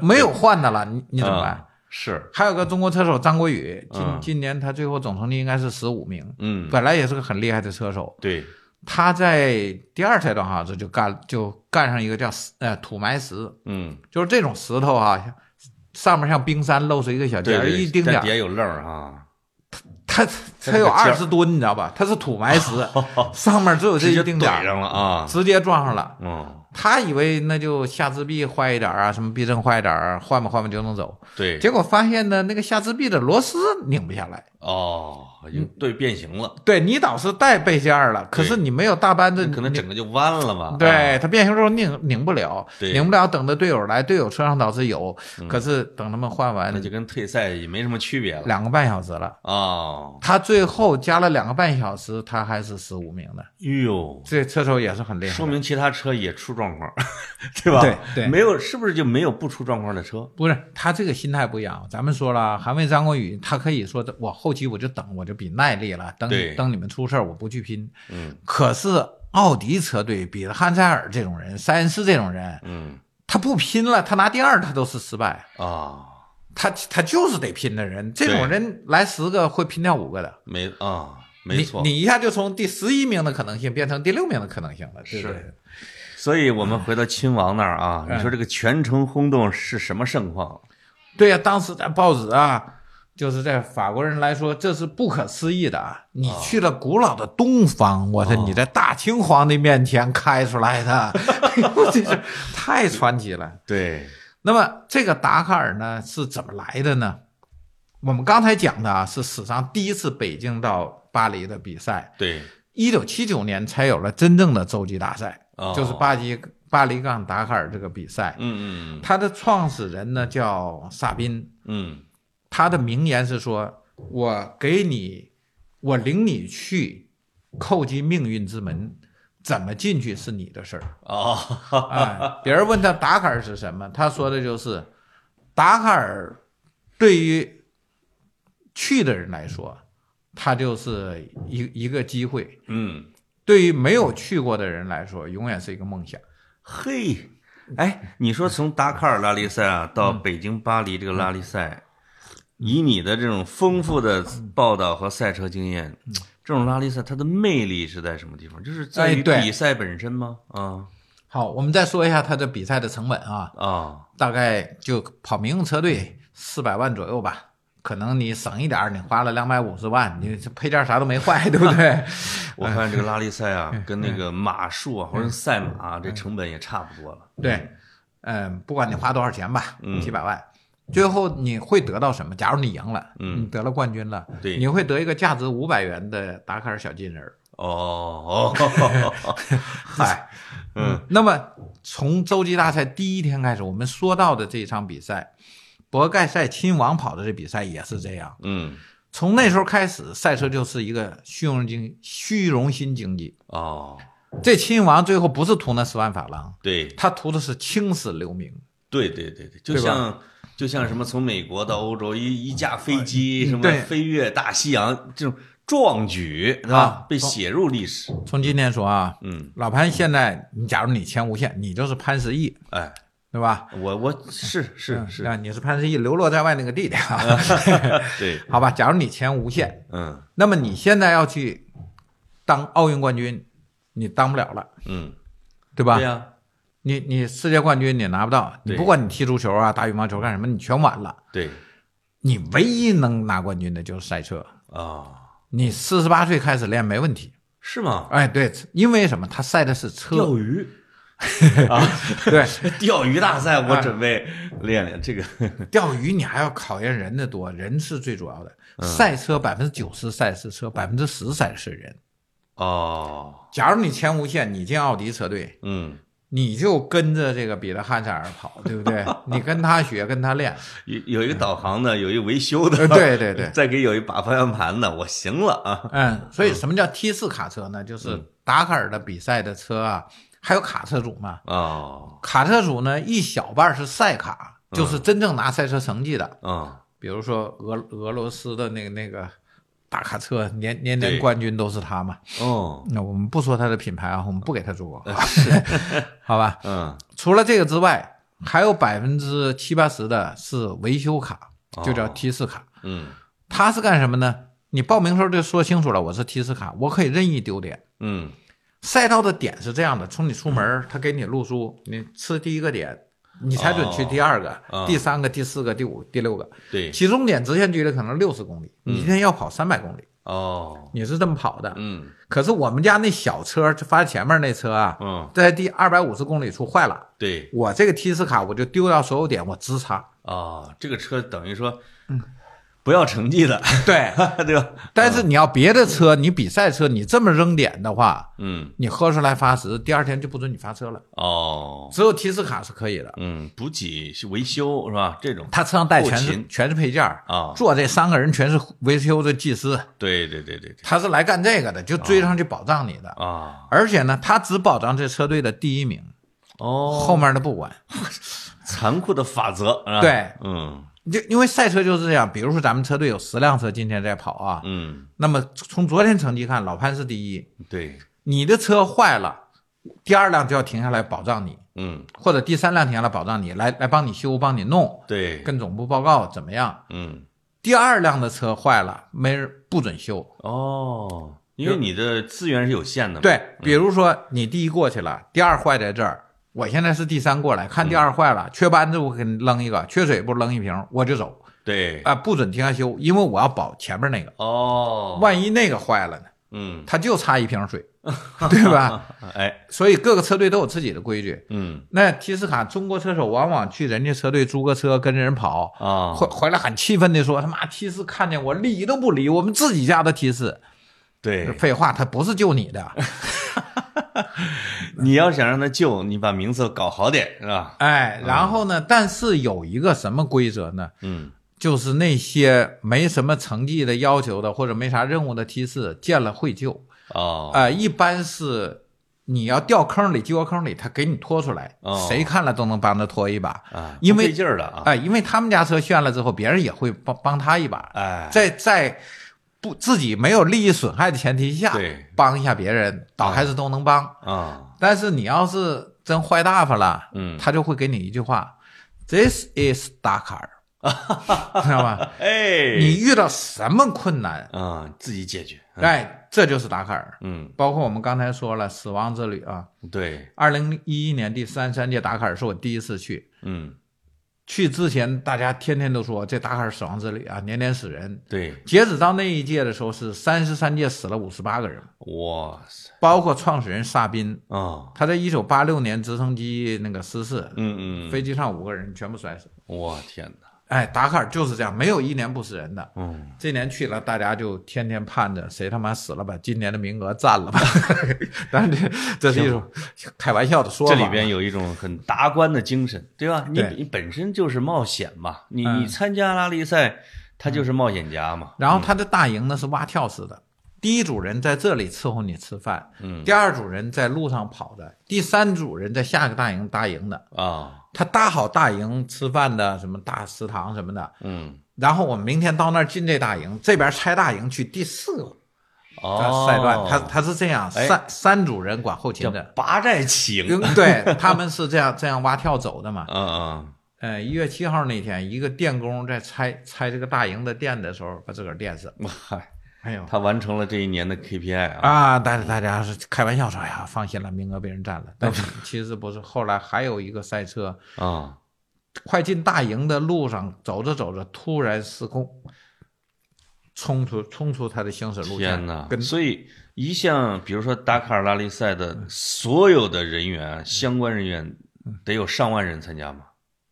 [SPEAKER 2] 没有换的了，你你怎么 办？
[SPEAKER 1] 啊是，
[SPEAKER 2] 还有个中国车手张国宇，今、
[SPEAKER 1] 嗯
[SPEAKER 2] 今年他最后总成绩应该是十五名，
[SPEAKER 1] 嗯，
[SPEAKER 2] 本来也是个很厉害的车手，
[SPEAKER 1] 对，
[SPEAKER 2] 他在第二赛段好像是就干就干上一个叫呃土埋石，
[SPEAKER 1] 嗯，
[SPEAKER 2] 就是这种石头啊，上面像冰山露出一个小
[SPEAKER 1] 对
[SPEAKER 2] 尖儿，
[SPEAKER 1] 对，
[SPEAKER 2] 一丁
[SPEAKER 1] 但
[SPEAKER 2] 点儿
[SPEAKER 1] 底，下有愣儿啊，
[SPEAKER 2] 它
[SPEAKER 1] 这
[SPEAKER 2] 它
[SPEAKER 1] 个
[SPEAKER 2] 有
[SPEAKER 1] 尖儿
[SPEAKER 2] 二十吨，你知道吧？它是土埋 石，上面只有这
[SPEAKER 1] 直
[SPEAKER 2] 一
[SPEAKER 1] 接
[SPEAKER 2] 丁点
[SPEAKER 1] 怼
[SPEAKER 2] 儿，
[SPEAKER 1] 上了啊，
[SPEAKER 2] 直接撞上了。
[SPEAKER 1] 嗯，
[SPEAKER 2] 他以为那就下支臂坏一点儿啊，什么避震坏一点儿，啊换吧换吧就能走。
[SPEAKER 1] 对，
[SPEAKER 2] 结果发现呢，那个下支臂的螺丝拧不下来。
[SPEAKER 1] 哦，已
[SPEAKER 2] 嗯
[SPEAKER 1] 经对变形了，
[SPEAKER 2] 对你倒是带备件儿了，可是
[SPEAKER 1] 对
[SPEAKER 2] 你没有大班子，
[SPEAKER 1] 可能
[SPEAKER 2] 你
[SPEAKER 1] 整个就弯了吧？
[SPEAKER 2] 对
[SPEAKER 1] 啊，
[SPEAKER 2] 他变形之后拧拧不了，
[SPEAKER 1] 对嗯
[SPEAKER 2] 拧不了，等着队友来，队友车上倒是有，可是等他们换完
[SPEAKER 1] 那就跟退赛也没什么区别了。
[SPEAKER 2] 两个半小时了。
[SPEAKER 1] 哦，
[SPEAKER 2] 他最后加了两个半小时，他还是十五名的，
[SPEAKER 1] 哎哟，
[SPEAKER 2] 这车手也是很厉害的。
[SPEAKER 1] 说明其他车也出状况， 对吧？
[SPEAKER 2] 对对
[SPEAKER 1] 没有，是不是就没有不出状况的车？
[SPEAKER 2] 不是他这个心态不一样。咱们说了，韩卫、张国宇，他可以说我后期我就等，我就比耐力了，等
[SPEAKER 1] 对
[SPEAKER 2] 等你们出事儿我不去拼。
[SPEAKER 1] 嗯
[SPEAKER 2] 可是奥迪车队，比着汉塞尔这种人，塞恩斯这种人，
[SPEAKER 1] 嗯
[SPEAKER 2] 他不拼了，他拿第二他都是失败。
[SPEAKER 1] 啊，
[SPEAKER 2] 他他就是得拼的人，这种
[SPEAKER 1] 对
[SPEAKER 2] 人来十个会拼掉五个的，
[SPEAKER 1] 没啊，没错
[SPEAKER 2] 你。你一下就从第十一名的可能性变成第六名的可能性了，对不对
[SPEAKER 1] 是所以我们回到亲王那儿啊，
[SPEAKER 2] 嗯
[SPEAKER 1] 你说这个全城轰动是什么盛况？
[SPEAKER 2] 对呀、当时在报纸啊，就是在法国人来说，这是不可思议的啊！你去了古老的东方，我
[SPEAKER 1] 啊
[SPEAKER 2] 说你在大清皇帝面前开出来 的， 这是太传奇了。
[SPEAKER 1] 对，
[SPEAKER 2] 那么这个达喀尔呢是怎么来的呢？我们刚才讲的啊，是史上第一次北京到巴黎的比赛，
[SPEAKER 1] 对，
[SPEAKER 2] 一九七九年才有了真正的洲际大赛。
[SPEAKER 1] 哦
[SPEAKER 2] 就是巴基巴黎杠达喀尔这个比赛。
[SPEAKER 1] 嗯嗯
[SPEAKER 2] 它的创始人呢叫萨宾，
[SPEAKER 1] 嗯
[SPEAKER 2] 他的名言是说：“我给你，我领你去叩击命运之门，怎么进去是你的事儿。”
[SPEAKER 1] 哦，
[SPEAKER 2] 哎，别人问他达喀尔是什么，他说的就是达喀尔对于去的人来说，它就是一一个机会；
[SPEAKER 1] 嗯，
[SPEAKER 2] 对于没有去过的人来说，永远是一个梦想。
[SPEAKER 1] 嘿，哎，你说从达喀尔拉力赛啊到
[SPEAKER 2] 嗯
[SPEAKER 1] 北京、巴黎这个拉力赛，以你的这种丰富的报道和赛车经验，这种拉力赛它的魅力是在什么地方？就是在于
[SPEAKER 2] 嗯哎对
[SPEAKER 1] 比赛本身吗？啊
[SPEAKER 2] 好，我们再说一下他的比赛的成本啊，
[SPEAKER 1] 啊
[SPEAKER 2] 大概就跑民用车队四百万左右吧。可能你省一点儿，你花了两百五十万，你这配件啥都没坏，对不 对？哎
[SPEAKER 1] 我看这个拉力赛
[SPEAKER 2] 嗯
[SPEAKER 1] 啊，跟那个马术啊或者赛马啊这成本也差不多了。
[SPEAKER 2] 对，嗯，不管你花多少钱吧，
[SPEAKER 1] 嗯
[SPEAKER 2] 几百万，最后你会得到什么？假如你赢了，
[SPEAKER 1] 嗯
[SPEAKER 2] 你得了冠军了，
[SPEAKER 1] 对
[SPEAKER 2] 你会得一个价值五百元的达喀尔小金人儿。
[SPEAKER 1] 哦 哦，
[SPEAKER 2] 嗨，
[SPEAKER 1] 嗯，
[SPEAKER 2] 那么从洲际大赛第一天开始，我们说到的这一场比赛，博盖赛亲王跑的这比赛也是这样。
[SPEAKER 1] 嗯
[SPEAKER 2] 从那时候开始，赛车就是一个虚荣经虚荣心经济。
[SPEAKER 1] 哦，
[SPEAKER 2] 这亲王最后不是图那十万法郎，
[SPEAKER 1] 对，
[SPEAKER 2] 他图的是青史留名。
[SPEAKER 1] 对对对对，就
[SPEAKER 2] 对吧
[SPEAKER 1] 像就像什么从美国到欧洲一一架飞机什么
[SPEAKER 2] 啊嗯对
[SPEAKER 1] 飞越大西洋这种壮举是吧
[SPEAKER 2] 啊？
[SPEAKER 1] 被写入历史。
[SPEAKER 2] 从今天说啊，
[SPEAKER 1] 嗯，
[SPEAKER 2] 老潘现在，你假如你签无限，你就是潘石屹，
[SPEAKER 1] 哎，
[SPEAKER 2] 对吧？
[SPEAKER 1] 我我是是是，
[SPEAKER 2] 啊，你是潘石屹流落在外那个地点啊，
[SPEAKER 1] 对，
[SPEAKER 2] 好吧？假如你签无限，
[SPEAKER 1] 嗯
[SPEAKER 2] 那么你现在要去当奥运冠军，你当不了了，
[SPEAKER 1] 嗯，
[SPEAKER 2] 对吧？
[SPEAKER 1] 对呀，
[SPEAKER 2] 你你世界冠军你拿不到，你
[SPEAKER 1] 对
[SPEAKER 2] 不管你踢足球啊、打羽毛球干什么，你全完了。
[SPEAKER 1] 对
[SPEAKER 2] 你唯一能拿冠军的就是赛车。
[SPEAKER 1] 啊，
[SPEAKER 2] 你四十八岁开始练没问题，
[SPEAKER 1] 是吗？
[SPEAKER 2] 哎，对，因为什么？他赛的是车，
[SPEAKER 1] 钓鱼啊，
[SPEAKER 2] 对，
[SPEAKER 1] 钓鱼大赛
[SPEAKER 2] 啊
[SPEAKER 1] 我准备练练这个。
[SPEAKER 2] 钓鱼你还要考验人的多，人是最主要的。
[SPEAKER 1] 嗯
[SPEAKER 2] 赛车百分之九十赛是车，百分之十赛是人。
[SPEAKER 1] 哦，
[SPEAKER 2] 假如你前无限，你进奥迪车队，
[SPEAKER 1] 嗯，
[SPEAKER 2] 你就跟着这个彼得汉塞尔跑，对不对？你跟他学，跟他练。
[SPEAKER 1] 有有一个导航的，有一个维修的，
[SPEAKER 2] 呃对对对
[SPEAKER 1] 再给有一把方向盘的，我行了啊。
[SPEAKER 2] 嗯，所以什么叫 T 四卡车呢？就是达喀尔的比赛的车啊，还有卡车组嘛。
[SPEAKER 1] 哦，
[SPEAKER 2] 卡车组呢，一小半是赛卡，就是真正拿赛车成绩的，
[SPEAKER 1] 嗯，
[SPEAKER 2] 比如说俄俄罗斯的那个那个大卡车，年年
[SPEAKER 1] 对
[SPEAKER 2] 年冠军都是他嘛。
[SPEAKER 1] 哦，
[SPEAKER 2] 那我们不说它的品牌啊，我们不给它做广告， 好吧？
[SPEAKER 1] 嗯，
[SPEAKER 2] 除了这个之外，还有百分之七八十的是维修卡，就叫
[SPEAKER 1] 哦
[SPEAKER 2] T 四卡。
[SPEAKER 1] 嗯
[SPEAKER 2] 它是干什么呢？你报名时候就说清楚了，我是 T 四卡，我可以任意丢点。
[SPEAKER 1] 嗯
[SPEAKER 2] 赛道的点是这样的：从你出门，他给你路书，你吃第一个点，你才准去第二个、
[SPEAKER 1] 哦
[SPEAKER 2] 第三个、第四个、第五、第六个。，
[SPEAKER 1] 对，
[SPEAKER 2] 起终点直线距离可能六十公里，你今天要跑三百公里，
[SPEAKER 1] 哦，
[SPEAKER 2] 你是这么跑的。
[SPEAKER 1] 嗯
[SPEAKER 2] 可是我们家那小车，就发现前面那车啊，
[SPEAKER 1] 嗯，
[SPEAKER 2] 在第二百五十公里处坏了，
[SPEAKER 1] 对，
[SPEAKER 2] 我这个提示卡我就丢掉所有点，我直插。
[SPEAKER 1] 哦，这个车等于说，
[SPEAKER 2] 嗯
[SPEAKER 1] 不要成绩的，
[SPEAKER 2] 对，
[SPEAKER 1] 对吧？
[SPEAKER 2] 但是你要别的车，你比赛车，你这么扔点的话，
[SPEAKER 1] 嗯，
[SPEAKER 2] 你喝出来罚时，第二天就不准你发车了。
[SPEAKER 1] 哦，
[SPEAKER 2] 只有提示卡是可以的，
[SPEAKER 1] 嗯，补给是维修是吧？这种，
[SPEAKER 2] 他车上带全
[SPEAKER 1] 后
[SPEAKER 2] 是
[SPEAKER 1] 勤
[SPEAKER 2] 全是配件儿
[SPEAKER 1] 啊
[SPEAKER 2] 坐这三个人全是维修的技师，
[SPEAKER 1] 对对对对对，
[SPEAKER 2] 他是来干这个的，就追上去保障你的。
[SPEAKER 1] 啊，
[SPEAKER 2] 而且呢，他只保障这车队的第一名，
[SPEAKER 1] 哦，
[SPEAKER 2] 后面的不管。
[SPEAKER 1] 残酷的法则，是吧
[SPEAKER 2] 对，
[SPEAKER 1] 嗯
[SPEAKER 2] 就因为赛车就是这样，比如说咱们车队有十辆车今天在跑啊，
[SPEAKER 1] 嗯，
[SPEAKER 2] 那么从昨天成绩看，老潘是第一，
[SPEAKER 1] 对，
[SPEAKER 2] 你的车坏了，第二辆就要停下来保障你，
[SPEAKER 1] 嗯
[SPEAKER 2] 或者第三辆停下来保障你，来来帮你修，帮你弄，
[SPEAKER 1] 对，
[SPEAKER 2] 跟总部报告怎么样？
[SPEAKER 1] 嗯
[SPEAKER 2] 第二辆的车坏了，没人不准修。
[SPEAKER 1] 哦，因为你的资源是有限的嘛，
[SPEAKER 2] 对，比如说你第一过去了，第二坏在这儿，我现在是第三过来，看第二坏了，缺扳子我给你扔一个，缺水不扔一瓶，我就走
[SPEAKER 1] 对，
[SPEAKER 2] 啊、不准停下修，因为我要保前面那个，
[SPEAKER 1] 哦，
[SPEAKER 2] 万一那个坏了呢？
[SPEAKER 1] 嗯，
[SPEAKER 2] 他就差一瓶水，对吧？
[SPEAKER 1] 哎，
[SPEAKER 2] 所以各个车队都有自己的规矩。
[SPEAKER 1] 嗯
[SPEAKER 2] 那提斯卡中国车手往往去人家车队租个车跟着人跑，
[SPEAKER 1] 啊，
[SPEAKER 2] 回回来很气愤地说：“他妈提斯看见我理都不理，我们自己家的提斯。
[SPEAKER 1] 对”，
[SPEAKER 2] 废话，他不是救你的，的。
[SPEAKER 1] 你要想让它旧，你把名次搞好点，是吧？
[SPEAKER 2] 哎，然后呢，但是有一个什么规则呢？
[SPEAKER 1] 嗯，
[SPEAKER 2] 就是那些没什么成绩的要求的，或者没啥任务的梯次，见了会救。
[SPEAKER 1] 哦，
[SPEAKER 2] 呃，一般是你要掉坑里、掉坑里，他给你拖出来，
[SPEAKER 1] 哦
[SPEAKER 2] 谁看了都能帮他拖一把。
[SPEAKER 1] 啊，
[SPEAKER 2] 因为
[SPEAKER 1] 不费劲儿了啊，
[SPEAKER 2] 哎，因为他们家车炫了之后，别人也会帮帮他一把，
[SPEAKER 1] 哎，
[SPEAKER 2] 在在不自己没有利益损害的前提下
[SPEAKER 1] 对，
[SPEAKER 2] 帮一下别人，倒孩子都能帮。
[SPEAKER 1] 啊，
[SPEAKER 2] 但是你要是真坏大发了，
[SPEAKER 1] 嗯
[SPEAKER 2] 他就会给你一句话：“This is Dakar”，知道吧？
[SPEAKER 1] 哎，
[SPEAKER 2] 你遇到什么困难，
[SPEAKER 1] 啊，自己解决，嗯
[SPEAKER 2] 哎，这就是达喀尔。
[SPEAKER 1] 嗯，
[SPEAKER 2] 包括我们刚才说了《死亡之旅》啊，
[SPEAKER 1] 对，
[SPEAKER 2] 二零一一年第三十三届达喀尔是我第一次去。
[SPEAKER 1] 嗯，
[SPEAKER 2] 去之前，大家天天都说这达喀尔死亡之旅啊，年年死人。
[SPEAKER 1] 对，
[SPEAKER 2] 截止到那一届的时候，是三十三届死了五十八个人，
[SPEAKER 1] 哇塞，
[SPEAKER 2] 包括创始人萨宾，
[SPEAKER 1] 啊，
[SPEAKER 2] 他在一九八六年直升机那个失事，
[SPEAKER 1] 嗯嗯，
[SPEAKER 2] 飞机上五个人全部摔死。
[SPEAKER 1] 我天哪，
[SPEAKER 2] 哎，达喀尔就是这样，没有一年不死人的。
[SPEAKER 1] 嗯，
[SPEAKER 2] 这年去了，大家就天天盼着谁他妈死了把今年的名额占了吧。 当然这这是一种开玩笑的说法。
[SPEAKER 1] 这里边有一种很达观的精神，对吧？你
[SPEAKER 2] 对
[SPEAKER 1] 你本身就是冒险嘛，你
[SPEAKER 2] 嗯
[SPEAKER 1] 你参加拉力赛，他就是冒险家嘛，
[SPEAKER 2] 然后他的大营呢是蛙跳式的，第一组人在这里伺候你吃饭，
[SPEAKER 1] 嗯
[SPEAKER 2] 第二组人在路上跑的，第三组人在下个大营搭营的。
[SPEAKER 1] 啊，
[SPEAKER 2] 他搭好大营吃饭的什么大食堂什么的，
[SPEAKER 1] 嗯，
[SPEAKER 2] 然后我们明天到那儿进这大营，这边拆大营去第四个
[SPEAKER 1] 哦，
[SPEAKER 2] 赛段，他他是这样，
[SPEAKER 1] 哎
[SPEAKER 2] 三三组人管后勤
[SPEAKER 1] 叫
[SPEAKER 2] 的。
[SPEAKER 1] 拔寨起营，
[SPEAKER 2] 嗯对他们是这样这样蛙跳走的嘛。
[SPEAKER 1] 啊啊，
[SPEAKER 2] 呃，一月七号那天，一个电工在拆拆这个大营的电的时候，把自个儿电死了。
[SPEAKER 1] 我嗯嗨，
[SPEAKER 2] 哎呦
[SPEAKER 1] 他完成了这一年的 KPI 啊，
[SPEAKER 2] 啊！大家大家是开玩笑说：“哎呀，放心了，名额被人占了。”但是其实不是。后来还有一个赛车，
[SPEAKER 1] 啊，
[SPEAKER 2] 快进大营的路上，走着走着突然失控，冲出冲出他的行驶路
[SPEAKER 1] 天
[SPEAKER 2] 线
[SPEAKER 1] 哪，！
[SPEAKER 2] 跟
[SPEAKER 1] 所以一项比如说达喀尔拉力赛的所有的人员，相关人员得有上万人参加吗？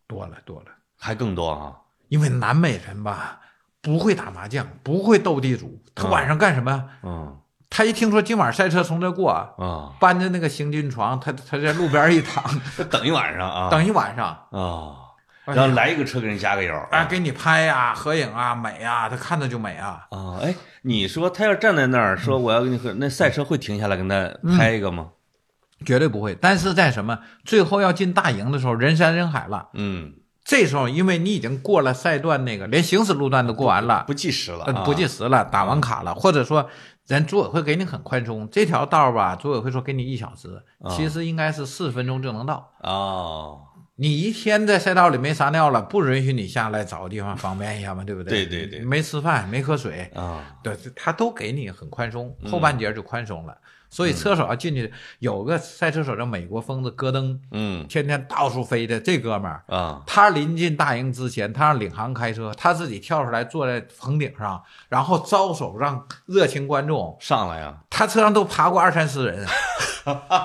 [SPEAKER 2] 多了多了，
[SPEAKER 1] 还更多啊？
[SPEAKER 2] 因为南美人吧不会打麻将，不会斗地主，他晚上干什么呀？
[SPEAKER 1] 嗯
[SPEAKER 2] 他一听说今晚赛车从这过，
[SPEAKER 1] 啊，
[SPEAKER 2] 搬着那个行军床，他他在路边一躺，
[SPEAKER 1] 那等一晚上啊，
[SPEAKER 2] 等一晚上，
[SPEAKER 1] 啊，
[SPEAKER 2] 哎
[SPEAKER 1] 然后来一个车给人加个油啊
[SPEAKER 2] 哎，给你拍呀、合影啊、美啊，他看着就美啊。
[SPEAKER 1] 啊！哎，你说他要站在那儿说我要跟你喝，那赛车会停下来跟他拍一个吗？
[SPEAKER 2] 绝对不会，但是在什么最后要进大营的时候，人山人海了。
[SPEAKER 1] 嗯，
[SPEAKER 2] 这时候，因为你已经过了赛段那个，连行驶路段都过完了，
[SPEAKER 1] 不计时了
[SPEAKER 2] 呃
[SPEAKER 1] 啊，
[SPEAKER 2] 不计时了，打完卡了，或者说人组委会给你很宽松，这条道吧，组委会说给你一小时，
[SPEAKER 1] 啊
[SPEAKER 2] 其实应该是四十分钟就能到。
[SPEAKER 1] 哦，
[SPEAKER 2] 你一天在赛道里没撒尿了，不允许你下来找个地方方便一下嘛，对不对？
[SPEAKER 1] 对对对
[SPEAKER 2] 没吃饭，没喝水，
[SPEAKER 1] 啊，
[SPEAKER 2] 对，他都给你很宽松，后半截就宽松了。所以
[SPEAKER 1] 嗯
[SPEAKER 2] 车手要进去，有个赛车手叫美国疯子戈登，
[SPEAKER 1] 嗯
[SPEAKER 2] 天天到处飞的这哥们儿，
[SPEAKER 1] 啊，
[SPEAKER 2] 他临近大营之前，他让领航开车，他自己跳出来坐在棚顶上，然后招手让热情观众，
[SPEAKER 1] 上来啊，
[SPEAKER 2] 他车上都爬过二三十人，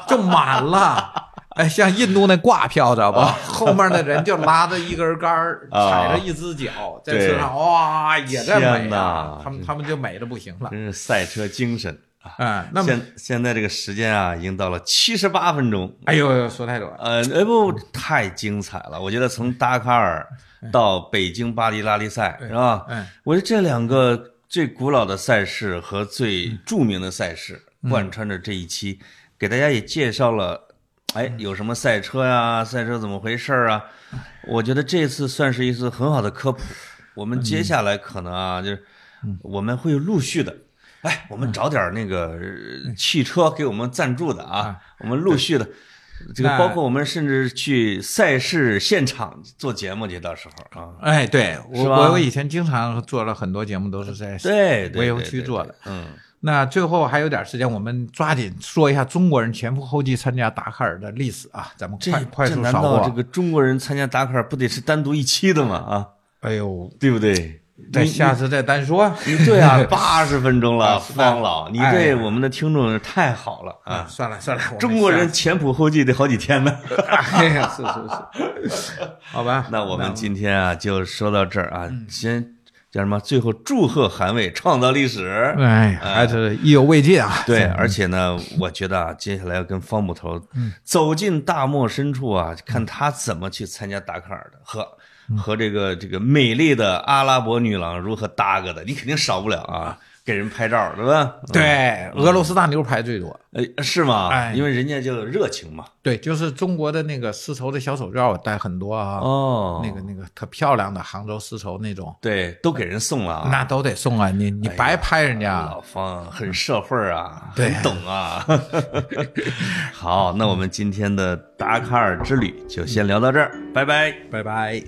[SPEAKER 2] 就满了。哎，像印度那挂票，知道 吧？后面的人就拉着一根杆儿，
[SPEAKER 1] 啊
[SPEAKER 2] 踩着一只脚，在
[SPEAKER 1] 对
[SPEAKER 2] 车上哇，也在
[SPEAKER 1] 天
[SPEAKER 2] 美
[SPEAKER 1] 哪
[SPEAKER 2] 啊！他们他们就美的不行了。
[SPEAKER 1] 真是赛车精神。
[SPEAKER 2] 哎，那么，
[SPEAKER 1] 现现在这个时间啊，已经到了七十八分钟。
[SPEAKER 2] 哎呦，哎呦说太多了。
[SPEAKER 1] 呃，哎不，太精彩了！我觉得从达喀尔到北京巴黎拉力赛是吧？
[SPEAKER 2] 哎，
[SPEAKER 1] 我觉得这两个最古老的赛事和最著名的赛事
[SPEAKER 2] 嗯
[SPEAKER 1] 贯穿着这一期，给大家也介绍了，哎，
[SPEAKER 2] 嗯
[SPEAKER 1] 有什么赛车呀、赛车怎么回事儿啊？我觉得这次算是一次很好的科普。我们
[SPEAKER 2] 嗯
[SPEAKER 1] 接下来可能啊，就是我们会陆续的。哎，我
[SPEAKER 2] 嗯
[SPEAKER 1] 们找点儿那个呃汽车给我们赞助的啊，我们陆续的，这个
[SPEAKER 2] 嗯那
[SPEAKER 1] 包括我们甚至去赛事现场做节目去，到时候啊，
[SPEAKER 2] 哎，对我
[SPEAKER 1] 是吧
[SPEAKER 2] 我我以前经常做了很多节目，都是在
[SPEAKER 1] 对，对
[SPEAKER 2] 我也
[SPEAKER 1] 对
[SPEAKER 2] 会去
[SPEAKER 1] 对
[SPEAKER 2] 做
[SPEAKER 1] 对
[SPEAKER 2] 的
[SPEAKER 1] 嗯。
[SPEAKER 2] 那最后还有点时间，我们抓紧说一下中国人前赴后继参加达喀尔的历史啊，咱们
[SPEAKER 1] 这
[SPEAKER 2] 快快
[SPEAKER 1] 这
[SPEAKER 2] 速
[SPEAKER 1] 难
[SPEAKER 2] 扫
[SPEAKER 1] 道
[SPEAKER 2] 过。
[SPEAKER 1] 这个中国人参加达喀尔不得是单独一期的吗？啊，
[SPEAKER 2] 哎呦，
[SPEAKER 1] 对不对？
[SPEAKER 2] 那下次再单说。
[SPEAKER 1] 你对啊，八十分钟了，方老，你
[SPEAKER 2] 哎
[SPEAKER 1] 对
[SPEAKER 2] 呀
[SPEAKER 1] 我们的听众太好了
[SPEAKER 2] 啊，
[SPEAKER 1] 啊！
[SPEAKER 2] 算了算了，我们
[SPEAKER 1] 中国人
[SPEAKER 2] 下次，
[SPEAKER 1] 前仆后继得好几天 呢。
[SPEAKER 2] 哎呀，是是是，好吧， 嗯
[SPEAKER 1] 那我们今天啊就说到这儿啊，先叫什么？最后祝贺韩卫创造历史。
[SPEAKER 2] 哎，
[SPEAKER 1] 嗯
[SPEAKER 2] 还是意犹未尽啊。
[SPEAKER 1] 对，而且呢，我觉得啊，接下来要跟方捕头
[SPEAKER 2] 嗯
[SPEAKER 1] 走进大漠深处啊，看他怎么去参加达喀尔的，和
[SPEAKER 2] 嗯
[SPEAKER 1] 和这个这个美丽的阿拉伯女郎如何搭个的，你肯定少不了啊，给人拍照，对嗯吧？
[SPEAKER 2] 对，俄罗斯大妞拍最多。
[SPEAKER 1] 呃，是吗？
[SPEAKER 2] 哎
[SPEAKER 1] 因为人家就热情嘛。
[SPEAKER 2] 对，就是中国的那个丝绸的小手绢，我戴很多啊。
[SPEAKER 1] 哦
[SPEAKER 2] 那个那个特漂亮的杭州丝绸那种，
[SPEAKER 1] 对，都给人送了啊。
[SPEAKER 2] 那都得送啊！你你
[SPEAKER 1] 哎呀
[SPEAKER 2] 白拍人家，
[SPEAKER 1] 老方很社会儿啊，
[SPEAKER 2] 啊嗯对
[SPEAKER 1] 很懂 啊。 好，那我们今天的达喀尔之旅就先聊到这儿，拜拜。
[SPEAKER 2] 拜拜。